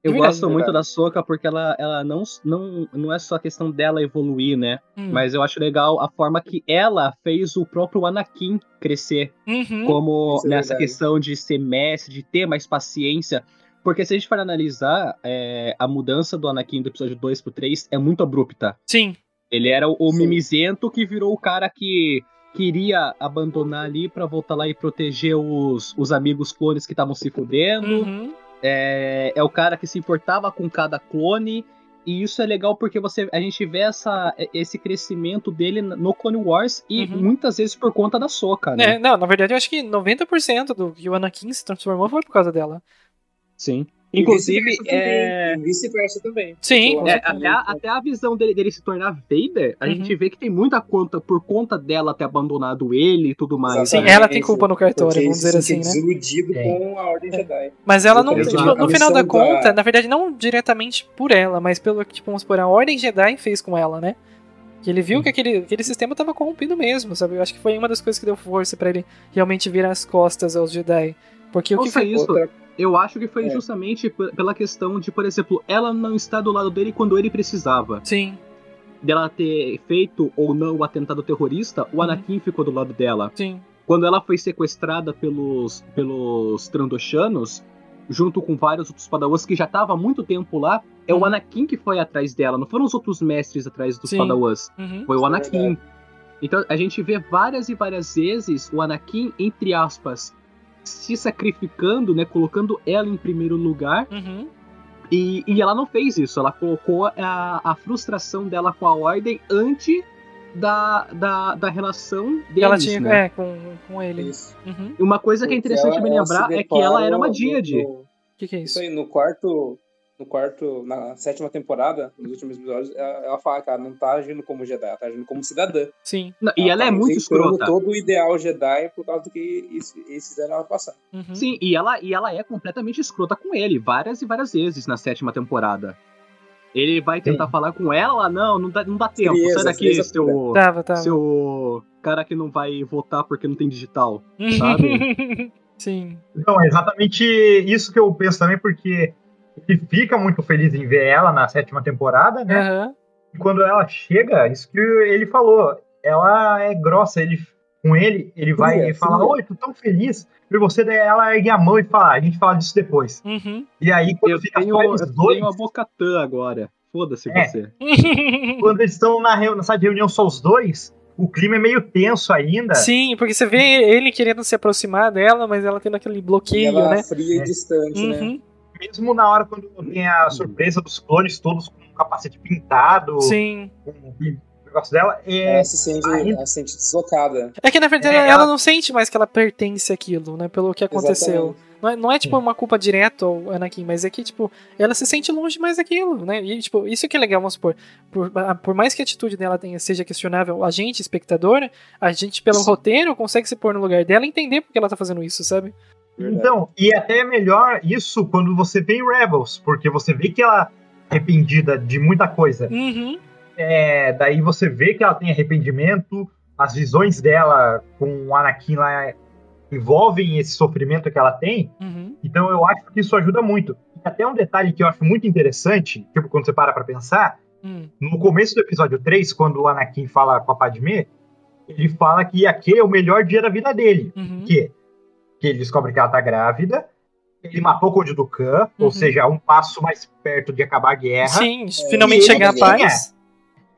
[SPEAKER 6] Eu
[SPEAKER 2] De verdade,
[SPEAKER 6] gosto
[SPEAKER 7] de
[SPEAKER 6] muito
[SPEAKER 7] verdade.
[SPEAKER 6] da Soca porque ela, ela não, não, não é só a questão dela evoluir, né?
[SPEAKER 2] Hum.
[SPEAKER 6] Mas eu acho legal a forma que ela fez o próprio Anakin crescer.
[SPEAKER 2] Uhum.
[SPEAKER 6] como
[SPEAKER 7] Isso é
[SPEAKER 6] nessa
[SPEAKER 7] verdade.
[SPEAKER 6] questão de ser mestre, de ter mais paciência. Porque se a gente for analisar, é, a mudança do Anakin do episódio 2 pro 3 é muito abrupta.
[SPEAKER 2] Sim,
[SPEAKER 6] Ele era o, o
[SPEAKER 7] Sim.
[SPEAKER 6] mimizento que virou o cara que queria abandonar ali pra voltar lá e proteger os, os amigos clones que estavam se fudendo.
[SPEAKER 2] uhum.
[SPEAKER 6] É, é o cara que se importava com cada clone. E isso é legal porque você, a gente vê essa, esse crescimento dele no Clone Wars e
[SPEAKER 2] Uhum.
[SPEAKER 6] muitas vezes por conta da Soca, né?
[SPEAKER 2] É, não, na verdade eu acho que 90% do que o Anakin se transformou foi por causa dela.
[SPEAKER 6] Sim.
[SPEAKER 7] E
[SPEAKER 6] Inclusive,
[SPEAKER 7] vice-versa
[SPEAKER 6] é,
[SPEAKER 7] também, e Vice-versa também.
[SPEAKER 2] Sim,
[SPEAKER 7] Tipo,
[SPEAKER 2] com
[SPEAKER 6] é,
[SPEAKER 7] ela-
[SPEAKER 6] até, a, até a visão dele, dele se tornar Vader, a
[SPEAKER 2] Uhum.
[SPEAKER 6] gente vê que tem muita conta por conta dela ter abandonado ele e tudo mais.
[SPEAKER 2] Sim, É,
[SPEAKER 7] Exatamente.
[SPEAKER 6] né?
[SPEAKER 2] ela tem culpa no cartório,
[SPEAKER 7] Porque
[SPEAKER 2] vamos
[SPEAKER 7] ele
[SPEAKER 2] dizer
[SPEAKER 7] se
[SPEAKER 2] assim,
[SPEAKER 7] sentia
[SPEAKER 2] né?
[SPEAKER 7] Desiludido
[SPEAKER 5] Sim.
[SPEAKER 7] com a
[SPEAKER 6] É.
[SPEAKER 7] Ordem Jedi.
[SPEAKER 2] Mas ela não,
[SPEAKER 7] Exatamente.
[SPEAKER 2] tipo, no
[SPEAKER 7] A
[SPEAKER 2] final da
[SPEAKER 7] missão da-
[SPEAKER 2] conta, na verdade, não diretamente por ela, mas pelo que, tipo, vamos supor, a Ordem Jedi fez com ela, né? Que ele viu que aquele, aquele sistema tava corrompido mesmo, sabe? Eu acho que foi uma das coisas que deu força pra ele realmente virar as costas aos Jedi. Porque o
[SPEAKER 6] Ou
[SPEAKER 2] que foi.
[SPEAKER 6] seja, isso,
[SPEAKER 7] Outra-
[SPEAKER 6] eu acho que foi
[SPEAKER 7] É.
[SPEAKER 6] justamente p- pela questão de, por exemplo, ela não estar do lado dele quando ele precisava.
[SPEAKER 2] Sim,
[SPEAKER 6] Dela ter feito ou não o atentado terrorista,
[SPEAKER 7] Uhum.
[SPEAKER 6] o Anakin ficou do lado dela.
[SPEAKER 2] sim.
[SPEAKER 6] Quando ela foi sequestrada pelos, pelos Trandoshanos, junto com vários outros padawans que já estavam há muito tempo lá, é
[SPEAKER 2] Uhum.
[SPEAKER 6] o Anakin que foi atrás dela, não foram os outros mestres atrás dos
[SPEAKER 2] Sim.
[SPEAKER 6] padawans.
[SPEAKER 2] Uhum.
[SPEAKER 6] Foi o
[SPEAKER 7] Isso é
[SPEAKER 6] Anakin. Então a gente vê várias e várias vezes o Anakin, entre aspas, se sacrificando, né? Colocando ela em primeiro lugar.
[SPEAKER 2] Uhum.
[SPEAKER 6] E, e ela não fez isso. Ela colocou a, a frustração dela com a ordem antes da, da, da relação deles,
[SPEAKER 2] Ela tinha.
[SPEAKER 6] né?
[SPEAKER 2] É, com, com ele.
[SPEAKER 7] Isso.
[SPEAKER 2] Uhum.
[SPEAKER 6] E Uma coisa que é interessante
[SPEAKER 7] Ela- um
[SPEAKER 6] me
[SPEAKER 7] ela se
[SPEAKER 6] lembrar é que
[SPEAKER 7] depara
[SPEAKER 6] ela era uma
[SPEAKER 7] no-
[SPEAKER 6] Díade.
[SPEAKER 7] no-
[SPEAKER 2] O que, que é isso?
[SPEAKER 7] Isso aí, no quarto. No quarto, na sétima temporada, nos últimos episódios, ela, ela fala, cara, não tá agindo como Jedi, ela tá agindo como cidadã.
[SPEAKER 2] Sim.
[SPEAKER 6] Não, E ela
[SPEAKER 7] tá
[SPEAKER 6] é muito
[SPEAKER 7] rejeitando
[SPEAKER 6] escrota.
[SPEAKER 7] todo o ideal Jedi por causa do que eles eles fizeram ela passar.
[SPEAKER 2] Uhum.
[SPEAKER 6] Sim, e ela, e ela é completamente escrota com ele, várias e várias vezes na sétima temporada. Ele vai tentar falar com ela, não, não dá, não dá tempo,
[SPEAKER 7] Frieza,
[SPEAKER 6] sai daqui,
[SPEAKER 7] frieza
[SPEAKER 6] seu,
[SPEAKER 2] Tava, tava.
[SPEAKER 6] seu cara que não vai votar porque não tem digital.
[SPEAKER 2] Sabe?
[SPEAKER 6] sabe?
[SPEAKER 2] Uhum. sim.
[SPEAKER 5] Então, é exatamente isso que eu penso também, porque ele fica muito feliz
[SPEAKER 2] É.
[SPEAKER 5] em ver ela na sétima temporada, né?
[SPEAKER 2] Aham.
[SPEAKER 5] E quando ela chega, isso que ele falou, ela é grossa. Ele, com ele, ele vai
[SPEAKER 7] Fria,
[SPEAKER 5] e fala:
[SPEAKER 7] fria.
[SPEAKER 5] Oi, tô tão feliz. E você, daí ela ergue a mão e fala: A gente fala disso depois.
[SPEAKER 2] Uhum.
[SPEAKER 5] E aí, quando
[SPEAKER 6] Eu
[SPEAKER 5] fica
[SPEAKER 6] tenho,
[SPEAKER 5] só
[SPEAKER 6] eu
[SPEAKER 5] eles dois,
[SPEAKER 6] tenho a Bocatã agora. Foda-se
[SPEAKER 5] É.
[SPEAKER 6] você.
[SPEAKER 5] quando eles estão na, reu- na sala de reunião só os dois, o clima é meio tenso ainda.
[SPEAKER 2] Sim, porque você vê ele querendo se aproximar dela, mas ela tendo aquele
[SPEAKER 7] E
[SPEAKER 2] bloqueio,
[SPEAKER 7] ela
[SPEAKER 2] né?
[SPEAKER 7] fria
[SPEAKER 5] É.
[SPEAKER 7] e distante, né?
[SPEAKER 2] Uhum.
[SPEAKER 5] Mesmo na hora quando tem a surpresa dos clones todos com o capacete pintado,
[SPEAKER 2] Sim.
[SPEAKER 5] com o negócio dela, é,
[SPEAKER 7] Ela se sente,
[SPEAKER 5] Aí-
[SPEAKER 7] ela se sente deslocada.
[SPEAKER 2] É que na verdade
[SPEAKER 5] É,
[SPEAKER 2] ela,
[SPEAKER 5] ela-
[SPEAKER 2] não sente mais que ela pertence àquilo, né? Pelo que aconteceu.
[SPEAKER 7] Exatamente.
[SPEAKER 2] Não é, não é, tipo
[SPEAKER 5] Sim.
[SPEAKER 2] uma culpa direta ao Anakin, mas é que, tipo, ela se sente longe mais daquilo, né? E, tipo, isso que é legal, vamos supor. Por, a- por mais que a atitude dela tenha, seja questionável, a gente, espectador, a gente, pelo
[SPEAKER 7] Sim.
[SPEAKER 2] roteiro, consegue se pôr no lugar dela e entender por que ela tá fazendo isso, sabe?
[SPEAKER 7] Verdade.
[SPEAKER 5] Então, e até é melhor isso quando você vê em Rebels, porque você vê que ela é arrependida de muita coisa.
[SPEAKER 2] Uhum.
[SPEAKER 5] É, daí você vê que ela tem arrependimento, as visões dela com o Anakin lá envolvem esse sofrimento que ela tem.
[SPEAKER 2] Uhum.
[SPEAKER 5] Então eu acho que isso ajuda muito. E até um detalhe que eu acho muito interessante, tipo, quando você para pra pensar,
[SPEAKER 2] Hum.
[SPEAKER 5] no começo do episódio 3, quando o Anakin fala com a Padmé, ele fala que aquele é o melhor dia da vida dele
[SPEAKER 2] Uhum.
[SPEAKER 5] que, que ele descobre que ela tá grávida, ele matou o Conde do Khan,
[SPEAKER 2] Uhum.
[SPEAKER 5] ou seja, um passo mais perto de acabar a guerra. É,
[SPEAKER 2] Sim, finalmente
[SPEAKER 5] E
[SPEAKER 2] chegar à
[SPEAKER 5] ele tinha-
[SPEAKER 2] paz.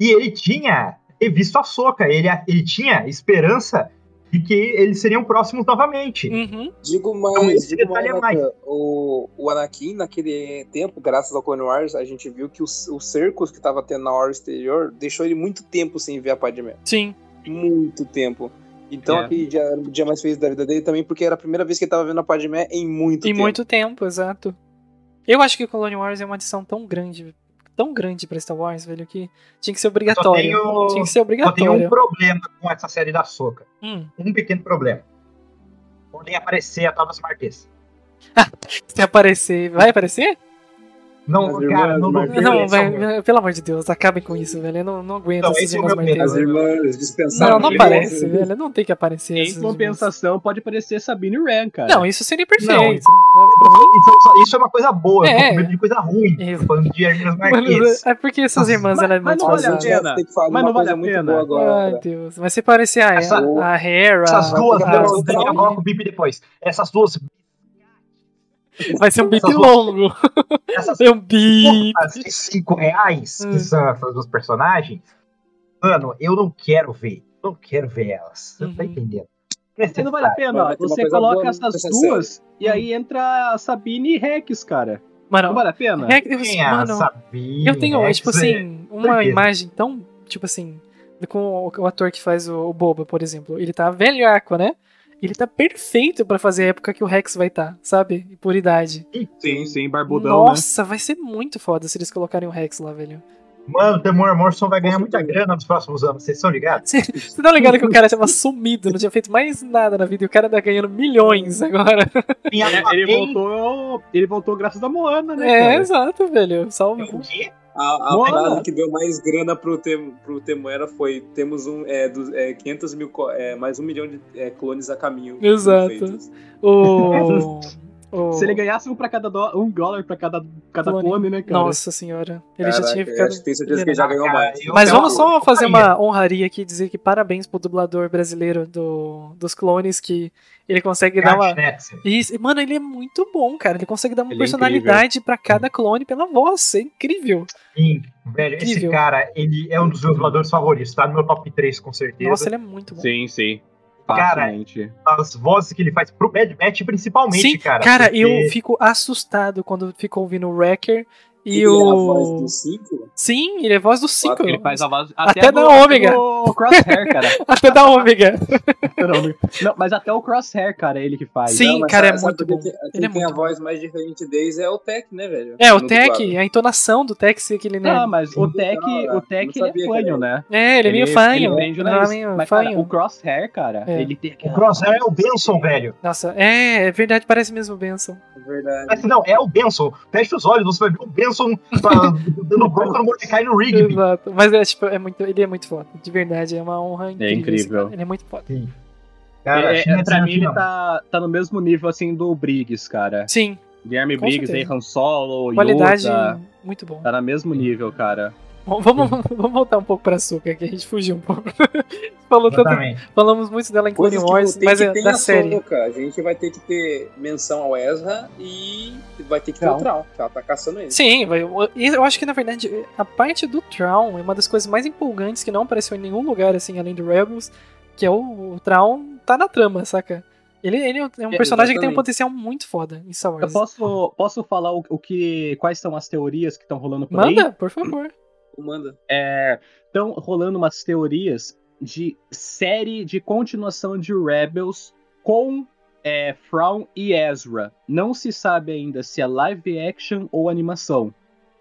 [SPEAKER 5] E ele tinha revisto a soca, ele, ele tinha esperança de que eles seriam próximos novamente.
[SPEAKER 2] Uhum.
[SPEAKER 7] Digo
[SPEAKER 5] Então,
[SPEAKER 7] mais,
[SPEAKER 5] esse
[SPEAKER 7] digo mais,
[SPEAKER 5] detalhe é
[SPEAKER 7] Natan, O, o Anakin, naquele tempo, graças ao Clone Wars, a gente viu que os, os cercos que tava tendo na hora exterior deixou ele muito tempo sem ver a Padmé.
[SPEAKER 2] Sim.
[SPEAKER 7] Muito tempo. Então,
[SPEAKER 6] É.
[SPEAKER 7] aquele dia era o dia mais feliz da vida dele também, porque era a primeira vez que ele tava vendo a Padmé em muito
[SPEAKER 2] Em
[SPEAKER 7] tempo.
[SPEAKER 2] muito tempo, exato. Eu acho que o Clone Wars é uma adição tão grande, tão grande pra Star Wars, velho, que tinha que ser
[SPEAKER 5] Só
[SPEAKER 2] obrigatório.
[SPEAKER 5] tenho,
[SPEAKER 2] Tinha que ser
[SPEAKER 5] só tenho um
[SPEAKER 2] obrigatório.
[SPEAKER 5] problema com essa série da soca.
[SPEAKER 2] Hum.
[SPEAKER 5] Um pequeno problema. Podem aparecer a tal da smarteza.
[SPEAKER 2] Se aparecer. Vai aparecer?
[SPEAKER 5] Não, cara,
[SPEAKER 7] As irmãs,
[SPEAKER 5] não, é um não,
[SPEAKER 7] Marquinhos.
[SPEAKER 2] Não,
[SPEAKER 5] perdeçam, meu.
[SPEAKER 2] vai, pelo amor de Deus, acabem com isso, velho. Eu não, não aguento
[SPEAKER 5] Então,
[SPEAKER 2] esses
[SPEAKER 5] esse é o
[SPEAKER 2] irmãos
[SPEAKER 5] meu é medo.
[SPEAKER 7] As
[SPEAKER 2] martelos.
[SPEAKER 7] irmãs dispensaram.
[SPEAKER 2] Não, não
[SPEAKER 7] ele.
[SPEAKER 2] aparece, velho. Não tem que
[SPEAKER 5] é
[SPEAKER 2] aparecer.
[SPEAKER 6] Em
[SPEAKER 2] esses
[SPEAKER 6] compensação, pode parecer Sabine Wren, cara.
[SPEAKER 2] irmãos. Não, isso seria perfeito.
[SPEAKER 5] Não,
[SPEAKER 2] né, pra mim.
[SPEAKER 5] Então, Isso é uma coisa boa, eu tô
[SPEAKER 2] É.
[SPEAKER 5] com medo de coisa ruim.
[SPEAKER 2] Isso.
[SPEAKER 5] Falando de Hermes Marquês.
[SPEAKER 2] Mas, é porque essas
[SPEAKER 5] Nossa,
[SPEAKER 2] irmãs
[SPEAKER 6] mas-
[SPEAKER 2] elas
[SPEAKER 6] mas
[SPEAKER 2] muito
[SPEAKER 6] não vale a
[SPEAKER 2] vazias.
[SPEAKER 6] pena.
[SPEAKER 7] Jeff, um tem que falar
[SPEAKER 6] Mas
[SPEAKER 7] uma
[SPEAKER 6] não vale
[SPEAKER 7] coisa
[SPEAKER 6] a
[SPEAKER 7] muito
[SPEAKER 6] pena.
[SPEAKER 7] boa agora.
[SPEAKER 2] Ai, Deus. Mas se parecer a,
[SPEAKER 5] é Essa-
[SPEAKER 2] a Hera.
[SPEAKER 5] Essas
[SPEAKER 7] Ah,
[SPEAKER 5] duas,
[SPEAKER 2] a-
[SPEAKER 7] vai
[SPEAKER 5] não,
[SPEAKER 7] ter que
[SPEAKER 5] Daniel,
[SPEAKER 7] mostrar.
[SPEAKER 5] coloca o bip depois. Essas duas,
[SPEAKER 2] Vai ser um bip
[SPEAKER 5] Essas-
[SPEAKER 2] longo.
[SPEAKER 5] essas
[SPEAKER 2] É um bip.
[SPEAKER 5] porras de 5 reais,
[SPEAKER 2] Hum.
[SPEAKER 5] que são essas duas personagens, mano, eu não quero ver. Não quero ver elas. Você não tá
[SPEAKER 2] Uhum.
[SPEAKER 5] entendendo?
[SPEAKER 7] é
[SPEAKER 6] Você não vale a pena,
[SPEAKER 7] Mas
[SPEAKER 6] ó.
[SPEAKER 7] vai ter uma
[SPEAKER 6] Você
[SPEAKER 7] coisa
[SPEAKER 6] coloca
[SPEAKER 7] boa
[SPEAKER 6] essas
[SPEAKER 7] nessa
[SPEAKER 6] duas e aí entra a Sabine e Rex, cara. Não
[SPEAKER 2] Mano,
[SPEAKER 6] vale a pena?
[SPEAKER 2] é, eu,
[SPEAKER 5] Quem é a
[SPEAKER 2] mano,
[SPEAKER 5] Sabine?
[SPEAKER 2] Eu tenho,
[SPEAKER 5] É
[SPEAKER 2] tipo
[SPEAKER 5] que você-
[SPEAKER 2] assim, uma
[SPEAKER 5] certeza.
[SPEAKER 2] imagem tão, tipo assim, com o, o ator que faz o, o Boba, por exemplo. Ele tá velhaco, né? Ele tá perfeito pra fazer a época que o Rex vai estar, sabe? Por idade.
[SPEAKER 6] Sim, sim,
[SPEAKER 7] né?
[SPEAKER 6] né?
[SPEAKER 2] Nossa, vai ser muito foda se eles colocarem o Rex lá, velho.
[SPEAKER 5] Mano, o Temor Morrison vai ganhar muita grana nos próximos anos, vocês estão ligados?
[SPEAKER 2] Você tá ligado que o cara tava sumido, não tinha feito mais nada na vida e o cara tá ganhando milhões agora.
[SPEAKER 5] Tem a
[SPEAKER 6] É, ele
[SPEAKER 5] Sabine-
[SPEAKER 6] voltou, ele voltou graças a Moana, né?
[SPEAKER 2] É,
[SPEAKER 6] cara?
[SPEAKER 2] exato, velho. Salve.
[SPEAKER 5] O quê?
[SPEAKER 7] A, a
[SPEAKER 6] Boa.
[SPEAKER 7] parada que deu mais grana pro, tem, pro Temuera foi: temos um, é, dos- é, 500 mil, co- é, mais um milhão de é, clones a caminho.
[SPEAKER 2] Exato.
[SPEAKER 7] Feitos.
[SPEAKER 2] O. o-
[SPEAKER 6] Se ele ganhasse um, pra cada dó- um dólar pra cada, cada
[SPEAKER 2] Clone.
[SPEAKER 6] clone, né, cara?
[SPEAKER 2] Nossa senhora. Ele já
[SPEAKER 7] Caraca,
[SPEAKER 2] tinha
[SPEAKER 7] eu
[SPEAKER 2] ficado.
[SPEAKER 7] acho que Tenho certeza que ele já ganhou mais.
[SPEAKER 5] Eu
[SPEAKER 2] Mas
[SPEAKER 5] quero
[SPEAKER 2] vamos só
[SPEAKER 5] uma
[SPEAKER 2] fazer
[SPEAKER 5] companhia.
[SPEAKER 2] uma honraria aqui e dizer que parabéns pro dublador brasileiro do, dos clones, que ele consegue dar uma.
[SPEAKER 5] Schnetzler.
[SPEAKER 2] Isso, mano, ele é muito bom, cara. Ele consegue dar uma
[SPEAKER 6] Ele é
[SPEAKER 2] personalidade pra cada clone pela voz. É incrível.
[SPEAKER 5] Sim, velho, esse
[SPEAKER 2] Incrível.
[SPEAKER 5] cara, ele é um dos meus dubladores favoritos, tá no meu top 3 com certeza.
[SPEAKER 2] Nossa, ele é muito bom.
[SPEAKER 6] Sim, sim.
[SPEAKER 5] Cara,
[SPEAKER 6] Facilmente.
[SPEAKER 5] as vozes que ele faz pro Bad Batch principalmente,
[SPEAKER 2] Sim,
[SPEAKER 5] cara. porque-
[SPEAKER 2] eu fico assustado quando fico ouvindo o Wrecker e
[SPEAKER 7] Ele é a voz
[SPEAKER 2] o.
[SPEAKER 7] do cinco?
[SPEAKER 2] Sim, ele é a voz do 5.
[SPEAKER 6] Ele faz a voz
[SPEAKER 2] Até da Ômega.
[SPEAKER 6] O Crosshair, cara.
[SPEAKER 2] Até da Ômega.
[SPEAKER 6] Até da Ômega. Não, mas até o Crosshair, cara, é ele que faz.
[SPEAKER 2] Sim,
[SPEAKER 7] mas
[SPEAKER 2] cara, é
[SPEAKER 7] sabe
[SPEAKER 2] muito
[SPEAKER 7] quem
[SPEAKER 2] bom.
[SPEAKER 7] tem- Quem
[SPEAKER 2] Ele é
[SPEAKER 7] tem a
[SPEAKER 2] muito bom.
[SPEAKER 7] voz mais diferente deles é o Tech, né, velho?
[SPEAKER 2] É, o
[SPEAKER 7] No
[SPEAKER 2] Tech,
[SPEAKER 7] dublado.
[SPEAKER 2] a entonação do Tech, ser aquele nerd.
[SPEAKER 6] Não, Ah, mas o Tech,
[SPEAKER 7] Não,
[SPEAKER 6] o tech ele
[SPEAKER 7] não sabia
[SPEAKER 6] é
[SPEAKER 7] que era
[SPEAKER 6] fanho,
[SPEAKER 7] ele.
[SPEAKER 6] né?
[SPEAKER 2] É, ele é meio
[SPEAKER 6] Ele
[SPEAKER 2] fanho.
[SPEAKER 6] prende o
[SPEAKER 2] Ele é
[SPEAKER 6] nariz.
[SPEAKER 2] meio
[SPEAKER 6] né? Mas, cara,
[SPEAKER 2] fanho.
[SPEAKER 6] o Crosshair, cara,
[SPEAKER 2] É.
[SPEAKER 6] ele tem aquela...
[SPEAKER 5] O Crosshair é o Benson, velho.
[SPEAKER 2] Nossa, é, é verdade, parece mesmo o Benson.
[SPEAKER 7] É verdade.
[SPEAKER 5] Mas não, é o Benson. Fecha os olhos, você vai ver o Benson tá dando bronca no Mordecai e no Rigby.
[SPEAKER 2] Exato. Mas é, tipo, é muito, ele é muito foda. De verdade, é uma honra incrível. esse
[SPEAKER 6] incrível.
[SPEAKER 2] cara. Ele é muito foda.
[SPEAKER 5] Cara,
[SPEAKER 6] É,
[SPEAKER 5] Schnetzler
[SPEAKER 6] é, pra mim ele
[SPEAKER 5] não.
[SPEAKER 6] tá, tá no mesmo nível, assim, do Briggs, cara.
[SPEAKER 2] Sim,
[SPEAKER 6] Guilherme
[SPEAKER 2] Com
[SPEAKER 6] Briggs, aí,
[SPEAKER 2] certeza.
[SPEAKER 6] Han Solo,
[SPEAKER 2] qualidade
[SPEAKER 6] Yoda...
[SPEAKER 2] muito bom.
[SPEAKER 6] Tá no mesmo nível, cara.
[SPEAKER 2] Bom, vamos, vamos voltar um pouco pra Suca, que a gente fugiu um pouco. Falou tanto,
[SPEAKER 5] Exatamente.
[SPEAKER 2] falamos muito dela em Clone
[SPEAKER 7] Coisas que
[SPEAKER 2] Wars,
[SPEAKER 7] vão ter
[SPEAKER 2] mas
[SPEAKER 7] tipo, que
[SPEAKER 2] é
[SPEAKER 7] ter
[SPEAKER 2] da
[SPEAKER 7] na
[SPEAKER 2] série.
[SPEAKER 7] Soca. A gente vai ter que ter menção ao Ezra e vai ter que ter
[SPEAKER 6] Não.
[SPEAKER 7] o Traum, que ela tá caçando ele.
[SPEAKER 2] Sim, vai- eu eu acho que na verdade a parte do Traum é uma das coisas mais empolgantes que não apareceu em nenhum lugar assim além do Rebels, que é o, o Traum tá na trama, saca? Ele, ele é um
[SPEAKER 7] É,
[SPEAKER 2] personagem que tem um
[SPEAKER 7] exatamente.
[SPEAKER 2] potencial muito foda em Star
[SPEAKER 6] Eu
[SPEAKER 2] Wars.
[SPEAKER 6] posso, posso falar o, o que. quais são as teorias que estão rolando por aí?
[SPEAKER 2] Manda, por favor.
[SPEAKER 7] Manda.
[SPEAKER 6] É, estão rolando umas teorias de série de continuação de Rebels com é, Thrawn e Ezra. Não se sabe ainda se é live action ou animação.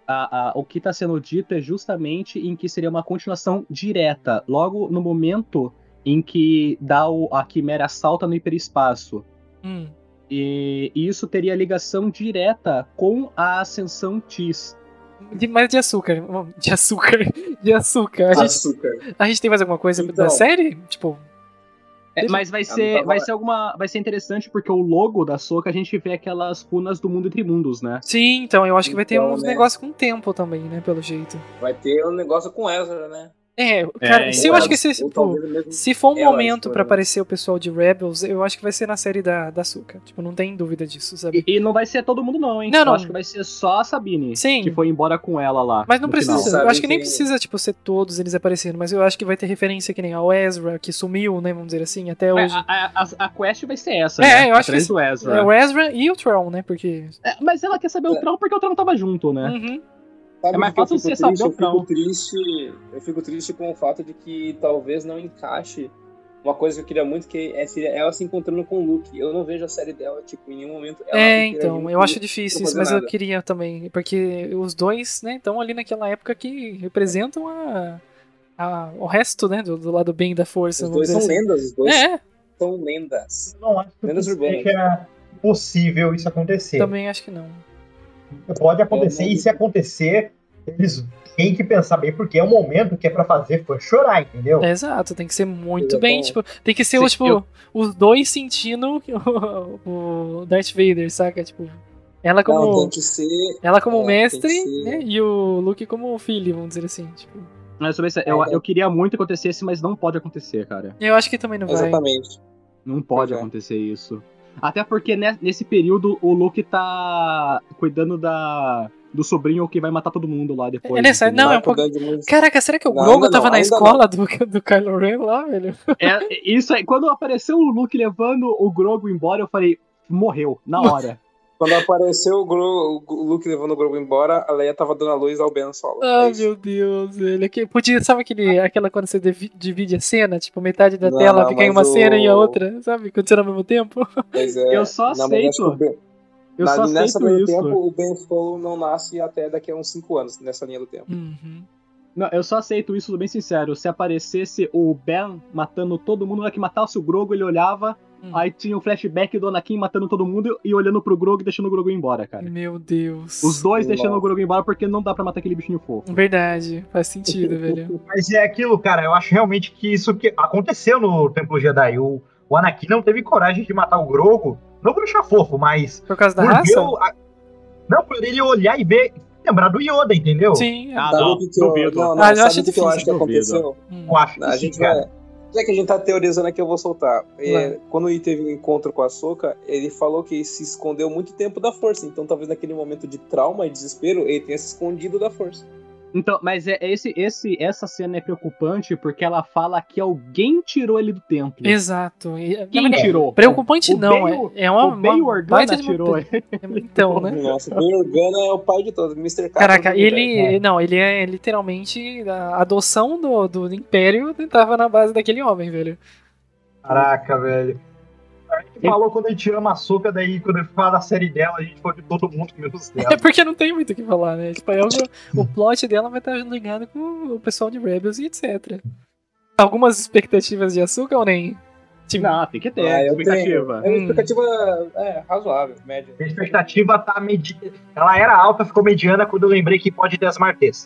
[SPEAKER 6] A- a- o que está sendo dito é justamente em que seria uma continuação direta, logo no momento em que dá o- a Quimera salta no hiperespaço.
[SPEAKER 2] Hum.
[SPEAKER 6] E isso teria ligação direta com a Ascensão Tis.
[SPEAKER 2] De, mas de açúcar, vamos, de açúcar, de açúcar. A gente,
[SPEAKER 7] Açúcar.
[SPEAKER 2] a gente tem mais alguma coisa
[SPEAKER 7] Ah. Então.
[SPEAKER 2] da série? Tipo,
[SPEAKER 6] É, mas vai
[SPEAKER 7] não
[SPEAKER 6] ser,
[SPEAKER 7] tava-
[SPEAKER 6] vai ser alguma, vai ser interessante porque o logo da Soca a gente vê aquelas runas do mundo entre mundos, né?
[SPEAKER 2] sim, então eu acho que vai ter
[SPEAKER 7] Então,
[SPEAKER 2] uns
[SPEAKER 7] né?
[SPEAKER 2] negócios com tempo também, né, pelo jeito.
[SPEAKER 7] Vai ter um negócio com Ezra, né?
[SPEAKER 2] É, cara, se eu
[SPEAKER 6] então.
[SPEAKER 2] acho que se,
[SPEAKER 7] Ou
[SPEAKER 2] tipo,
[SPEAKER 7] talvez mesmo-
[SPEAKER 2] se for um
[SPEAKER 7] Ela,
[SPEAKER 2] momento
[SPEAKER 7] tipo,
[SPEAKER 2] pra
[SPEAKER 7] né?
[SPEAKER 2] aparecer o pessoal de Rebels, eu acho que vai ser na série da, da Suca. Tipo, não tem dúvida disso, sabe?
[SPEAKER 6] E, e não vai ser todo mundo não, hein?
[SPEAKER 2] Não,
[SPEAKER 6] Eu
[SPEAKER 2] não.
[SPEAKER 6] acho que vai ser só a Sabine,
[SPEAKER 2] Sim.
[SPEAKER 6] que foi embora com ela lá.
[SPEAKER 2] Mas não
[SPEAKER 6] no
[SPEAKER 2] precisa,
[SPEAKER 6] final.
[SPEAKER 2] eu
[SPEAKER 7] Sabe
[SPEAKER 2] acho que nem
[SPEAKER 7] que-
[SPEAKER 2] precisa, tipo, ser todos eles aparecendo, mas eu acho que vai ter referência que nem ao Ezra, que sumiu, né, vamos dizer assim, até
[SPEAKER 6] É,
[SPEAKER 2] hoje.
[SPEAKER 6] A, a, a- a quest vai ser essa,
[SPEAKER 2] É,
[SPEAKER 6] né?
[SPEAKER 2] eu acho
[SPEAKER 6] Atrás
[SPEAKER 2] que-
[SPEAKER 6] do
[SPEAKER 2] É
[SPEAKER 6] Ezra.
[SPEAKER 2] o Ezra e o Tron, né, porque...
[SPEAKER 6] É, mas ela quer saber o Tron porque o Tron tava junto, né?
[SPEAKER 2] Uhum.
[SPEAKER 7] Sabe
[SPEAKER 6] É mais
[SPEAKER 7] o que eu
[SPEAKER 6] fácil
[SPEAKER 7] fico
[SPEAKER 6] você saber
[SPEAKER 7] triste?
[SPEAKER 6] o
[SPEAKER 7] eu
[SPEAKER 6] Traum.
[SPEAKER 7] fico triste. Eu fico triste com o fato de que talvez não encaixe uma coisa que eu queria muito, que é seria ela se encontrando com o Luke. Eu não vejo a série dela, tipo, em nenhum momento ela
[SPEAKER 2] É,
[SPEAKER 7] interagindo
[SPEAKER 2] então,
[SPEAKER 7] com
[SPEAKER 2] eu
[SPEAKER 7] o
[SPEAKER 2] acho
[SPEAKER 7] Luke.
[SPEAKER 2] difícil
[SPEAKER 7] não
[SPEAKER 2] isso,
[SPEAKER 7] fazer
[SPEAKER 2] mas eu
[SPEAKER 7] nada.
[SPEAKER 2] queria também, porque os dois, né, estão ali naquela época que representam a, a- o resto, né, do, do lado bem da força.
[SPEAKER 7] Os
[SPEAKER 2] vamos
[SPEAKER 7] dois são
[SPEAKER 2] dizer
[SPEAKER 7] lendas, os dois
[SPEAKER 2] assim. É,
[SPEAKER 7] são lendas.
[SPEAKER 5] Eu não acho
[SPEAKER 7] Lendas
[SPEAKER 5] que
[SPEAKER 7] urbanas.
[SPEAKER 5] seja possível isso acontecer.
[SPEAKER 2] também acho que não.
[SPEAKER 5] Pode acontecer,
[SPEAKER 7] Eu não-
[SPEAKER 5] e se acontecer, eles têm que pensar bem, porque é um momento que é pra fazer fã chorar, entendeu?
[SPEAKER 2] É, exato, tem que ser muito
[SPEAKER 7] Eu
[SPEAKER 2] bem,
[SPEAKER 7] tô-
[SPEAKER 2] tipo, tem que ser,
[SPEAKER 6] Sim,
[SPEAKER 2] tipo,
[SPEAKER 6] eu-
[SPEAKER 2] os dois sentindo o, o Darth Vader, saca? Tipo, ela como,
[SPEAKER 7] Não, tem que ser.
[SPEAKER 2] ela como
[SPEAKER 7] é,
[SPEAKER 2] mestre,
[SPEAKER 7] tem que ser-
[SPEAKER 2] né, e o Luke como filho, vamos dizer assim, tipo.
[SPEAKER 6] Mas sobre isso,
[SPEAKER 7] É,
[SPEAKER 6] eu,
[SPEAKER 7] então.
[SPEAKER 6] eu queria muito que acontecesse, mas não pode acontecer, cara.
[SPEAKER 2] Eu acho que também não vai.
[SPEAKER 7] Exatamente.
[SPEAKER 6] Não pode
[SPEAKER 7] Pois é.
[SPEAKER 6] acontecer isso. Até porque ne- nesse período o Luke tá cuidando da do sobrinho que vai matar todo mundo lá depois.
[SPEAKER 2] É necessário-
[SPEAKER 6] entendeu?
[SPEAKER 2] não, é um
[SPEAKER 7] Vai pro
[SPEAKER 2] pouco-
[SPEAKER 7] grande mundo.
[SPEAKER 2] Caraca, será que o
[SPEAKER 7] Não,
[SPEAKER 2] Grogu
[SPEAKER 7] ainda
[SPEAKER 2] tava
[SPEAKER 7] não,
[SPEAKER 2] na
[SPEAKER 7] ainda
[SPEAKER 2] escola do, do Kylo Ren lá, velho?
[SPEAKER 6] É, isso aí. Quando apareceu o Luke levando o Grogu embora, eu falei, morreu, na hora.
[SPEAKER 7] Quando apareceu o, Gro- o Luke levando o Grogu embora, a Leia tava dando a luz ao Ben Solo.
[SPEAKER 2] Ah,
[SPEAKER 7] É isso.
[SPEAKER 2] meu Deus, ele que podia, sabe aquele, aquela quando você divi- divide a cena, tipo, metade da
[SPEAKER 7] Ah. Não,
[SPEAKER 2] tela
[SPEAKER 7] não,
[SPEAKER 2] fica em
[SPEAKER 7] mas
[SPEAKER 2] uma cena e a
[SPEAKER 7] o-
[SPEAKER 2] outra, sabe? Acontecendo ao mesmo tempo.
[SPEAKER 7] Mas é-
[SPEAKER 6] Eu só
[SPEAKER 7] não, mas acho
[SPEAKER 6] aceito.
[SPEAKER 7] que o Ben-
[SPEAKER 6] Eu
[SPEAKER 7] Mas
[SPEAKER 6] só
[SPEAKER 7] nessa
[SPEAKER 6] aceito
[SPEAKER 7] linha do
[SPEAKER 6] isso.
[SPEAKER 7] tempo, o Ben Solo não nasce até daqui a uns 5 anos, nessa linha do tempo.
[SPEAKER 2] Uhum.
[SPEAKER 6] Não, eu só aceito isso, sou bem sincero. Se aparecesse o Ben matando todo mundo, na hora que matasse o Grogu, ele olhava,
[SPEAKER 7] uhum.
[SPEAKER 2] Hum.
[SPEAKER 6] aí tinha um flashback do Anakin matando todo mundo e olhando pro Grogu e deixando o Grogu embora, cara.
[SPEAKER 2] Meu Deus.
[SPEAKER 6] Os dois
[SPEAKER 7] Nossa.
[SPEAKER 6] deixando o Grogu embora porque não dá pra matar aquele bichinho fofo.
[SPEAKER 2] Verdade, faz sentido, velho.
[SPEAKER 5] Mas é aquilo, cara, eu acho realmente que isso que aconteceu no Templo Jedi. O, o Anakin não teve coragem de matar o Grogu, não por deixar fofo, mas
[SPEAKER 2] Por causa da
[SPEAKER 5] por
[SPEAKER 2] raça?
[SPEAKER 5] ver o- a- Não, por ele olhar e ver, lembrar do Yoda, entendeu? Então,
[SPEAKER 2] Sim.
[SPEAKER 6] Ah,
[SPEAKER 7] Sabe
[SPEAKER 6] não,
[SPEAKER 7] o que que eu-
[SPEAKER 6] duvido.
[SPEAKER 7] Não, não,
[SPEAKER 2] Ah, eu
[SPEAKER 7] sabe
[SPEAKER 2] acho
[SPEAKER 7] o que que eu
[SPEAKER 2] difícil,
[SPEAKER 7] acho que
[SPEAKER 6] duvido.
[SPEAKER 7] aconteceu?
[SPEAKER 2] hum.
[SPEAKER 5] Eu acho que
[SPEAKER 7] Não, a
[SPEAKER 5] sim,
[SPEAKER 7] gente
[SPEAKER 5] cara.
[SPEAKER 7] vai... Já que a gente tá teorizando aqui, eu vou soltar. É, quando ele teve um encontro com a Soca, ele falou que ele se escondeu muito tempo da força. Então, talvez naquele momento de trauma e desespero, ele tenha se escondido da força.
[SPEAKER 6] Então, mas é é esse, esse, essa cena é preocupante porque ela fala que alguém tirou ele do templo.
[SPEAKER 2] Exato. E, na
[SPEAKER 6] Quem
[SPEAKER 2] verdade,
[SPEAKER 6] tirou?
[SPEAKER 2] Preocupante
[SPEAKER 6] O
[SPEAKER 2] não,
[SPEAKER 6] Bail-
[SPEAKER 2] é, é uma,
[SPEAKER 6] o Bail
[SPEAKER 2] uma
[SPEAKER 6] Organa
[SPEAKER 2] baita de uma-
[SPEAKER 6] tirou ele.
[SPEAKER 2] Então, né?
[SPEAKER 7] Nossa, o Ben Organa é o pai de todos, Mr. Catra
[SPEAKER 2] Caraca,
[SPEAKER 7] do
[SPEAKER 6] né?
[SPEAKER 2] ele. Não, ele é literalmente. A adoção do, do Império tava na base daquele homem, velho.
[SPEAKER 5] Caraca, velho. A gente
[SPEAKER 6] Ele-
[SPEAKER 5] falou quando ele tira a açúcar, daí quando ele fala da série dela, a gente falou de todo mundo menos
[SPEAKER 2] É
[SPEAKER 5] dela.
[SPEAKER 2] porque não tem muito o que falar, né? Tipo, é o, o plot dela vai estar ligado com o pessoal de Rebels e etc. Algumas expectativas de açúcar ou nem? Tipo,
[SPEAKER 6] Não, tem que ter
[SPEAKER 7] Ah, eu
[SPEAKER 6] expectativa.
[SPEAKER 7] É uma
[SPEAKER 2] Hum.
[SPEAKER 7] expectativa é, razoável, média.
[SPEAKER 5] A expectativa tá mediana. Ela era alta, ficou mediana quando eu lembrei que pode ter as martes.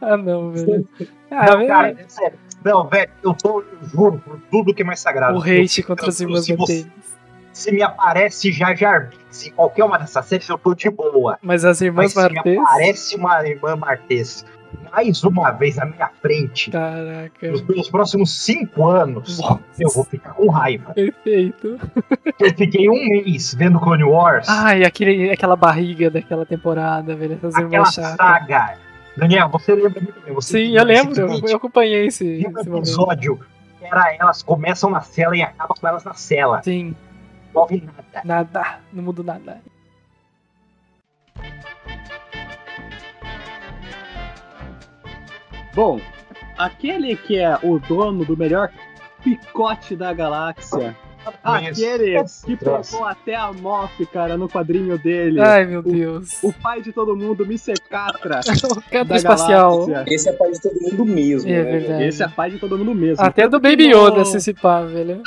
[SPEAKER 2] ah, não, velho. Ah,
[SPEAKER 5] Não,
[SPEAKER 2] velho,
[SPEAKER 5] cara, é sério. Não, velho, eu tô, eu juro, por tudo que é mais sagrado.
[SPEAKER 2] o
[SPEAKER 5] Eu
[SPEAKER 2] hate
[SPEAKER 5] fico
[SPEAKER 2] contra os
[SPEAKER 5] tranquilo
[SPEAKER 2] irmãos
[SPEAKER 5] se você-
[SPEAKER 2] manteigas.
[SPEAKER 5] Se me aparece Jar Jar Binks em qualquer uma dessas séries, eu tô de boa.
[SPEAKER 2] Mas as irmãs
[SPEAKER 5] Mas se me
[SPEAKER 2] Martês.
[SPEAKER 5] aparece uma irmã Martez mais uma vez na minha frente,
[SPEAKER 2] Caraca.
[SPEAKER 5] nos pelos próximos cinco anos,
[SPEAKER 2] Nossa.
[SPEAKER 5] eu vou ficar com raiva.
[SPEAKER 2] Perfeito.
[SPEAKER 5] Eu fiquei um mês vendo Clone Wars,
[SPEAKER 2] Ai, aquele, aquela barriga daquela temporada, velho. Essas
[SPEAKER 5] aquela
[SPEAKER 2] irmãs chatas.
[SPEAKER 5] saga. Daniel, você lembra muito bem. Você
[SPEAKER 2] Sim, eu lembro. eu-
[SPEAKER 5] simplesmente
[SPEAKER 2] Eu acompanhei esse,
[SPEAKER 5] Viu o
[SPEAKER 2] esse momento.
[SPEAKER 5] um episódio é era elas começam na cela e acabam com elas na cela.
[SPEAKER 2] Sim,
[SPEAKER 5] Não houve nada.
[SPEAKER 2] nada. Não mudo nada.
[SPEAKER 6] Bom, aquele que é o dono do melhor picote da galáxia. Aquele
[SPEAKER 5] Esse
[SPEAKER 6] que
[SPEAKER 5] troço.
[SPEAKER 6] pegou até a Moff, cara, no quadrinho dele.
[SPEAKER 2] Ai, meu Deus.
[SPEAKER 6] O pai de todo mundo, Mr. Catra.
[SPEAKER 2] O
[SPEAKER 6] da
[SPEAKER 2] canto espacial.
[SPEAKER 6] galáxia.
[SPEAKER 7] Esse é pai de todo mundo mesmo.
[SPEAKER 2] É
[SPEAKER 7] né?
[SPEAKER 2] verdade.
[SPEAKER 6] Esse é pai de todo mundo mesmo.
[SPEAKER 2] Até do Baby Yoda se se pá, velho.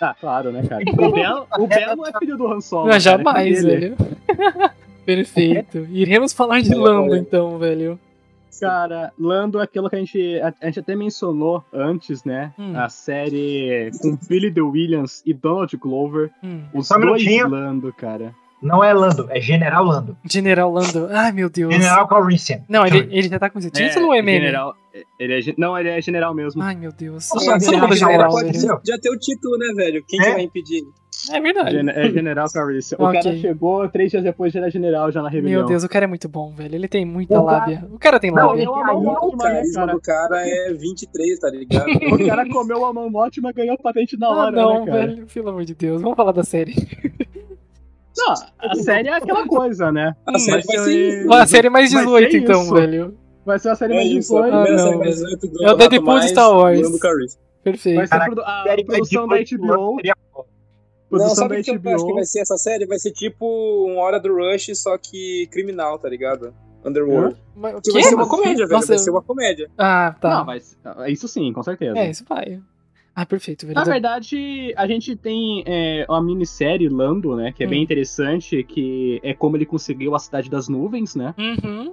[SPEAKER 6] Ah, claro, né, cara? O Belo, o Belo não é filho do Han Solo.
[SPEAKER 2] Não,
[SPEAKER 6] cara,
[SPEAKER 2] jamais,
[SPEAKER 6] é filho dele.
[SPEAKER 2] velho. Perfeito. Iremos falar de
[SPEAKER 7] É,
[SPEAKER 2] Lando,
[SPEAKER 7] olha.
[SPEAKER 2] então, velho.
[SPEAKER 6] Cara, Lando é aquilo que a gente, a, a gente até mencionou antes, né?
[SPEAKER 2] Hum.
[SPEAKER 6] A série com Billy The Williams e Donald Glover.
[SPEAKER 2] Hum.
[SPEAKER 6] Os
[SPEAKER 5] Só um
[SPEAKER 6] dois
[SPEAKER 5] minutinho.
[SPEAKER 6] Lando, cara.
[SPEAKER 5] Não é Lando, é General Lando.
[SPEAKER 2] General Lando. Ai, meu Deus.
[SPEAKER 5] General Calrissian.
[SPEAKER 2] Não, ele, ele já tá com esse título ou é meme?
[SPEAKER 6] General, ele é, gen- não, ele é general mesmo.
[SPEAKER 2] Ai, meu Deus.
[SPEAKER 5] Nossa,
[SPEAKER 2] Todo
[SPEAKER 5] general,
[SPEAKER 2] mundo é general,
[SPEAKER 5] pode
[SPEAKER 2] velho.
[SPEAKER 5] ser.
[SPEAKER 7] Já tem o título, né, velho? Quem
[SPEAKER 5] É?
[SPEAKER 7] que vai impedir?
[SPEAKER 2] É verdade.
[SPEAKER 6] Gen- é general Calrissian. O
[SPEAKER 2] Ok.
[SPEAKER 6] cara chegou, três dias depois já era general já na rebelião.
[SPEAKER 2] Meu Deus, o cara é muito bom, velho. Ele tem muita
[SPEAKER 5] O cara-
[SPEAKER 2] lábia. O cara tem
[SPEAKER 5] Não,
[SPEAKER 2] lábia.
[SPEAKER 5] ele-
[SPEAKER 6] Comeu a
[SPEAKER 5] Aí
[SPEAKER 6] mão
[SPEAKER 5] é o
[SPEAKER 7] O
[SPEAKER 6] ótima, né,
[SPEAKER 7] carisma
[SPEAKER 6] cara?
[SPEAKER 7] do cara é 23, tá ligado?
[SPEAKER 6] O cara comeu a mão ótima, ganhou a patente na
[SPEAKER 2] Ah,
[SPEAKER 6] hora,
[SPEAKER 2] não,
[SPEAKER 6] né, cara?
[SPEAKER 2] velho. Pelo amor de Deus. Vamos falar da série.
[SPEAKER 6] Não, a série é aquela coisa, né?
[SPEAKER 7] A série vai ser isso.
[SPEAKER 2] Ó, A série mais
[SPEAKER 6] Mas é
[SPEAKER 2] 18, então,
[SPEAKER 6] isso.
[SPEAKER 2] velho.
[SPEAKER 6] Vai ser uma série
[SPEAKER 7] É
[SPEAKER 6] mais
[SPEAKER 7] isso, a
[SPEAKER 6] infame.
[SPEAKER 7] primeira
[SPEAKER 2] Ah,
[SPEAKER 7] série
[SPEAKER 2] não,
[SPEAKER 7] mais
[SPEAKER 2] velho.
[SPEAKER 7] oito do
[SPEAKER 2] É o
[SPEAKER 7] Rato
[SPEAKER 2] Deadpool de
[SPEAKER 7] Mais,
[SPEAKER 2] Star Wars.
[SPEAKER 7] Lando Calrissian.
[SPEAKER 6] Vai
[SPEAKER 2] Perfeito.
[SPEAKER 6] ser a
[SPEAKER 5] Caraca,
[SPEAKER 6] produ- a,
[SPEAKER 5] Série mais
[SPEAKER 6] produção da
[SPEAKER 5] de oito
[SPEAKER 6] HBO.
[SPEAKER 5] anos, seria bom.
[SPEAKER 7] Não,
[SPEAKER 6] Produção
[SPEAKER 7] sabe
[SPEAKER 6] da
[SPEAKER 7] o que eu acho que
[SPEAKER 6] HBO.
[SPEAKER 7] vai ser essa série? Vai ser tipo uma hora do Rush, só que criminal, tá ligado? Underworld.
[SPEAKER 2] Mas o
[SPEAKER 7] Que
[SPEAKER 2] quê?
[SPEAKER 7] vai ser uma comédia, velho.
[SPEAKER 2] Nossa,
[SPEAKER 7] Vai ser uma comédia.
[SPEAKER 2] Ah, tá.
[SPEAKER 6] Não, vai ser- Isso sim, com certeza.
[SPEAKER 2] É, isso vai. Ah, perfeito, velho.
[SPEAKER 6] Na verdade, a gente tem é, uma minissérie Lando, né? Que é bem
[SPEAKER 2] Hum.
[SPEAKER 6] interessante, que é como ele conseguiu a Cidade das Nuvens, né?
[SPEAKER 2] Uhum.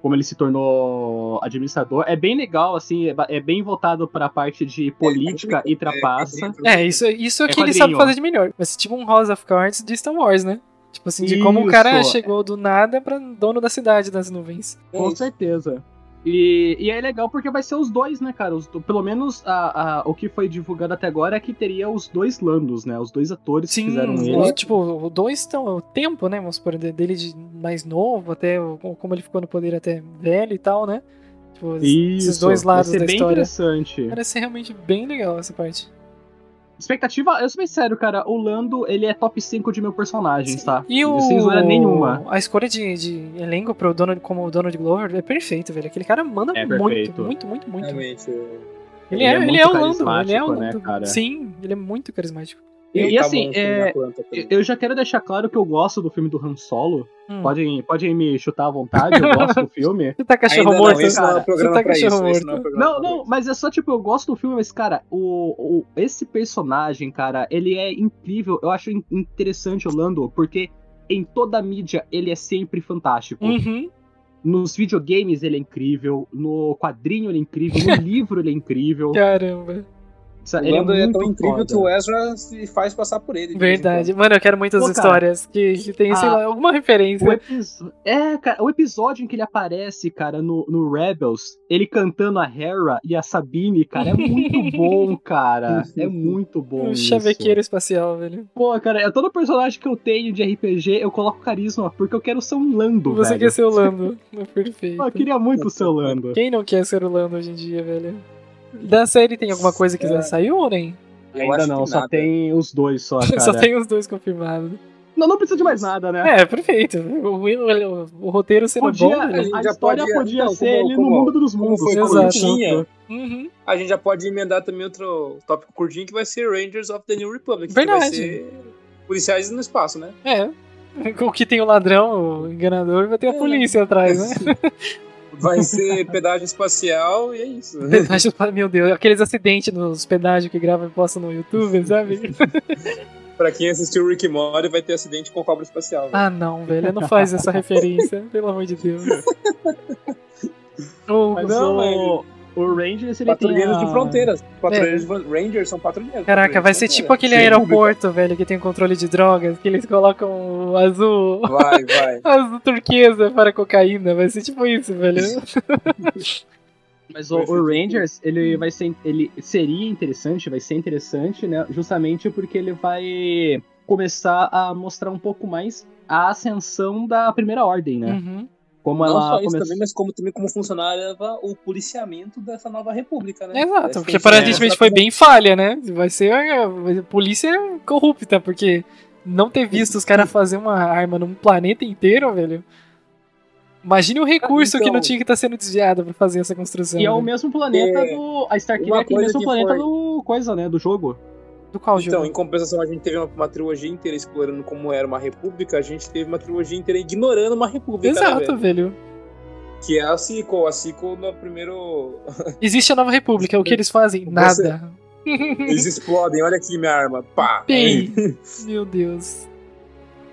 [SPEAKER 6] Como ele se tornou administrador. É bem legal, assim, é, ba- é bem voltado pra parte de política e trapaça.
[SPEAKER 2] É, isso, isso é o
[SPEAKER 6] É
[SPEAKER 2] que ele sabe
[SPEAKER 6] quadrinho.
[SPEAKER 2] fazer de melhor. Vai ser tipo um House of Cards de Star Wars, né? Tipo assim, de como o cara
[SPEAKER 6] Isso.
[SPEAKER 2] chegou do nada pra dono da cidade das nuvens.
[SPEAKER 7] Hum,
[SPEAKER 6] Com certeza. E, e é legal porque vai ser os dois, né, cara? Os do- pelo menos a- a- o que foi divulgado até agora é que teria os dois Landos, né? Os dois atores que
[SPEAKER 2] Sim,
[SPEAKER 6] fizeram ele.
[SPEAKER 2] os- tipo, o dois estão. O tempo, né? Vamos supor, de- dele de mais novo, até o- como ele ficou no poder até velho e tal, né? Tipo, es- esses dois lados
[SPEAKER 6] vai ser
[SPEAKER 2] da
[SPEAKER 6] bem
[SPEAKER 2] história.
[SPEAKER 6] interessante.
[SPEAKER 2] Parece ser realmente bem legal essa parte.
[SPEAKER 6] Expectativa, eu sou bem sério, cara. O Lando, ele é top 5 de meu personagem, tá?
[SPEAKER 2] E o.
[SPEAKER 6] Sem zoeira nenhuma.
[SPEAKER 2] A escolha de, de elenco pro Donald, como o Donald Glover é perfeito, velho. Aquele cara manda
[SPEAKER 6] É
[SPEAKER 2] muito,
[SPEAKER 6] perfeito.
[SPEAKER 2] muito, muito, muito.
[SPEAKER 7] Realmente.
[SPEAKER 2] Ele, é, ele
[SPEAKER 6] muito
[SPEAKER 2] é o Lando, ele é o
[SPEAKER 6] carismático,
[SPEAKER 2] Lando.
[SPEAKER 6] Né, cara?
[SPEAKER 2] Sim, ele é muito carismático.
[SPEAKER 6] E,
[SPEAKER 7] Ele
[SPEAKER 6] e
[SPEAKER 7] tá
[SPEAKER 6] assim,
[SPEAKER 7] bom com a
[SPEAKER 6] é,
[SPEAKER 7] minha planta também.
[SPEAKER 6] eu já quero deixar claro que eu gosto do filme do Han Solo.
[SPEAKER 2] Hum.
[SPEAKER 6] Podem, podem me chutar à vontade, eu gosto do filme.
[SPEAKER 2] Você tá cachorro
[SPEAKER 7] Ainda não,
[SPEAKER 2] morto?
[SPEAKER 7] esse não é
[SPEAKER 6] cara.
[SPEAKER 7] o programa
[SPEAKER 2] Você tá
[SPEAKER 7] pra isso,
[SPEAKER 2] cachorro
[SPEAKER 7] esse não é o
[SPEAKER 2] morto.
[SPEAKER 7] programa
[SPEAKER 6] Não,
[SPEAKER 7] pra
[SPEAKER 6] não,
[SPEAKER 7] isso.
[SPEAKER 6] mas é só, tipo, eu gosto do filme, mas, cara, o, o- esse personagem, cara, ele é incrível. Eu acho in- interessante o Lando, porque em toda a mídia ele é sempre fantástico.
[SPEAKER 2] Uhum.
[SPEAKER 6] Nos videogames ele é incrível, no quadrinho ele é incrível, no livro ele é incrível.
[SPEAKER 2] Caramba.
[SPEAKER 6] Sa-
[SPEAKER 7] O Lando Então, é, tão
[SPEAKER 6] muito
[SPEAKER 7] incrível
[SPEAKER 6] foda.
[SPEAKER 7] que o Ezra se faz passar por ele. de vez em
[SPEAKER 2] Verdade. Mano, eu quero muitas
[SPEAKER 6] Pô, cara,
[SPEAKER 2] histórias que, que tem, sei
[SPEAKER 6] a-
[SPEAKER 2] lá, alguma
[SPEAKER 6] O
[SPEAKER 2] referência.
[SPEAKER 6] episo- É, cara, o episódio em que ele aparece, cara, no, no Rebels, ele cantando a Hera e a Sabine, cara, é muito bom, cara. É muito bom.
[SPEAKER 2] Um
[SPEAKER 6] isso.
[SPEAKER 2] chavequeiro espacial, velho.
[SPEAKER 6] Pô, cara, é todo personagem que eu tenho de RPG, eu coloco carisma, porque eu quero ser um Lando,
[SPEAKER 2] Você
[SPEAKER 6] velho. Ah,
[SPEAKER 2] quer ser o Lando. É Perfeito.
[SPEAKER 6] Pô, eu queria muito ser o Lando.
[SPEAKER 2] Quem não quer ser o Lando hoje em dia, velho? Da série tem alguma coisa que já saiu ou nem?
[SPEAKER 7] quando. Eu
[SPEAKER 6] Ainda
[SPEAKER 7] acho
[SPEAKER 6] não,
[SPEAKER 7] que
[SPEAKER 6] só
[SPEAKER 7] nada.
[SPEAKER 6] tem os dois só, cara.
[SPEAKER 2] Só tem os dois confirmados.
[SPEAKER 6] Não, não precisa de mais nada, né?
[SPEAKER 2] É, perfeito. O, o- o- o roteiro sendo bom,
[SPEAKER 6] Podia,
[SPEAKER 2] velho.
[SPEAKER 7] gente
[SPEAKER 6] a
[SPEAKER 7] já
[SPEAKER 6] história
[SPEAKER 7] pode-
[SPEAKER 6] podia
[SPEAKER 7] então,
[SPEAKER 6] ser
[SPEAKER 7] como-
[SPEAKER 6] ele
[SPEAKER 7] como-
[SPEAKER 6] no mundo dos
[SPEAKER 7] como
[SPEAKER 6] mundos.
[SPEAKER 7] foi
[SPEAKER 2] Exato.
[SPEAKER 7] curtinha,
[SPEAKER 2] Uhum.
[SPEAKER 7] A gente já pode emendar também outro tópico curtinho que vai ser Rangers of the New Republic.
[SPEAKER 2] Verdade.
[SPEAKER 7] Que vai ser policiais no espaço, né?
[SPEAKER 2] É. O que tem o ladrão, o enganador, vai ter a
[SPEAKER 7] É.
[SPEAKER 2] polícia atrás, né?
[SPEAKER 7] Vai ser pedágio espacial e é isso.
[SPEAKER 2] Pedágio, meu Deus, aqueles acidentes nos pedágios que gravam e postam no YouTube, sabe?
[SPEAKER 7] pra quem assistiu Rick and Morty vai ter acidente com cobra espacial. né? velho.
[SPEAKER 2] Ah, não, velho, não faz essa referência, pelo amor de Deus. O-
[SPEAKER 6] Mas
[SPEAKER 7] Não,
[SPEAKER 6] o, o O Ranger, se ele
[SPEAKER 7] Patrulheiros
[SPEAKER 6] tem a...
[SPEAKER 7] de fronteiras. Patrulheiros de... Rangers são patrulheiros.
[SPEAKER 2] É. Caraca,
[SPEAKER 7] patrulheiros
[SPEAKER 2] vai
[SPEAKER 7] de
[SPEAKER 2] ser
[SPEAKER 7] fronteiras.
[SPEAKER 2] tipo aquele
[SPEAKER 7] é, Sim.
[SPEAKER 2] aeroporto, velho, que tem controle de drogas, que eles colocam o azul.
[SPEAKER 7] Vai, vai.
[SPEAKER 2] Azul turquesa para cocaína, vai ser tipo isso, velho.
[SPEAKER 6] Mas o,
[SPEAKER 7] tipo
[SPEAKER 6] o Rangers, ele
[SPEAKER 7] Hum.
[SPEAKER 6] vai ser. Ele seria interessante, vai ser interessante, né? Justamente porque ele vai começar a mostrar um pouco mais a ascensão da primeira ordem, né?
[SPEAKER 2] Uhum.
[SPEAKER 6] Como
[SPEAKER 7] Não
[SPEAKER 6] ela
[SPEAKER 7] só isso
[SPEAKER 6] começou.
[SPEAKER 7] também, mas como, também como funcionava o policiamento dessa nova república, né?
[SPEAKER 2] Exato,
[SPEAKER 7] Essa
[SPEAKER 2] porque
[SPEAKER 7] função-
[SPEAKER 2] aparentemente
[SPEAKER 7] essa
[SPEAKER 2] foi bem falha, né? Vai ser a vai ser polícia corrupta, porque não ter visto os caras fazer uma arma num planeta inteiro, velho. Imagine o recurso que
[SPEAKER 7] então-
[SPEAKER 2] não tinha que estar sendo desviado pra fazer essa construção.
[SPEAKER 6] E é o
[SPEAKER 2] né?
[SPEAKER 6] mesmo planeta
[SPEAKER 7] um É.
[SPEAKER 6] do. A
[SPEAKER 7] Uma
[SPEAKER 6] Starkiller tem o
[SPEAKER 7] coisa
[SPEAKER 6] mesmo
[SPEAKER 7] que
[SPEAKER 6] planeta
[SPEAKER 7] foi-
[SPEAKER 6] do. coisa, né? Do jogo.
[SPEAKER 2] do qual
[SPEAKER 7] Então,
[SPEAKER 2] jogo?
[SPEAKER 7] em compensação, a gente teve uma, uma trilogia inteira explorando como era uma república, a gente teve uma trilogia inteira ignorando uma república, né,
[SPEAKER 2] Exato,
[SPEAKER 7] velho?
[SPEAKER 2] velho.
[SPEAKER 7] que é a sequel. A sequel no primeiro...
[SPEAKER 2] Existe a Nova República, é o que eles fazem?
[SPEAKER 7] Você-
[SPEAKER 2] Nada.
[SPEAKER 7] Eles explodem, olha aqui minha arma, pá! é
[SPEAKER 2] Bem, meu Deus.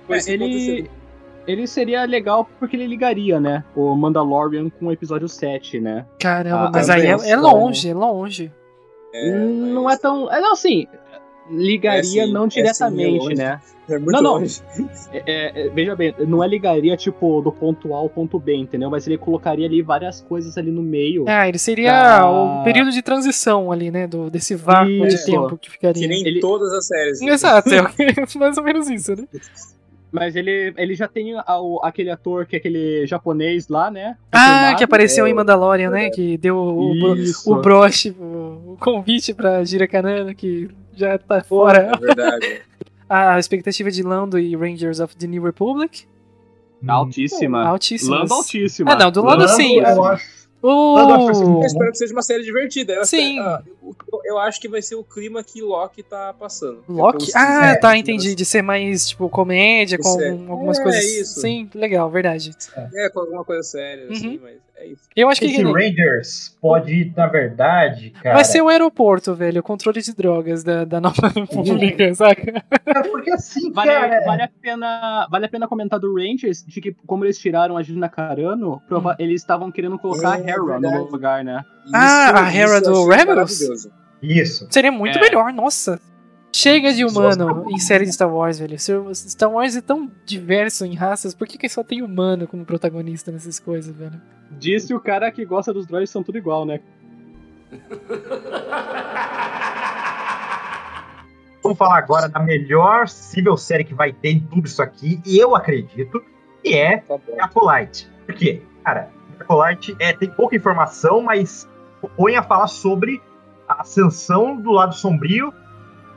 [SPEAKER 7] Foi
[SPEAKER 2] É,
[SPEAKER 7] isso que
[SPEAKER 6] ele.
[SPEAKER 7] aconteceu.
[SPEAKER 6] Ele seria legal porque ele ligaria, né? O Mandalorian com o episódio 7, né?
[SPEAKER 2] Caramba,
[SPEAKER 6] Ah,
[SPEAKER 2] mas
[SPEAKER 7] é
[SPEAKER 2] aí é,
[SPEAKER 7] bem
[SPEAKER 2] é
[SPEAKER 7] estranho.
[SPEAKER 2] longe, é longe.
[SPEAKER 7] É,
[SPEAKER 6] não
[SPEAKER 7] mas-
[SPEAKER 6] é tão. É, não, assim. Ligaria
[SPEAKER 7] É, sim,
[SPEAKER 6] não
[SPEAKER 7] é, sim, é
[SPEAKER 6] diretamente,
[SPEAKER 7] longe.
[SPEAKER 6] né?
[SPEAKER 7] É muito
[SPEAKER 6] Não, não.
[SPEAKER 7] longe.
[SPEAKER 6] É, é, veja bem, não é ligaria, tipo, do ponto A ao ponto B, entendeu? Mas ele colocaria ali várias coisas ali no meio.
[SPEAKER 2] Ah, ele seria
[SPEAKER 6] Tá.
[SPEAKER 2] o período de transição ali, né? Do, desse vácuo de
[SPEAKER 6] Isso.
[SPEAKER 2] tempo que ficaria.
[SPEAKER 7] Que nem
[SPEAKER 6] Ele-
[SPEAKER 7] todas as séries.
[SPEAKER 2] Exato, é o que- mais ou menos isso, né?
[SPEAKER 6] Mas ele, ele já tem a- o- aquele ator que é aquele japonês lá, né?
[SPEAKER 2] Ah,
[SPEAKER 6] Confirmado.
[SPEAKER 2] que apareceu em Mandalorian, né? Que deu o, o, bro-
[SPEAKER 6] Isso.
[SPEAKER 2] o broche, o, o convite pra Jirakanana, que já tá fora.
[SPEAKER 7] É verdade.
[SPEAKER 2] Uhum. A expectativa de Lando e Rangers of the New Republic,
[SPEAKER 5] Hum.
[SPEAKER 6] Altíssima.
[SPEAKER 2] altíssima.
[SPEAKER 6] Lando altíssima.
[SPEAKER 2] Ah, não, do lado sim.
[SPEAKER 5] eu acho.
[SPEAKER 2] O...
[SPEAKER 7] Eu espero que seja uma série divertida. Eu-
[SPEAKER 2] Sim.
[SPEAKER 7] ah, eu- Eu acho que vai ser o clima que Loki tá passando.
[SPEAKER 2] Loki?
[SPEAKER 7] Pelos-
[SPEAKER 2] Ah,
[SPEAKER 7] é,
[SPEAKER 2] tá, entendi. De ser mais, tipo, comédia, com
[SPEAKER 7] Isso é.
[SPEAKER 2] algum- algumas
[SPEAKER 7] É,
[SPEAKER 2] coisas.
[SPEAKER 7] isso.
[SPEAKER 2] Sim, legal, verdade.
[SPEAKER 7] É, com alguma coisa séria,
[SPEAKER 2] Uhum.
[SPEAKER 7] assim, mas é isso.
[SPEAKER 2] Eu acho que
[SPEAKER 5] Esse Rangers pode, na verdade, cara.
[SPEAKER 2] vai ser o aeroporto, velho. O controle de drogas da, da nova república, saca?
[SPEAKER 5] Cara, porque assim,
[SPEAKER 6] Vale,
[SPEAKER 5] cara.
[SPEAKER 6] vale a pena, vale a pena comentar do Rangers de que, como eles tiraram a Gina Carano, prova- eles estavam querendo colocar
[SPEAKER 7] É,
[SPEAKER 6] a Hera
[SPEAKER 7] verdade.
[SPEAKER 6] no lugar, né?
[SPEAKER 2] Ah,
[SPEAKER 7] Isso-
[SPEAKER 2] a Hera
[SPEAKER 7] isso eu
[SPEAKER 2] do
[SPEAKER 7] achei
[SPEAKER 2] Rebels?
[SPEAKER 7] maravilhoso.
[SPEAKER 5] Isso.
[SPEAKER 2] Seria muito
[SPEAKER 6] É.
[SPEAKER 2] melhor, nossa. Chega de humano em série de Star Wars, velho. Ser- Star Wars é tão diverso em raças, por que, que só tem humano como protagonista nessas coisas, velho?
[SPEAKER 6] Disse o cara que gosta dos droids são tudo igual, né?
[SPEAKER 5] Vamos falar agora da melhor possível série que vai ter em tudo isso aqui, e eu acredito, que é
[SPEAKER 7] Tá bom.
[SPEAKER 5] Acolyte. Por quê? Cara, Acolyte é, tem pouca informação, mas põe a falar sobre a ascensão do lado sombrio,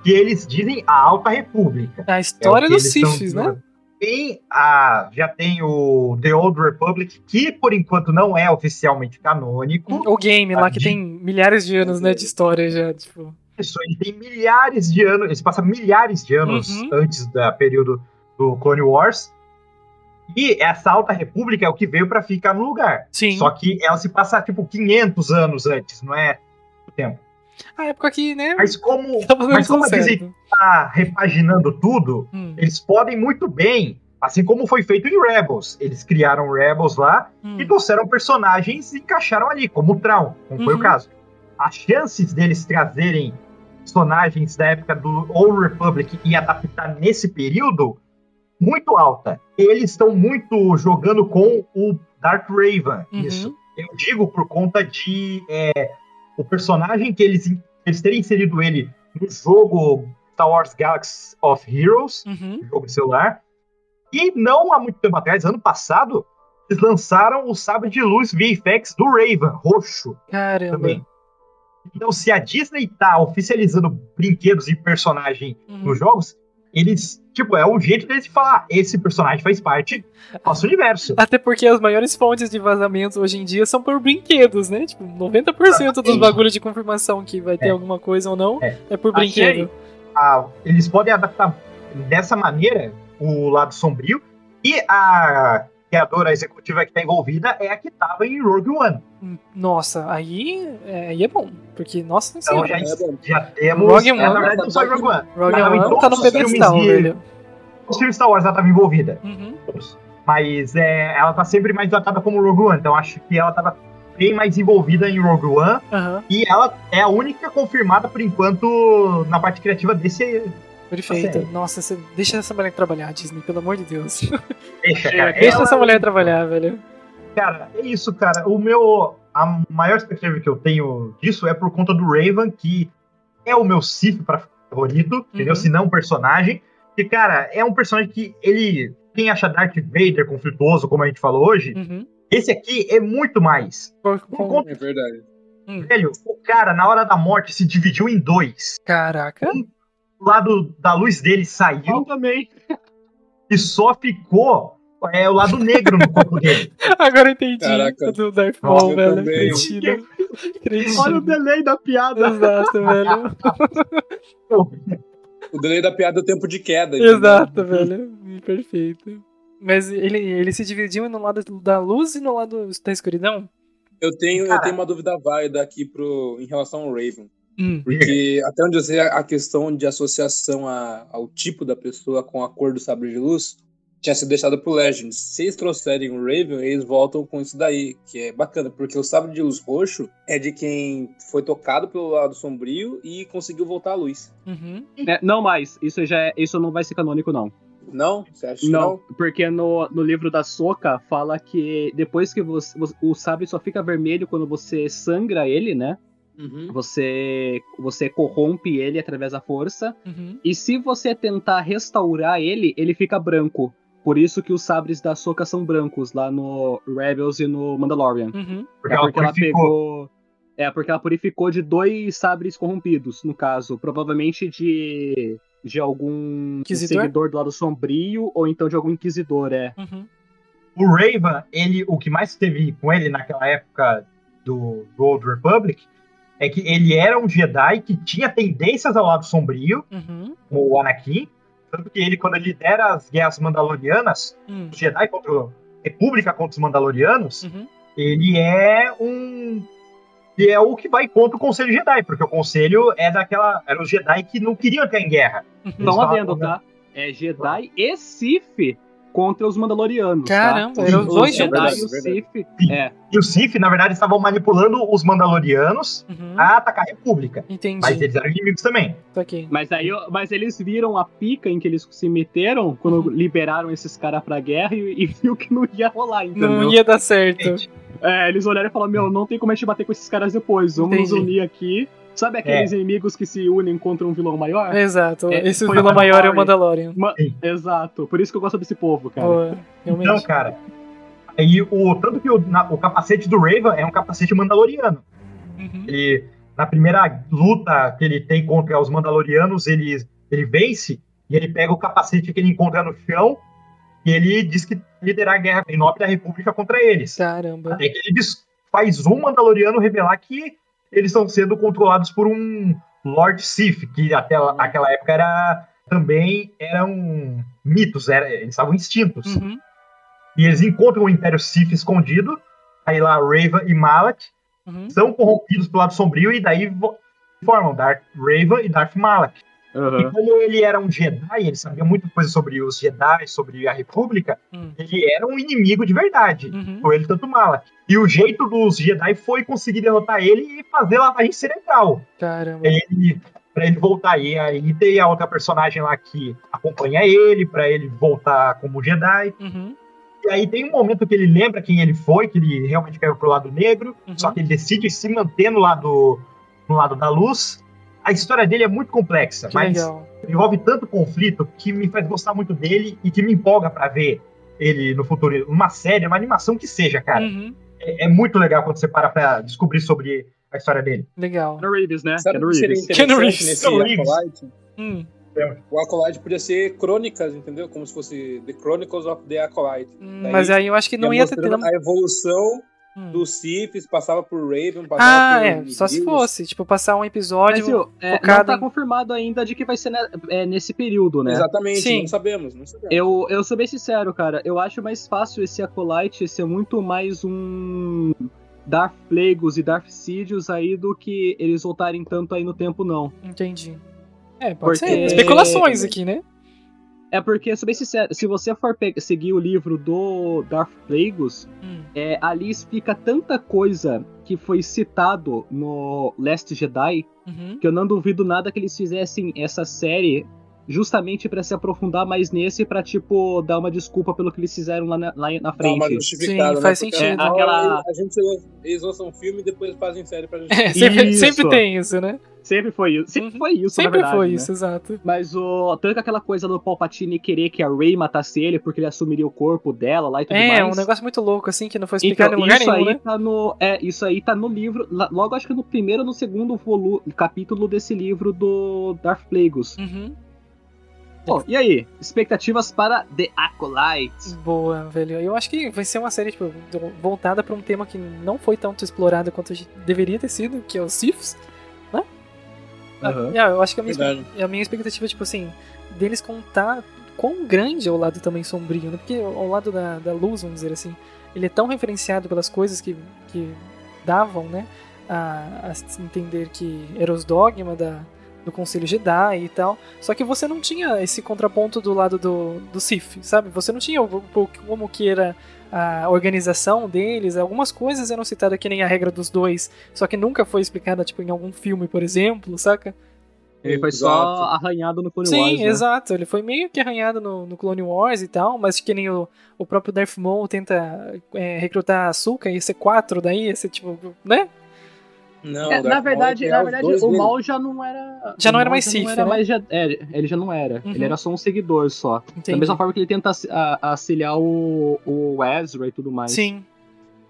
[SPEAKER 5] que eles dizem a Alta República.
[SPEAKER 2] A história
[SPEAKER 5] É o que
[SPEAKER 2] dos
[SPEAKER 5] eles tão
[SPEAKER 2] Sifis, né?
[SPEAKER 5] dizendo. Tem a, já tem o The Old Republic, que por enquanto não é oficialmente canônico.
[SPEAKER 2] O game lá que
[SPEAKER 5] Tadinho.
[SPEAKER 2] tem milhares de anos,
[SPEAKER 5] É.
[SPEAKER 2] né, de história já, tipo.
[SPEAKER 5] Isso, ele tem milhares de anos, ele passa milhares de anos
[SPEAKER 2] Uhum.
[SPEAKER 5] antes da período do Clone Wars. E essa Alta República é o que veio pra ficar no lugar.
[SPEAKER 2] Sim.
[SPEAKER 5] Só que ela se passa, tipo, 500 anos antes, não é?
[SPEAKER 2] A época que, né?
[SPEAKER 5] Mas como
[SPEAKER 2] Tava dando
[SPEAKER 5] mas como
[SPEAKER 2] tudo
[SPEAKER 5] é que
[SPEAKER 2] certo.
[SPEAKER 5] tá repaginando tudo,
[SPEAKER 2] Hum,
[SPEAKER 5] eles podem muito bem, assim como foi feito em Rebels. Eles criaram Rebels lá
[SPEAKER 2] hum.
[SPEAKER 5] e trouxeram personagens e encaixaram ali, como o Traum, como foi o
[SPEAKER 2] Uhum.
[SPEAKER 5] caso. As chances deles trazerem personagens da época do Old Republic e adaptar nesse período, muito alta. Eles estão muito jogando com o Darth Raven,
[SPEAKER 2] Uhum.
[SPEAKER 5] isso. Eu digo por conta de é, o personagem que eles, eles terem inserido ele no jogo Star Wars Galaxy of Heroes,
[SPEAKER 2] Uhum.
[SPEAKER 5] jogo de celular. E não há muito tempo atrás, ano passado, eles lançaram o sabre de luz VFX do Raven, roxo
[SPEAKER 2] Caramba.
[SPEAKER 5] também. Então, se a Disney tá oficializando brinquedos e personagem
[SPEAKER 2] Uhum.
[SPEAKER 5] nos jogos, eles, tipo, é um jeito deles de falar, esse personagem faz parte do nosso universo.
[SPEAKER 2] Até porque as maiores fontes de vazamento hoje em dia são por brinquedos, né? Tipo, 90% dos
[SPEAKER 5] Exatamente.
[SPEAKER 2] bagulhos de confirmação que vai ter
[SPEAKER 5] Ah, É.
[SPEAKER 2] alguma coisa ou não é,
[SPEAKER 5] É.
[SPEAKER 2] por
[SPEAKER 6] Achei.
[SPEAKER 2] brinquedo.
[SPEAKER 5] a- eles podem adaptar dessa maneira o lado sombrio e a criadora executiva que está envolvida é a que estava em Rogue One.
[SPEAKER 2] Hum, Nossa, aí é, aí é bom. Porque, nossa, não sei.
[SPEAKER 5] Então já,
[SPEAKER 7] é bom.
[SPEAKER 5] já temos.
[SPEAKER 2] Rogue
[SPEAKER 5] é, na
[SPEAKER 2] One.
[SPEAKER 5] verdade, não só em Rogue One.
[SPEAKER 2] Rogue
[SPEAKER 5] Não,
[SPEAKER 2] One
[SPEAKER 5] em
[SPEAKER 2] tá
[SPEAKER 5] todos
[SPEAKER 2] no
[SPEAKER 5] os filmes
[SPEAKER 2] pedestal,
[SPEAKER 5] de-
[SPEAKER 2] velho.
[SPEAKER 5] Os filmes Star Wars ela estava envolvida.
[SPEAKER 2] Uhum.
[SPEAKER 5] todos. Mas é, ela tá sempre mais datada como Rogue One, então acho que ela tava bem mais envolvida em Rogue One.
[SPEAKER 2] Aham,
[SPEAKER 5] E ela é a única confirmada, por enquanto, na parte criativa desse. Tá
[SPEAKER 2] perfeito. Nossa, você- deixa essa mulher trabalhar, Disney, pelo amor de Deus.
[SPEAKER 5] Deixa, cara.
[SPEAKER 2] Deixa
[SPEAKER 5] É, Ela-
[SPEAKER 2] essa mulher trabalhar, velho.
[SPEAKER 5] Cara, é isso, cara. O meu. A maior expectativa que eu tenho disso é por conta do Raven, que é o meu Sif pra favorito, entendeu?
[SPEAKER 6] Uhum.
[SPEAKER 5] Se não um personagem. Que, cara, é um personagem que ele. Quem acha Darth Vader conflituoso, como a gente falou hoje,
[SPEAKER 2] Uhum.
[SPEAKER 5] esse aqui é muito mais.
[SPEAKER 2] Com-
[SPEAKER 5] Por
[SPEAKER 2] com-
[SPEAKER 5] conta,
[SPEAKER 7] É verdade.
[SPEAKER 5] velho, o cara, na hora da morte, se dividiu em dois.
[SPEAKER 2] Caraca.
[SPEAKER 5] O lado da luz dele saiu
[SPEAKER 6] também.
[SPEAKER 5] e só ficou é, o lado negro no corpo dele.
[SPEAKER 2] Agora eu entendi
[SPEAKER 7] Caraca.
[SPEAKER 2] do Darth Maul,
[SPEAKER 7] Eu
[SPEAKER 2] velho.
[SPEAKER 7] também.
[SPEAKER 2] Cretino.
[SPEAKER 6] Olha o
[SPEAKER 2] Cretino.
[SPEAKER 6] delay da piada.
[SPEAKER 2] Exato, velho.
[SPEAKER 7] O delay da piada é o tempo de queda. entendeu?
[SPEAKER 2] Exato, velho. Perfeito. Mas ele, ele se dividiu no lado da luz e no lado da escuridão?
[SPEAKER 7] Eu tenho, eu
[SPEAKER 5] Cara.
[SPEAKER 7] tenho uma dúvida válida aqui pro, em relação ao Raven.
[SPEAKER 2] Hum.
[SPEAKER 7] Porque até onde eu sei, a a questão de associação a- ao tipo da pessoa com a cor do sabre de luz tinha sido deixada pro Legends. Se eles trouxerem o Raven, eles voltam com isso daí, que é bacana, porque o sabre de luz roxo é de quem foi tocado pelo lado sombrio e conseguiu voltar à luz.
[SPEAKER 2] Uhum.
[SPEAKER 6] É, não mais. Isso já é- isso não vai ser canônico não.
[SPEAKER 7] Não? Você acha que
[SPEAKER 6] Não,
[SPEAKER 7] não?
[SPEAKER 6] porque no, no livro da Soca fala que depois que você, você- o sabre só fica vermelho quando você sangra ele, né?
[SPEAKER 7] Uhum.
[SPEAKER 6] Você você corrompe ele através da força.
[SPEAKER 2] Uhum.
[SPEAKER 6] E se você tentar restaurar ele, ele fica branco. Por isso que os sabres da Soca são brancos lá no Rebels e no Mandalorian.
[SPEAKER 2] Uhum.
[SPEAKER 5] Porque
[SPEAKER 6] É
[SPEAKER 5] ela
[SPEAKER 6] porque ela
[SPEAKER 5] purificou.
[SPEAKER 6] pegou. É, porque ela purificou de dois sabres corrompidos, no caso. Provavelmente de. de algum
[SPEAKER 2] Inquisidor?
[SPEAKER 6] seguidor do lado sombrio, ou então de algum inquisidor, é.
[SPEAKER 2] Uhum.
[SPEAKER 5] O Raven, ele, o que mais teve com ele naquela época do, do Old Republic é que ele era um Jedi que tinha tendências ao lado sombrio,
[SPEAKER 2] Uhum.
[SPEAKER 5] como o Anakin. Tanto que ele, quando ele lidera as guerras mandalorianas,
[SPEAKER 2] Uhum.
[SPEAKER 5] os Jedi contra a República contra os Mandalorianos,
[SPEAKER 2] Uhum.
[SPEAKER 6] Hum.
[SPEAKER 5] ele é um. Ele é o que vai contra o Conselho Jedi, porque o Conselho é daquela. Era os Jedi que não queriam entrar em guerra. Eles
[SPEAKER 6] Não adendo,
[SPEAKER 5] falam, né?
[SPEAKER 6] tá? É Jedi e Sif contra os Mandalorianos.
[SPEAKER 2] Caramba,
[SPEAKER 6] tá?
[SPEAKER 2] eram os dois
[SPEAKER 6] Jedi
[SPEAKER 7] juntos.
[SPEAKER 6] e o Sif. É,
[SPEAKER 5] E os Sith, na verdade, estavam manipulando os Mandalorianos
[SPEAKER 2] Uhum.
[SPEAKER 5] a atacar a República. Ah, Mas
[SPEAKER 2] Entendi.
[SPEAKER 5] eles eram inimigos também.
[SPEAKER 2] Tá aqui.
[SPEAKER 6] mas aí eu- mas eles viram a pica em que eles se meteram quando liberaram esses caras pra guerra e, e viu que não ia rolar, entendeu?
[SPEAKER 2] Não ia dar certo.
[SPEAKER 5] Gente,
[SPEAKER 6] É, eles olharam e falaram: Meu, não tem como a gente bater com esses caras depois, vamos nos
[SPEAKER 2] Entendi. É.
[SPEAKER 6] unir aqui. Sabe aqueles inimigos que se unem contra um vilão maior?
[SPEAKER 2] Exato.
[SPEAKER 6] É,
[SPEAKER 2] Esse
[SPEAKER 6] foi
[SPEAKER 2] vilão
[SPEAKER 6] o
[SPEAKER 2] maior é o Mandalorian.
[SPEAKER 6] Exato, por isso que eu gosto desse povo, cara.
[SPEAKER 2] Boa, realmente.
[SPEAKER 5] Então, cara. Aí o, tanto que o, na- o capacete do Raven é um capacete mandaloriano.
[SPEAKER 2] Uhum.
[SPEAKER 5] Ele, na primeira luta que ele tem contra os mandalorianos, ele, ele vence e ele pega o capacete que ele encontra no chão e ele diz que liderar a guerra em nome da República contra eles.
[SPEAKER 2] Caramba.
[SPEAKER 5] Até que ele des- faz um Mandaloriano revelar que eles estão sendo controlados por um Lord Sith, que até lá- aquela época era também eram mitos, era- eles estavam extintos.
[SPEAKER 2] Uhum.
[SPEAKER 5] E eles encontram o Império Sith escondido, aí lá Raven e Malak
[SPEAKER 2] Uhum.
[SPEAKER 5] são corrompidos pelo lado sombrio e daí vo- formam Darth Raven e Darth Malak. E
[SPEAKER 6] Aham.
[SPEAKER 5] como ele era um Jedi, ele sabia muita coisa sobre os Jedi, sobre a República,
[SPEAKER 2] Uhum.
[SPEAKER 5] ele era um inimigo de verdade
[SPEAKER 2] Uhum.
[SPEAKER 5] tanto ele tanto Malak. E o jeito dos Jedi foi conseguir derrotar ele e fazer lavagem cerebral
[SPEAKER 2] Caramba.
[SPEAKER 5] ele, pra ele voltar. E aí tem a outra personagem lá que acompanha ele, pra ele voltar como Jedi.
[SPEAKER 2] Uhum.
[SPEAKER 5] E aí tem um momento que ele lembra quem ele foi, que ele realmente caiu pro lado negro,
[SPEAKER 2] Uhum.
[SPEAKER 5] só que ele decide se manter no lado, no lado da luz. A história dele é muito complexa,
[SPEAKER 2] Que
[SPEAKER 5] mas
[SPEAKER 2] legal.
[SPEAKER 5] envolve tanto conflito que me faz gostar muito dele e que me empolga pra ver ele no futuro. Uma série, uma animação que seja, cara
[SPEAKER 2] Uhum.
[SPEAKER 5] é muito legal quando você para pra descobrir sobre a história dele.
[SPEAKER 2] Legal.
[SPEAKER 6] Keanu Reeves, né?
[SPEAKER 7] Sabe o
[SPEAKER 6] Keanu
[SPEAKER 7] que seria
[SPEAKER 6] Reeves.
[SPEAKER 7] interessante
[SPEAKER 2] Keanu Reeves.
[SPEAKER 7] nesse
[SPEAKER 5] Keanu Reeves.
[SPEAKER 7] Acolyte?
[SPEAKER 2] Hum.
[SPEAKER 7] O Acolyte podia ser crônicas, entendeu? Como se fosse The Chronicles of the Acolyte. Daí
[SPEAKER 2] hum, Mas aí eu acho que não ia ter.
[SPEAKER 7] mostrando
[SPEAKER 2] ter-
[SPEAKER 7] A evolução
[SPEAKER 2] Hum.
[SPEAKER 7] do Sifis passava por Raven, passava
[SPEAKER 2] Ah, é.
[SPEAKER 7] por
[SPEAKER 2] Só se
[SPEAKER 7] Grievous.
[SPEAKER 2] fosse. Tipo, passar um
[SPEAKER 6] Mas,
[SPEAKER 2] episódio.
[SPEAKER 6] viu, é, não
[SPEAKER 2] focado
[SPEAKER 6] tá
[SPEAKER 2] em-
[SPEAKER 6] confirmado ainda de que vai ser né, é, nesse período, né?
[SPEAKER 7] Exatamente,
[SPEAKER 2] Sim.
[SPEAKER 7] não sabemos, não sabemos.
[SPEAKER 6] Eu, eu sou bem sincero, cara. Eu acho mais fácil esse Acolyte ser muito mais um Darth Plagueis e Darth Sidious aí do que eles voltarem tanto aí no tempo, não.
[SPEAKER 2] Entendi. É, pode Hum.
[SPEAKER 6] Porque-
[SPEAKER 2] ser. Especulações aqui, né?
[SPEAKER 6] É porque, sou bem sincero, se você for pe- seguir o livro do Darth Plagueis,
[SPEAKER 8] Hum.
[SPEAKER 6] é, ali explica tanta coisa que foi citado no Last Jedi
[SPEAKER 8] Uhum.
[SPEAKER 6] que eu não duvido nada que eles fizessem essa série justamente pra se aprofundar mais nesse pra tipo dar uma desculpa pelo que eles fizeram lá na, lá na
[SPEAKER 7] Dá uma
[SPEAKER 6] frente.
[SPEAKER 7] justificada,
[SPEAKER 2] Sim,
[SPEAKER 7] né?
[SPEAKER 2] faz
[SPEAKER 7] Porque,
[SPEAKER 2] sentido.
[SPEAKER 7] afinal,
[SPEAKER 6] É, aquela-
[SPEAKER 7] A gente, eles lançam um filme e depois fazem série pra gente.
[SPEAKER 2] É, sempre,
[SPEAKER 6] Isso.
[SPEAKER 2] sempre tem isso, né?
[SPEAKER 6] Sempre foi isso. Sempre foi isso, na
[SPEAKER 2] Sempre
[SPEAKER 6] verdade,
[SPEAKER 2] foi
[SPEAKER 6] né?
[SPEAKER 2] isso, exato.
[SPEAKER 6] Mas o tanto que aquela coisa do Palpatine querer que a Rey matasse ele porque ele assumiria o corpo dela lá e tudo mais.
[SPEAKER 2] É, um negócio muito louco, assim, que não foi explicado em
[SPEAKER 6] Então,
[SPEAKER 2] lugar
[SPEAKER 6] isso
[SPEAKER 2] nenhum,
[SPEAKER 6] aí
[SPEAKER 2] né?
[SPEAKER 6] tá no é isso aí tá no livro lá- logo acho que no primeiro ou no segundo volu capítulo desse livro do Darth Plagueis.
[SPEAKER 2] Uhum.
[SPEAKER 6] Bom, e aí expectativas para The Acolyte?
[SPEAKER 2] Boa, velho. Eu acho que vai ser uma série tipo, do- voltada pra um tema que não foi tanto explorado quanto j- deveria ter sido, que é os Siths, né?
[SPEAKER 6] Aham.
[SPEAKER 2] Ah, eu acho que a minha, expe-
[SPEAKER 7] Verdade.
[SPEAKER 2] a minha expectativa, tipo assim, deles contar quão grande é o lado também sombrio, né? Porque o o lado da, da luz, vamos dizer assim, ele é tão referenciado pelas coisas que, que davam, né? A, a se entender que era os dogma da, do Conselho Jedi e tal. Só que você não tinha esse contraponto do lado do, do Sith, sabe? Você não tinha o, o- como que era a organização deles. Algumas coisas eram citadas que nem a regra dos dois, só que nunca foi explicada, tipo, em algum filme, por exemplo, saca?
[SPEAKER 6] Ele foi só
[SPEAKER 7] Exato.
[SPEAKER 6] arranhado no Clone
[SPEAKER 2] Sim,
[SPEAKER 6] Wars. né?
[SPEAKER 2] exato. Ele foi meio que arranhado no, no Clone Wars e tal, mas que nem o, o próprio Darth Maul tenta é, recrutar a Ahsoka e ser quatro daí, esse tipo, né?
[SPEAKER 7] Não,
[SPEAKER 6] É,
[SPEAKER 7] Darth
[SPEAKER 6] na
[SPEAKER 7] Maul
[SPEAKER 6] verdade,
[SPEAKER 7] tem
[SPEAKER 6] na
[SPEAKER 7] os
[SPEAKER 6] verdade
[SPEAKER 7] dois
[SPEAKER 6] o
[SPEAKER 7] dele.
[SPEAKER 6] mal já não era.
[SPEAKER 2] Já não
[SPEAKER 6] o
[SPEAKER 2] era
[SPEAKER 6] Maul
[SPEAKER 2] mais
[SPEAKER 6] já
[SPEAKER 2] Sith,
[SPEAKER 6] não era
[SPEAKER 2] né?
[SPEAKER 6] mais Je- é, ele já não era.
[SPEAKER 2] Uhum.
[SPEAKER 6] Ele era só um seguidor só. Da
[SPEAKER 2] Entendi.
[SPEAKER 6] mesma forma que ele tenta aci- a- auxiliar o, o Ezra e tudo mais.
[SPEAKER 2] Sim.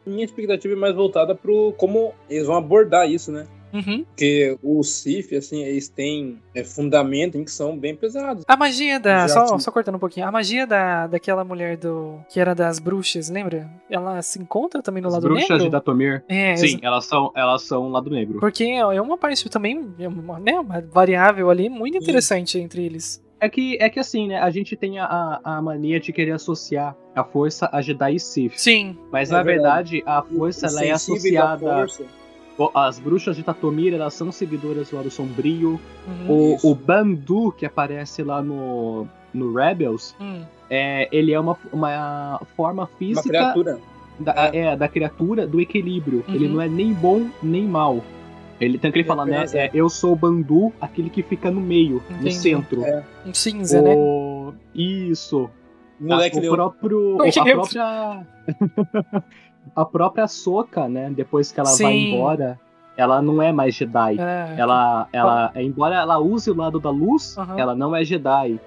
[SPEAKER 7] Minha expectativa é mais voltada pro como eles vão abordar isso, né?
[SPEAKER 2] Uhum.
[SPEAKER 7] Porque os Sif, assim, eles têm é, fundamento em que são bem pesados.
[SPEAKER 2] A magia da.
[SPEAKER 7] Exato.
[SPEAKER 2] Só, só cortando um pouquinho. A magia da, daquela mulher do. que era das bruxas, lembra? Ela se encontra também no
[SPEAKER 6] As
[SPEAKER 2] lado
[SPEAKER 6] bruxas
[SPEAKER 2] negro?
[SPEAKER 6] de Datomir.
[SPEAKER 2] É,
[SPEAKER 6] Sim, elas são, elas são o lado negro.
[SPEAKER 2] Porque é uma parte também, é uma, né, uma variável ali muito interessante entre eles.
[SPEAKER 6] É que, é que assim, né? A gente tem a- a, a mania de querer associar a força a Jedi e Sith.
[SPEAKER 2] Sim.
[SPEAKER 6] Mas
[SPEAKER 7] É
[SPEAKER 6] na
[SPEAKER 7] verdade.
[SPEAKER 6] verdade, a força
[SPEAKER 7] Os
[SPEAKER 6] ela é
[SPEAKER 7] sensíveis à
[SPEAKER 6] associada.
[SPEAKER 7] força.
[SPEAKER 6] Bom, As bruxas de Tatomir, elas são seguidoras do lado sombrio.
[SPEAKER 2] Uhum.
[SPEAKER 6] O,
[SPEAKER 7] Isso.
[SPEAKER 6] o Bandu, que aparece lá no, no Rebels,
[SPEAKER 2] Hum.
[SPEAKER 6] é, ele é uma, uma forma
[SPEAKER 7] Uma
[SPEAKER 6] física
[SPEAKER 7] criatura.
[SPEAKER 6] da, é, da criatura do equilíbrio.
[SPEAKER 2] Uhum.
[SPEAKER 6] Ele não é nem bom nem mal. Ele tem que ele
[SPEAKER 7] É
[SPEAKER 6] fala, né?
[SPEAKER 7] apenas
[SPEAKER 6] é, eu sou o Bandu, aquele que fica no meio, no
[SPEAKER 2] Entendi.
[SPEAKER 6] centro.
[SPEAKER 7] É,
[SPEAKER 2] Um cinza, né?
[SPEAKER 6] O- Isso. Ah,
[SPEAKER 7] Moleque é
[SPEAKER 6] o
[SPEAKER 7] neutro.
[SPEAKER 6] próprio.
[SPEAKER 2] Moleque
[SPEAKER 6] A
[SPEAKER 2] neutro.
[SPEAKER 6] própria. a própria Soca, né? Depois que ela vai
[SPEAKER 2] Sim.
[SPEAKER 6] embora, ela não é mais Jedi.
[SPEAKER 2] É.
[SPEAKER 6] Ela, ela, é, embora ela use o lado da luz,
[SPEAKER 2] Aham.
[SPEAKER 6] ela não é Jedi.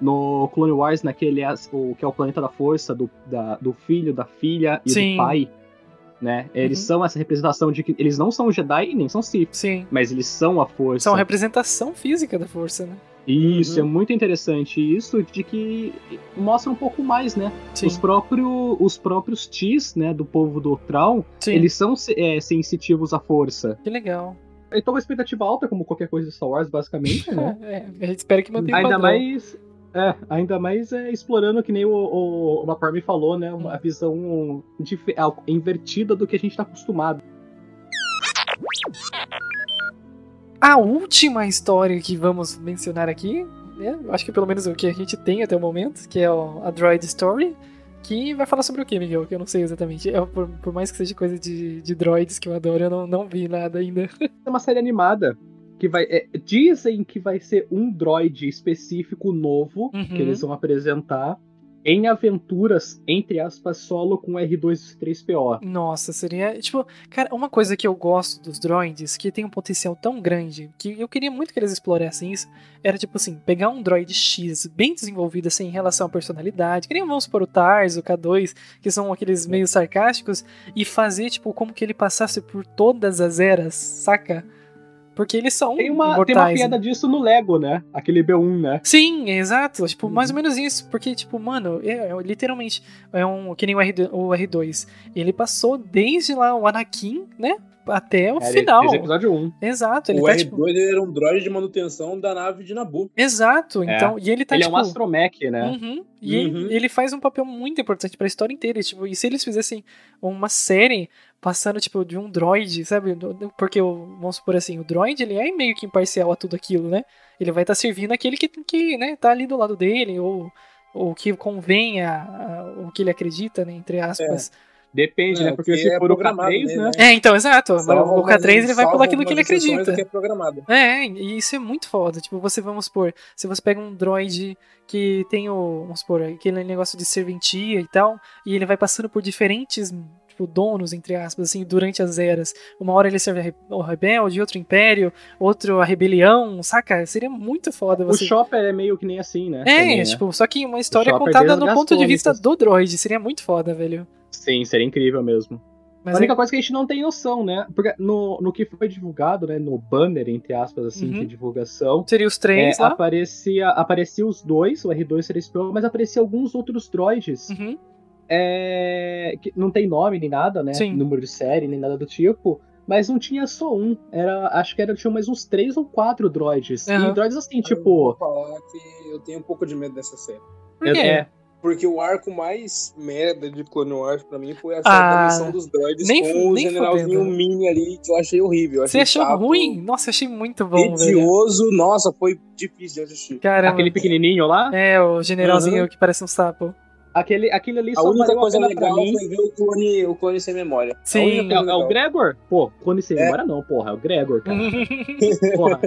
[SPEAKER 6] No Clone Wars, naquele as- o que é o planeta da força, do, da- do filho, da filha e
[SPEAKER 2] Sim.
[SPEAKER 6] do pai, né? Eles
[SPEAKER 2] Uhum.
[SPEAKER 6] são essa representação de que eles não são Jedi e nem são Sith,
[SPEAKER 2] Sim.
[SPEAKER 6] mas eles são a força.
[SPEAKER 2] São a representação física da força, né?
[SPEAKER 6] Isso,
[SPEAKER 7] Uhum.
[SPEAKER 6] é muito interessante. Isso de que mostra um pouco mais, né?
[SPEAKER 2] Sim.
[SPEAKER 6] Os, próprio, os próprios Tis, né, do povo do Traum,
[SPEAKER 2] Sim.
[SPEAKER 6] eles são é, sensitivos à força.
[SPEAKER 2] Que legal.
[SPEAKER 6] Então, uma expectativa alta, como qualquer coisa de Star Wars, basicamente, né?
[SPEAKER 2] É, é, a gente espera que mantenha o
[SPEAKER 6] ainda
[SPEAKER 2] padrão.
[SPEAKER 6] mais. É, ainda mais é, explorando, que nem o, o, o Mapar me falou, né? Uma
[SPEAKER 2] Hum.
[SPEAKER 6] visão dif- ah, invertida do que a gente tá acostumado.
[SPEAKER 2] A última história que vamos mencionar aqui, né? eu Acho que pelo menos o que a gente tem até o momento, que é o, a Droid Story, que vai falar sobre o que, Miguel? Que eu não sei exatamente. Eu, por, por mais que seja coisa de, de droids que eu adoro, eu não, não vi nada ainda.
[SPEAKER 6] É uma série animada que vai. é, dizem que vai ser um droid específico novo
[SPEAKER 2] Uhum.
[SPEAKER 6] que eles vão apresentar em aventuras, entre aspas, solo com R2-3PO.
[SPEAKER 2] Nossa, seria. Tipo, cara, uma coisa que eu gosto dos droids, que tem um potencial tão grande, que eu queria muito que eles explorassem isso, era tipo assim, pegar um droid X bem desenvolvido, assim, em relação à personalidade, que nem vamos supor o Tars, o K2, que são aqueles meio sarcásticos, e fazer, tipo, como que ele passasse por todas as eras, saca? Porque eles são
[SPEAKER 6] Tem uma, tem
[SPEAKER 2] imortais.
[SPEAKER 6] uma
[SPEAKER 2] né?
[SPEAKER 6] piada disso no Lego, né? Aquele B1, né?
[SPEAKER 2] Sim, exato. Tipo, mais ou menos isso. Porque, tipo, mano, é, é literalmente. É um. Que nem o, R2, o R2. Ele passou desde lá o Anakin, né? até o
[SPEAKER 7] Cara,
[SPEAKER 2] final.
[SPEAKER 7] desde o episódio 1.
[SPEAKER 2] Exato, ele
[SPEAKER 7] o
[SPEAKER 2] tá
[SPEAKER 7] R2
[SPEAKER 2] tipo.
[SPEAKER 7] ele era um droid de manutenção da nave de Nabu.
[SPEAKER 2] Exato,
[SPEAKER 6] É.
[SPEAKER 2] então. E ele tá
[SPEAKER 6] ele
[SPEAKER 2] tipo.
[SPEAKER 6] é um astromech, né?
[SPEAKER 2] Uhum. E ele-
[SPEAKER 7] Uhum.
[SPEAKER 2] Ele, faz um papel muito importante pra história inteira. Tipo, e se eles fizessem uma série passando, tipo, de um droid, sabe? Do- do- Porque, o- vamos supor assim, o droid, ele é meio que imparcial a tudo aquilo, né? Ele vai estar servindo aquele que, que né, tá ali do lado dele, ou ou que convém a, a- o que ele acredita, né? Entre aspas.
[SPEAKER 6] Depende, né? Porque se for o K3, né?
[SPEAKER 2] É, então, exato.
[SPEAKER 7] Salva
[SPEAKER 2] o K3 ele
[SPEAKER 7] algumas-
[SPEAKER 2] vai
[SPEAKER 7] salva
[SPEAKER 2] pular aquilo que ele
[SPEAKER 7] algumas exceções
[SPEAKER 2] acredita.
[SPEAKER 7] do que é programado.
[SPEAKER 2] É, e isso é muito foda. Tipo, você, vamos supor, se você pega um droid que tem o, vamos supor, aquele negócio de serventia e tal, e ele vai passando por diferentes, tipo, donos, entre aspas, assim, durante as eras. Uma hora ele serve a re- o rebelde, outro o império, outro a rebelião, saca? Seria muito foda
[SPEAKER 6] O
[SPEAKER 2] você...
[SPEAKER 6] Chopper é meio que nem assim, né?
[SPEAKER 2] É,
[SPEAKER 6] Também, né?
[SPEAKER 2] tipo, só que uma história
[SPEAKER 6] Chopper
[SPEAKER 2] contada
[SPEAKER 6] desde
[SPEAKER 2] no
[SPEAKER 6] as
[SPEAKER 2] ponto de vista
[SPEAKER 6] crônicas.
[SPEAKER 2] do droid, seria muito foda, velho.
[SPEAKER 6] Sim, seria incrível mesmo.
[SPEAKER 2] Mas
[SPEAKER 6] a única
[SPEAKER 2] é-
[SPEAKER 6] coisa que a gente não tem noção, né? Porque no, no que foi divulgado, né? No banner, entre aspas, assim,
[SPEAKER 2] Uhum.
[SPEAKER 6] de divulgação.
[SPEAKER 2] seria os três
[SPEAKER 6] é,
[SPEAKER 2] lá.
[SPEAKER 6] aparecia, aparecia os dois, o R2 e o R2, mas aparecia alguns outros droids.
[SPEAKER 2] Uhum.
[SPEAKER 6] é, que não tem nome nem nada, né?
[SPEAKER 2] Sim.
[SPEAKER 6] Número de série, nem nada do tipo. Mas não tinha só um. Era, acho que era, tinha mais uns três ou quatro droids.
[SPEAKER 2] Aham.
[SPEAKER 6] E droids assim,
[SPEAKER 7] Vou
[SPEAKER 6] tipo.
[SPEAKER 7] falar que eu tenho um pouco de medo dessa série.
[SPEAKER 2] Por quê?
[SPEAKER 6] é,
[SPEAKER 7] Porque o arco mais merda de Clone Wars pra mim foi a
[SPEAKER 2] Ah,
[SPEAKER 7] da missão dos droids
[SPEAKER 2] nem fu-
[SPEAKER 7] com o
[SPEAKER 2] nem
[SPEAKER 7] generalzinho
[SPEAKER 2] fudendo.
[SPEAKER 7] mini ali, que eu achei horrível. Eu
[SPEAKER 2] Você
[SPEAKER 7] achei
[SPEAKER 2] achou
[SPEAKER 7] chato,
[SPEAKER 2] ruim? Nossa, eu achei muito bom, velho.
[SPEAKER 7] Idioso, nossa, foi difícil de assistir.
[SPEAKER 2] Caramba.
[SPEAKER 6] aquele pequenininho lá.
[SPEAKER 2] É, o generalzinho
[SPEAKER 6] Uhum.
[SPEAKER 2] que parece um sapo.
[SPEAKER 6] É Aquele, aquele ali
[SPEAKER 7] A
[SPEAKER 6] só
[SPEAKER 7] única
[SPEAKER 6] valeu a
[SPEAKER 7] coisa
[SPEAKER 6] pena pra
[SPEAKER 7] legal
[SPEAKER 6] mim.
[SPEAKER 7] foi ver o clone, o clone sem memória. A
[SPEAKER 2] Sim.
[SPEAKER 7] única
[SPEAKER 6] É,
[SPEAKER 7] coisa
[SPEAKER 6] é o
[SPEAKER 7] legal.
[SPEAKER 6] Gregor? Pô, quando você
[SPEAKER 7] É.
[SPEAKER 6] embora não, porra, é o Gregor,
[SPEAKER 2] Uhum.
[SPEAKER 6] cara. Porra.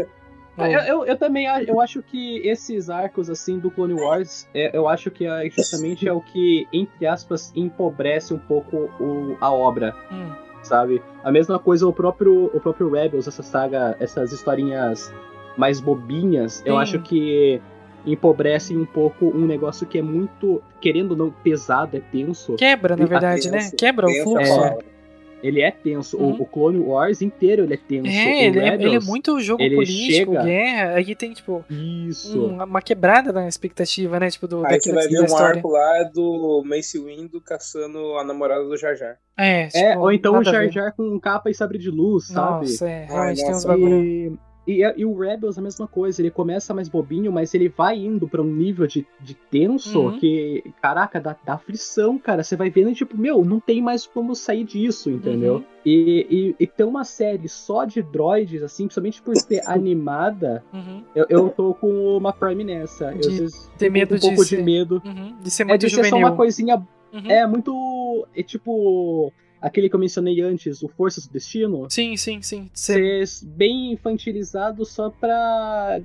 [SPEAKER 6] Ah, Eu, eu, eu também a- eu acho que esses arcos assim do Clone Wars, é, eu acho que é justamente é o que, entre aspas, empobrece um pouco o- a obra,
[SPEAKER 2] Hum.
[SPEAKER 6] sabe? A mesma coisa o próprio o próprio Rebels, essa saga, essas historinhas mais bobinhas, eu
[SPEAKER 2] Sim.
[SPEAKER 6] acho que empobrecem um pouco um negócio que é muito, querendo ou não, pesado, é tenso.
[SPEAKER 2] Quebra, na
[SPEAKER 6] A
[SPEAKER 2] verdade, né?
[SPEAKER 7] criança
[SPEAKER 2] Quebra o
[SPEAKER 7] pensa,
[SPEAKER 2] fluxo. né?
[SPEAKER 7] fala.
[SPEAKER 6] Ele é tenso.
[SPEAKER 2] Uhum.
[SPEAKER 6] O, o Clone Wars inteiro ele é tenso.
[SPEAKER 2] É,
[SPEAKER 6] O
[SPEAKER 2] ele, é,
[SPEAKER 6] Rebels,
[SPEAKER 2] ele é muito jogo
[SPEAKER 6] ele
[SPEAKER 2] político,
[SPEAKER 6] chega-
[SPEAKER 2] guerra. Aí tem, tipo,
[SPEAKER 6] Isso.
[SPEAKER 2] um- uma quebrada na expectativa, né? Tipo, do,
[SPEAKER 7] Aí você
[SPEAKER 2] daquilo
[SPEAKER 7] vai
[SPEAKER 2] que-
[SPEAKER 7] ver
[SPEAKER 2] da
[SPEAKER 7] um
[SPEAKER 2] história.
[SPEAKER 7] arco lá do Mace Windu caçando a namorada do Jar Jar.
[SPEAKER 2] É,
[SPEAKER 6] É,
[SPEAKER 2] tipo,
[SPEAKER 6] ou então o
[SPEAKER 2] nada a
[SPEAKER 6] Jar
[SPEAKER 2] ver.
[SPEAKER 6] Jar com capa e sabre de luz, sabe?
[SPEAKER 2] Nossa, é, realmente tem uns
[SPEAKER 6] um
[SPEAKER 7] nossa.
[SPEAKER 2] bagulho.
[SPEAKER 6] E, e- e o Rebels a mesma coisa, ele começa mais bobinho, mas ele vai indo pra um nível de, de tenso
[SPEAKER 2] Uhum.
[SPEAKER 6] que, caraca, dá, dá aflição, cara. Você vai vendo e tipo, meu, não tem mais como sair disso, entendeu?
[SPEAKER 2] Uhum.
[SPEAKER 6] E, e, e ter uma série só de droids, assim, principalmente por ser animada,
[SPEAKER 2] Uhum,
[SPEAKER 6] eu, eu tô com uma Prime nessa. Eu
[SPEAKER 2] De
[SPEAKER 6] às vezes
[SPEAKER 2] ter
[SPEAKER 6] fico
[SPEAKER 2] medo
[SPEAKER 6] com um
[SPEAKER 2] de
[SPEAKER 6] pouco
[SPEAKER 2] ser-
[SPEAKER 6] de medo.
[SPEAKER 2] uhum, De ser
[SPEAKER 6] É
[SPEAKER 2] muito
[SPEAKER 6] de ser só
[SPEAKER 2] juvenil.
[SPEAKER 6] uma coisinha
[SPEAKER 2] Uhum.
[SPEAKER 6] é muito. É tipo. Aquele que eu mencionei antes, o Forças do Destino.
[SPEAKER 2] Sim, sim, sim. Ser...
[SPEAKER 6] Ser bem infantilizado só pra.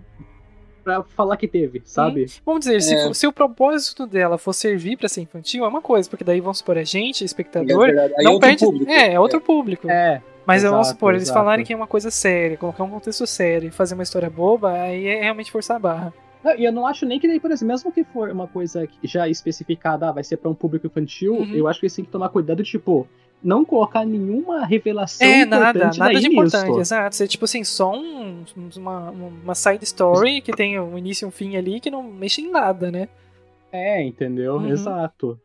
[SPEAKER 6] pra falar que teve, sabe?
[SPEAKER 2] Vamos dizer, se,
[SPEAKER 7] É.
[SPEAKER 2] for- se o propósito dela for servir pra ser infantil, é uma coisa, porque daí vamos supor a gente, é espectador,
[SPEAKER 7] Aí
[SPEAKER 2] não
[SPEAKER 7] outro
[SPEAKER 2] perde.
[SPEAKER 7] público.
[SPEAKER 2] É, é outro público.
[SPEAKER 6] É.
[SPEAKER 2] Mas
[SPEAKER 6] Exato,
[SPEAKER 2] vamos supor, eles
[SPEAKER 6] exato.
[SPEAKER 2] falarem que é uma coisa séria, colocar um contexto sério e fazer uma história boba, aí é realmente forçar a barra.
[SPEAKER 6] Não, E eu não acho nem que daí, por exemplo, mesmo que for uma coisa que já especificada, ah, vai ser pra um público infantil,
[SPEAKER 2] Uhum.
[SPEAKER 6] eu acho que eles têm que tomar cuidado, tipo, não colocar nenhuma revelação
[SPEAKER 2] é, nada,
[SPEAKER 6] importante
[SPEAKER 2] nada
[SPEAKER 6] daí
[SPEAKER 2] de importante,
[SPEAKER 6] nisso.
[SPEAKER 2] exato. Ser tipo assim, só um- uma, uma side story que tem um início e um fim ali que não mexe em nada, né?
[SPEAKER 6] É, entendeu?
[SPEAKER 2] Uhum.
[SPEAKER 6] Exato.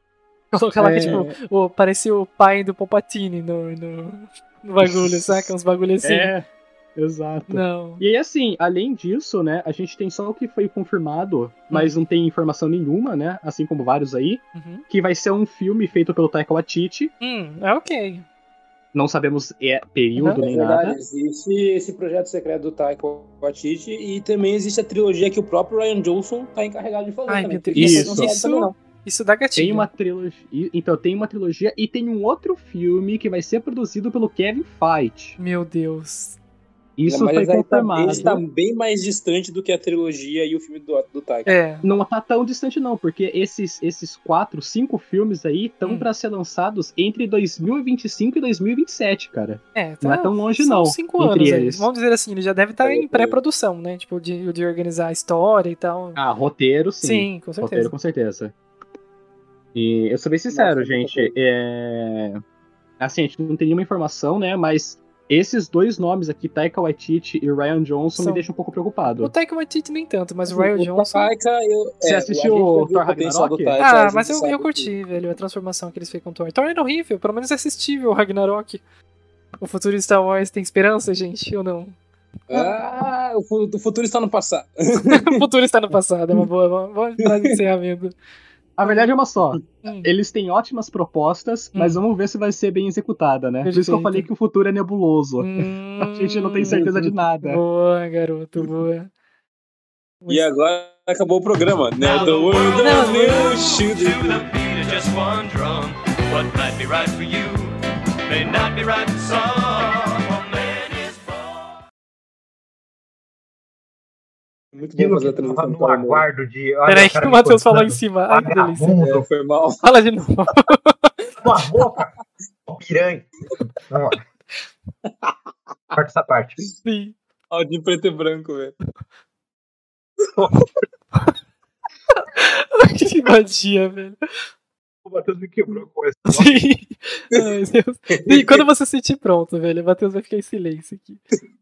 [SPEAKER 2] Colocar lá que,
[SPEAKER 6] É.
[SPEAKER 2] tipo, o, parecia o pai do Popatini no, no, no bagulho, saca? Uns bagulhos assim.
[SPEAKER 6] É, exato.
[SPEAKER 2] Não.
[SPEAKER 6] E aí, assim, além disso, né, a gente tem só o que foi confirmado, mas não tem informação nenhuma, né, assim como vários aí,
[SPEAKER 2] Uhum.
[SPEAKER 6] que vai ser um filme feito pelo Taika Waititi,
[SPEAKER 2] Hum, é ok.
[SPEAKER 6] não sabemos é período
[SPEAKER 7] Na
[SPEAKER 6] nem
[SPEAKER 7] verdade, é
[SPEAKER 6] nada.
[SPEAKER 7] existe esse projeto secreto do Taika Waititi e também existe a trilogia que o próprio Ryan Johnson tá encarregado de fazer
[SPEAKER 2] Ai,
[SPEAKER 7] também.
[SPEAKER 2] meu Deus.
[SPEAKER 7] Porque
[SPEAKER 6] Isso.
[SPEAKER 7] ele não sabe
[SPEAKER 2] Ah, Isso-
[SPEAKER 7] também, não.
[SPEAKER 2] Isso dá gatilho.
[SPEAKER 6] Tem uma trilogia, então tem uma trilogia e tem um outro filme que vai ser produzido pelo Kevin Feige.
[SPEAKER 2] Meu Deus.
[SPEAKER 6] Isso
[SPEAKER 7] Mas
[SPEAKER 6] foi
[SPEAKER 7] aí tá-
[SPEAKER 6] confirmado.
[SPEAKER 7] Ele tá bem mais distante do que a trilogia e o filme do, do Taika.
[SPEAKER 2] É.
[SPEAKER 6] Não tá tão distante não, porque esses esses quatro, cinco filmes aí estão
[SPEAKER 2] Hum.
[SPEAKER 6] pra ser lançados entre 2025 e 2027, cara.
[SPEAKER 2] É,
[SPEAKER 6] Não é tão longe, não,
[SPEAKER 2] São cinco
[SPEAKER 6] entre
[SPEAKER 2] anos. aí.
[SPEAKER 6] eles.
[SPEAKER 2] Vamos dizer assim, ele já deve estar
[SPEAKER 7] É,
[SPEAKER 2] em
[SPEAKER 7] é.
[SPEAKER 2] pré-produção, né? Tipo, de, de organizar a história e tal.
[SPEAKER 6] Ah, roteiro,
[SPEAKER 2] sim. com certeza.
[SPEAKER 6] Roteiro, com certeza. E eu sou bem sincero,
[SPEAKER 7] Nossa, muita
[SPEAKER 6] gente. É... Assim, a gente não tem nenhuma informação, né? Mas esses dois nomes aqui, Taika Waititi e Ryan Johnson,
[SPEAKER 2] São-
[SPEAKER 6] me deixam um pouco
[SPEAKER 2] O
[SPEAKER 6] preocupado.
[SPEAKER 2] Taika Waititi nem tanto, mas o Ryan Johnson...
[SPEAKER 7] Taika, eu,
[SPEAKER 6] Você
[SPEAKER 7] é,
[SPEAKER 6] assistiu
[SPEAKER 7] a gente
[SPEAKER 6] o
[SPEAKER 7] não viu
[SPEAKER 6] Thor
[SPEAKER 7] potencial do
[SPEAKER 6] Ragnarok?
[SPEAKER 7] Taika, a
[SPEAKER 2] Ah,
[SPEAKER 7] gente
[SPEAKER 2] mas eu,
[SPEAKER 7] né, sabe
[SPEAKER 2] eu
[SPEAKER 7] que-
[SPEAKER 2] curti, velho, a transformação que eles fez com o Thor. Thor era horrível, pelo menos é assistível o é Ragnarok. O futuro de Star Wars tem esperança, gente, ou não?
[SPEAKER 7] Ah, o fu- o futuro está no passado.
[SPEAKER 2] o futuro está no passado, é uma boa, uma boa frase de encerramento.
[SPEAKER 6] A verdade é uma só.
[SPEAKER 2] Hum.
[SPEAKER 6] Eles têm ótimas propostas, mas vamos ver se vai ser bem executada, né? Por isso que eu
[SPEAKER 2] Perfeito.
[SPEAKER 6] falei que o futuro é nebuloso. A gente não tem certeza de nada.
[SPEAKER 2] Hum, Boa, garoto, boa.
[SPEAKER 7] E agora acabou o programa. Né?
[SPEAKER 8] Now
[SPEAKER 7] The
[SPEAKER 8] the
[SPEAKER 7] world
[SPEAKER 8] world
[SPEAKER 7] of
[SPEAKER 8] is
[SPEAKER 7] new
[SPEAKER 8] new
[SPEAKER 7] shoes.
[SPEAKER 8] to the beat of just one drum. What might be right for you may not be right for some. A man is born.
[SPEAKER 7] Muito bom
[SPEAKER 5] Aquilo
[SPEAKER 7] fazer a
[SPEAKER 5] que tava
[SPEAKER 7] transição.
[SPEAKER 5] no
[SPEAKER 7] para o mundo.
[SPEAKER 5] aguardo de. olha,
[SPEAKER 2] Peraí,
[SPEAKER 5] o cara
[SPEAKER 2] que o
[SPEAKER 5] me
[SPEAKER 2] Matheus falou em
[SPEAKER 5] coçando,
[SPEAKER 2] cima. Ai, que delícia.
[SPEAKER 5] Vagabundo,
[SPEAKER 7] É, Foi mal.
[SPEAKER 2] Fala de novo.
[SPEAKER 5] Cala a boca! ô Piranha! Vamos lá. Corta essa parte.
[SPEAKER 2] Sim.
[SPEAKER 7] Áudio em preto e branco, velho.
[SPEAKER 2] que vadia, velho.
[SPEAKER 5] O Matheus me quebrou com esse.
[SPEAKER 2] Sim. Ai, Deus. Sim, quando você se sentir pronto, velho, o Matheus vai ficar em silêncio aqui.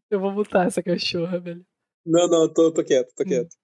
[SPEAKER 2] Eu vou mutar essa cachorra, velho.
[SPEAKER 7] Não, não, tô, tô quieto, tô quieto.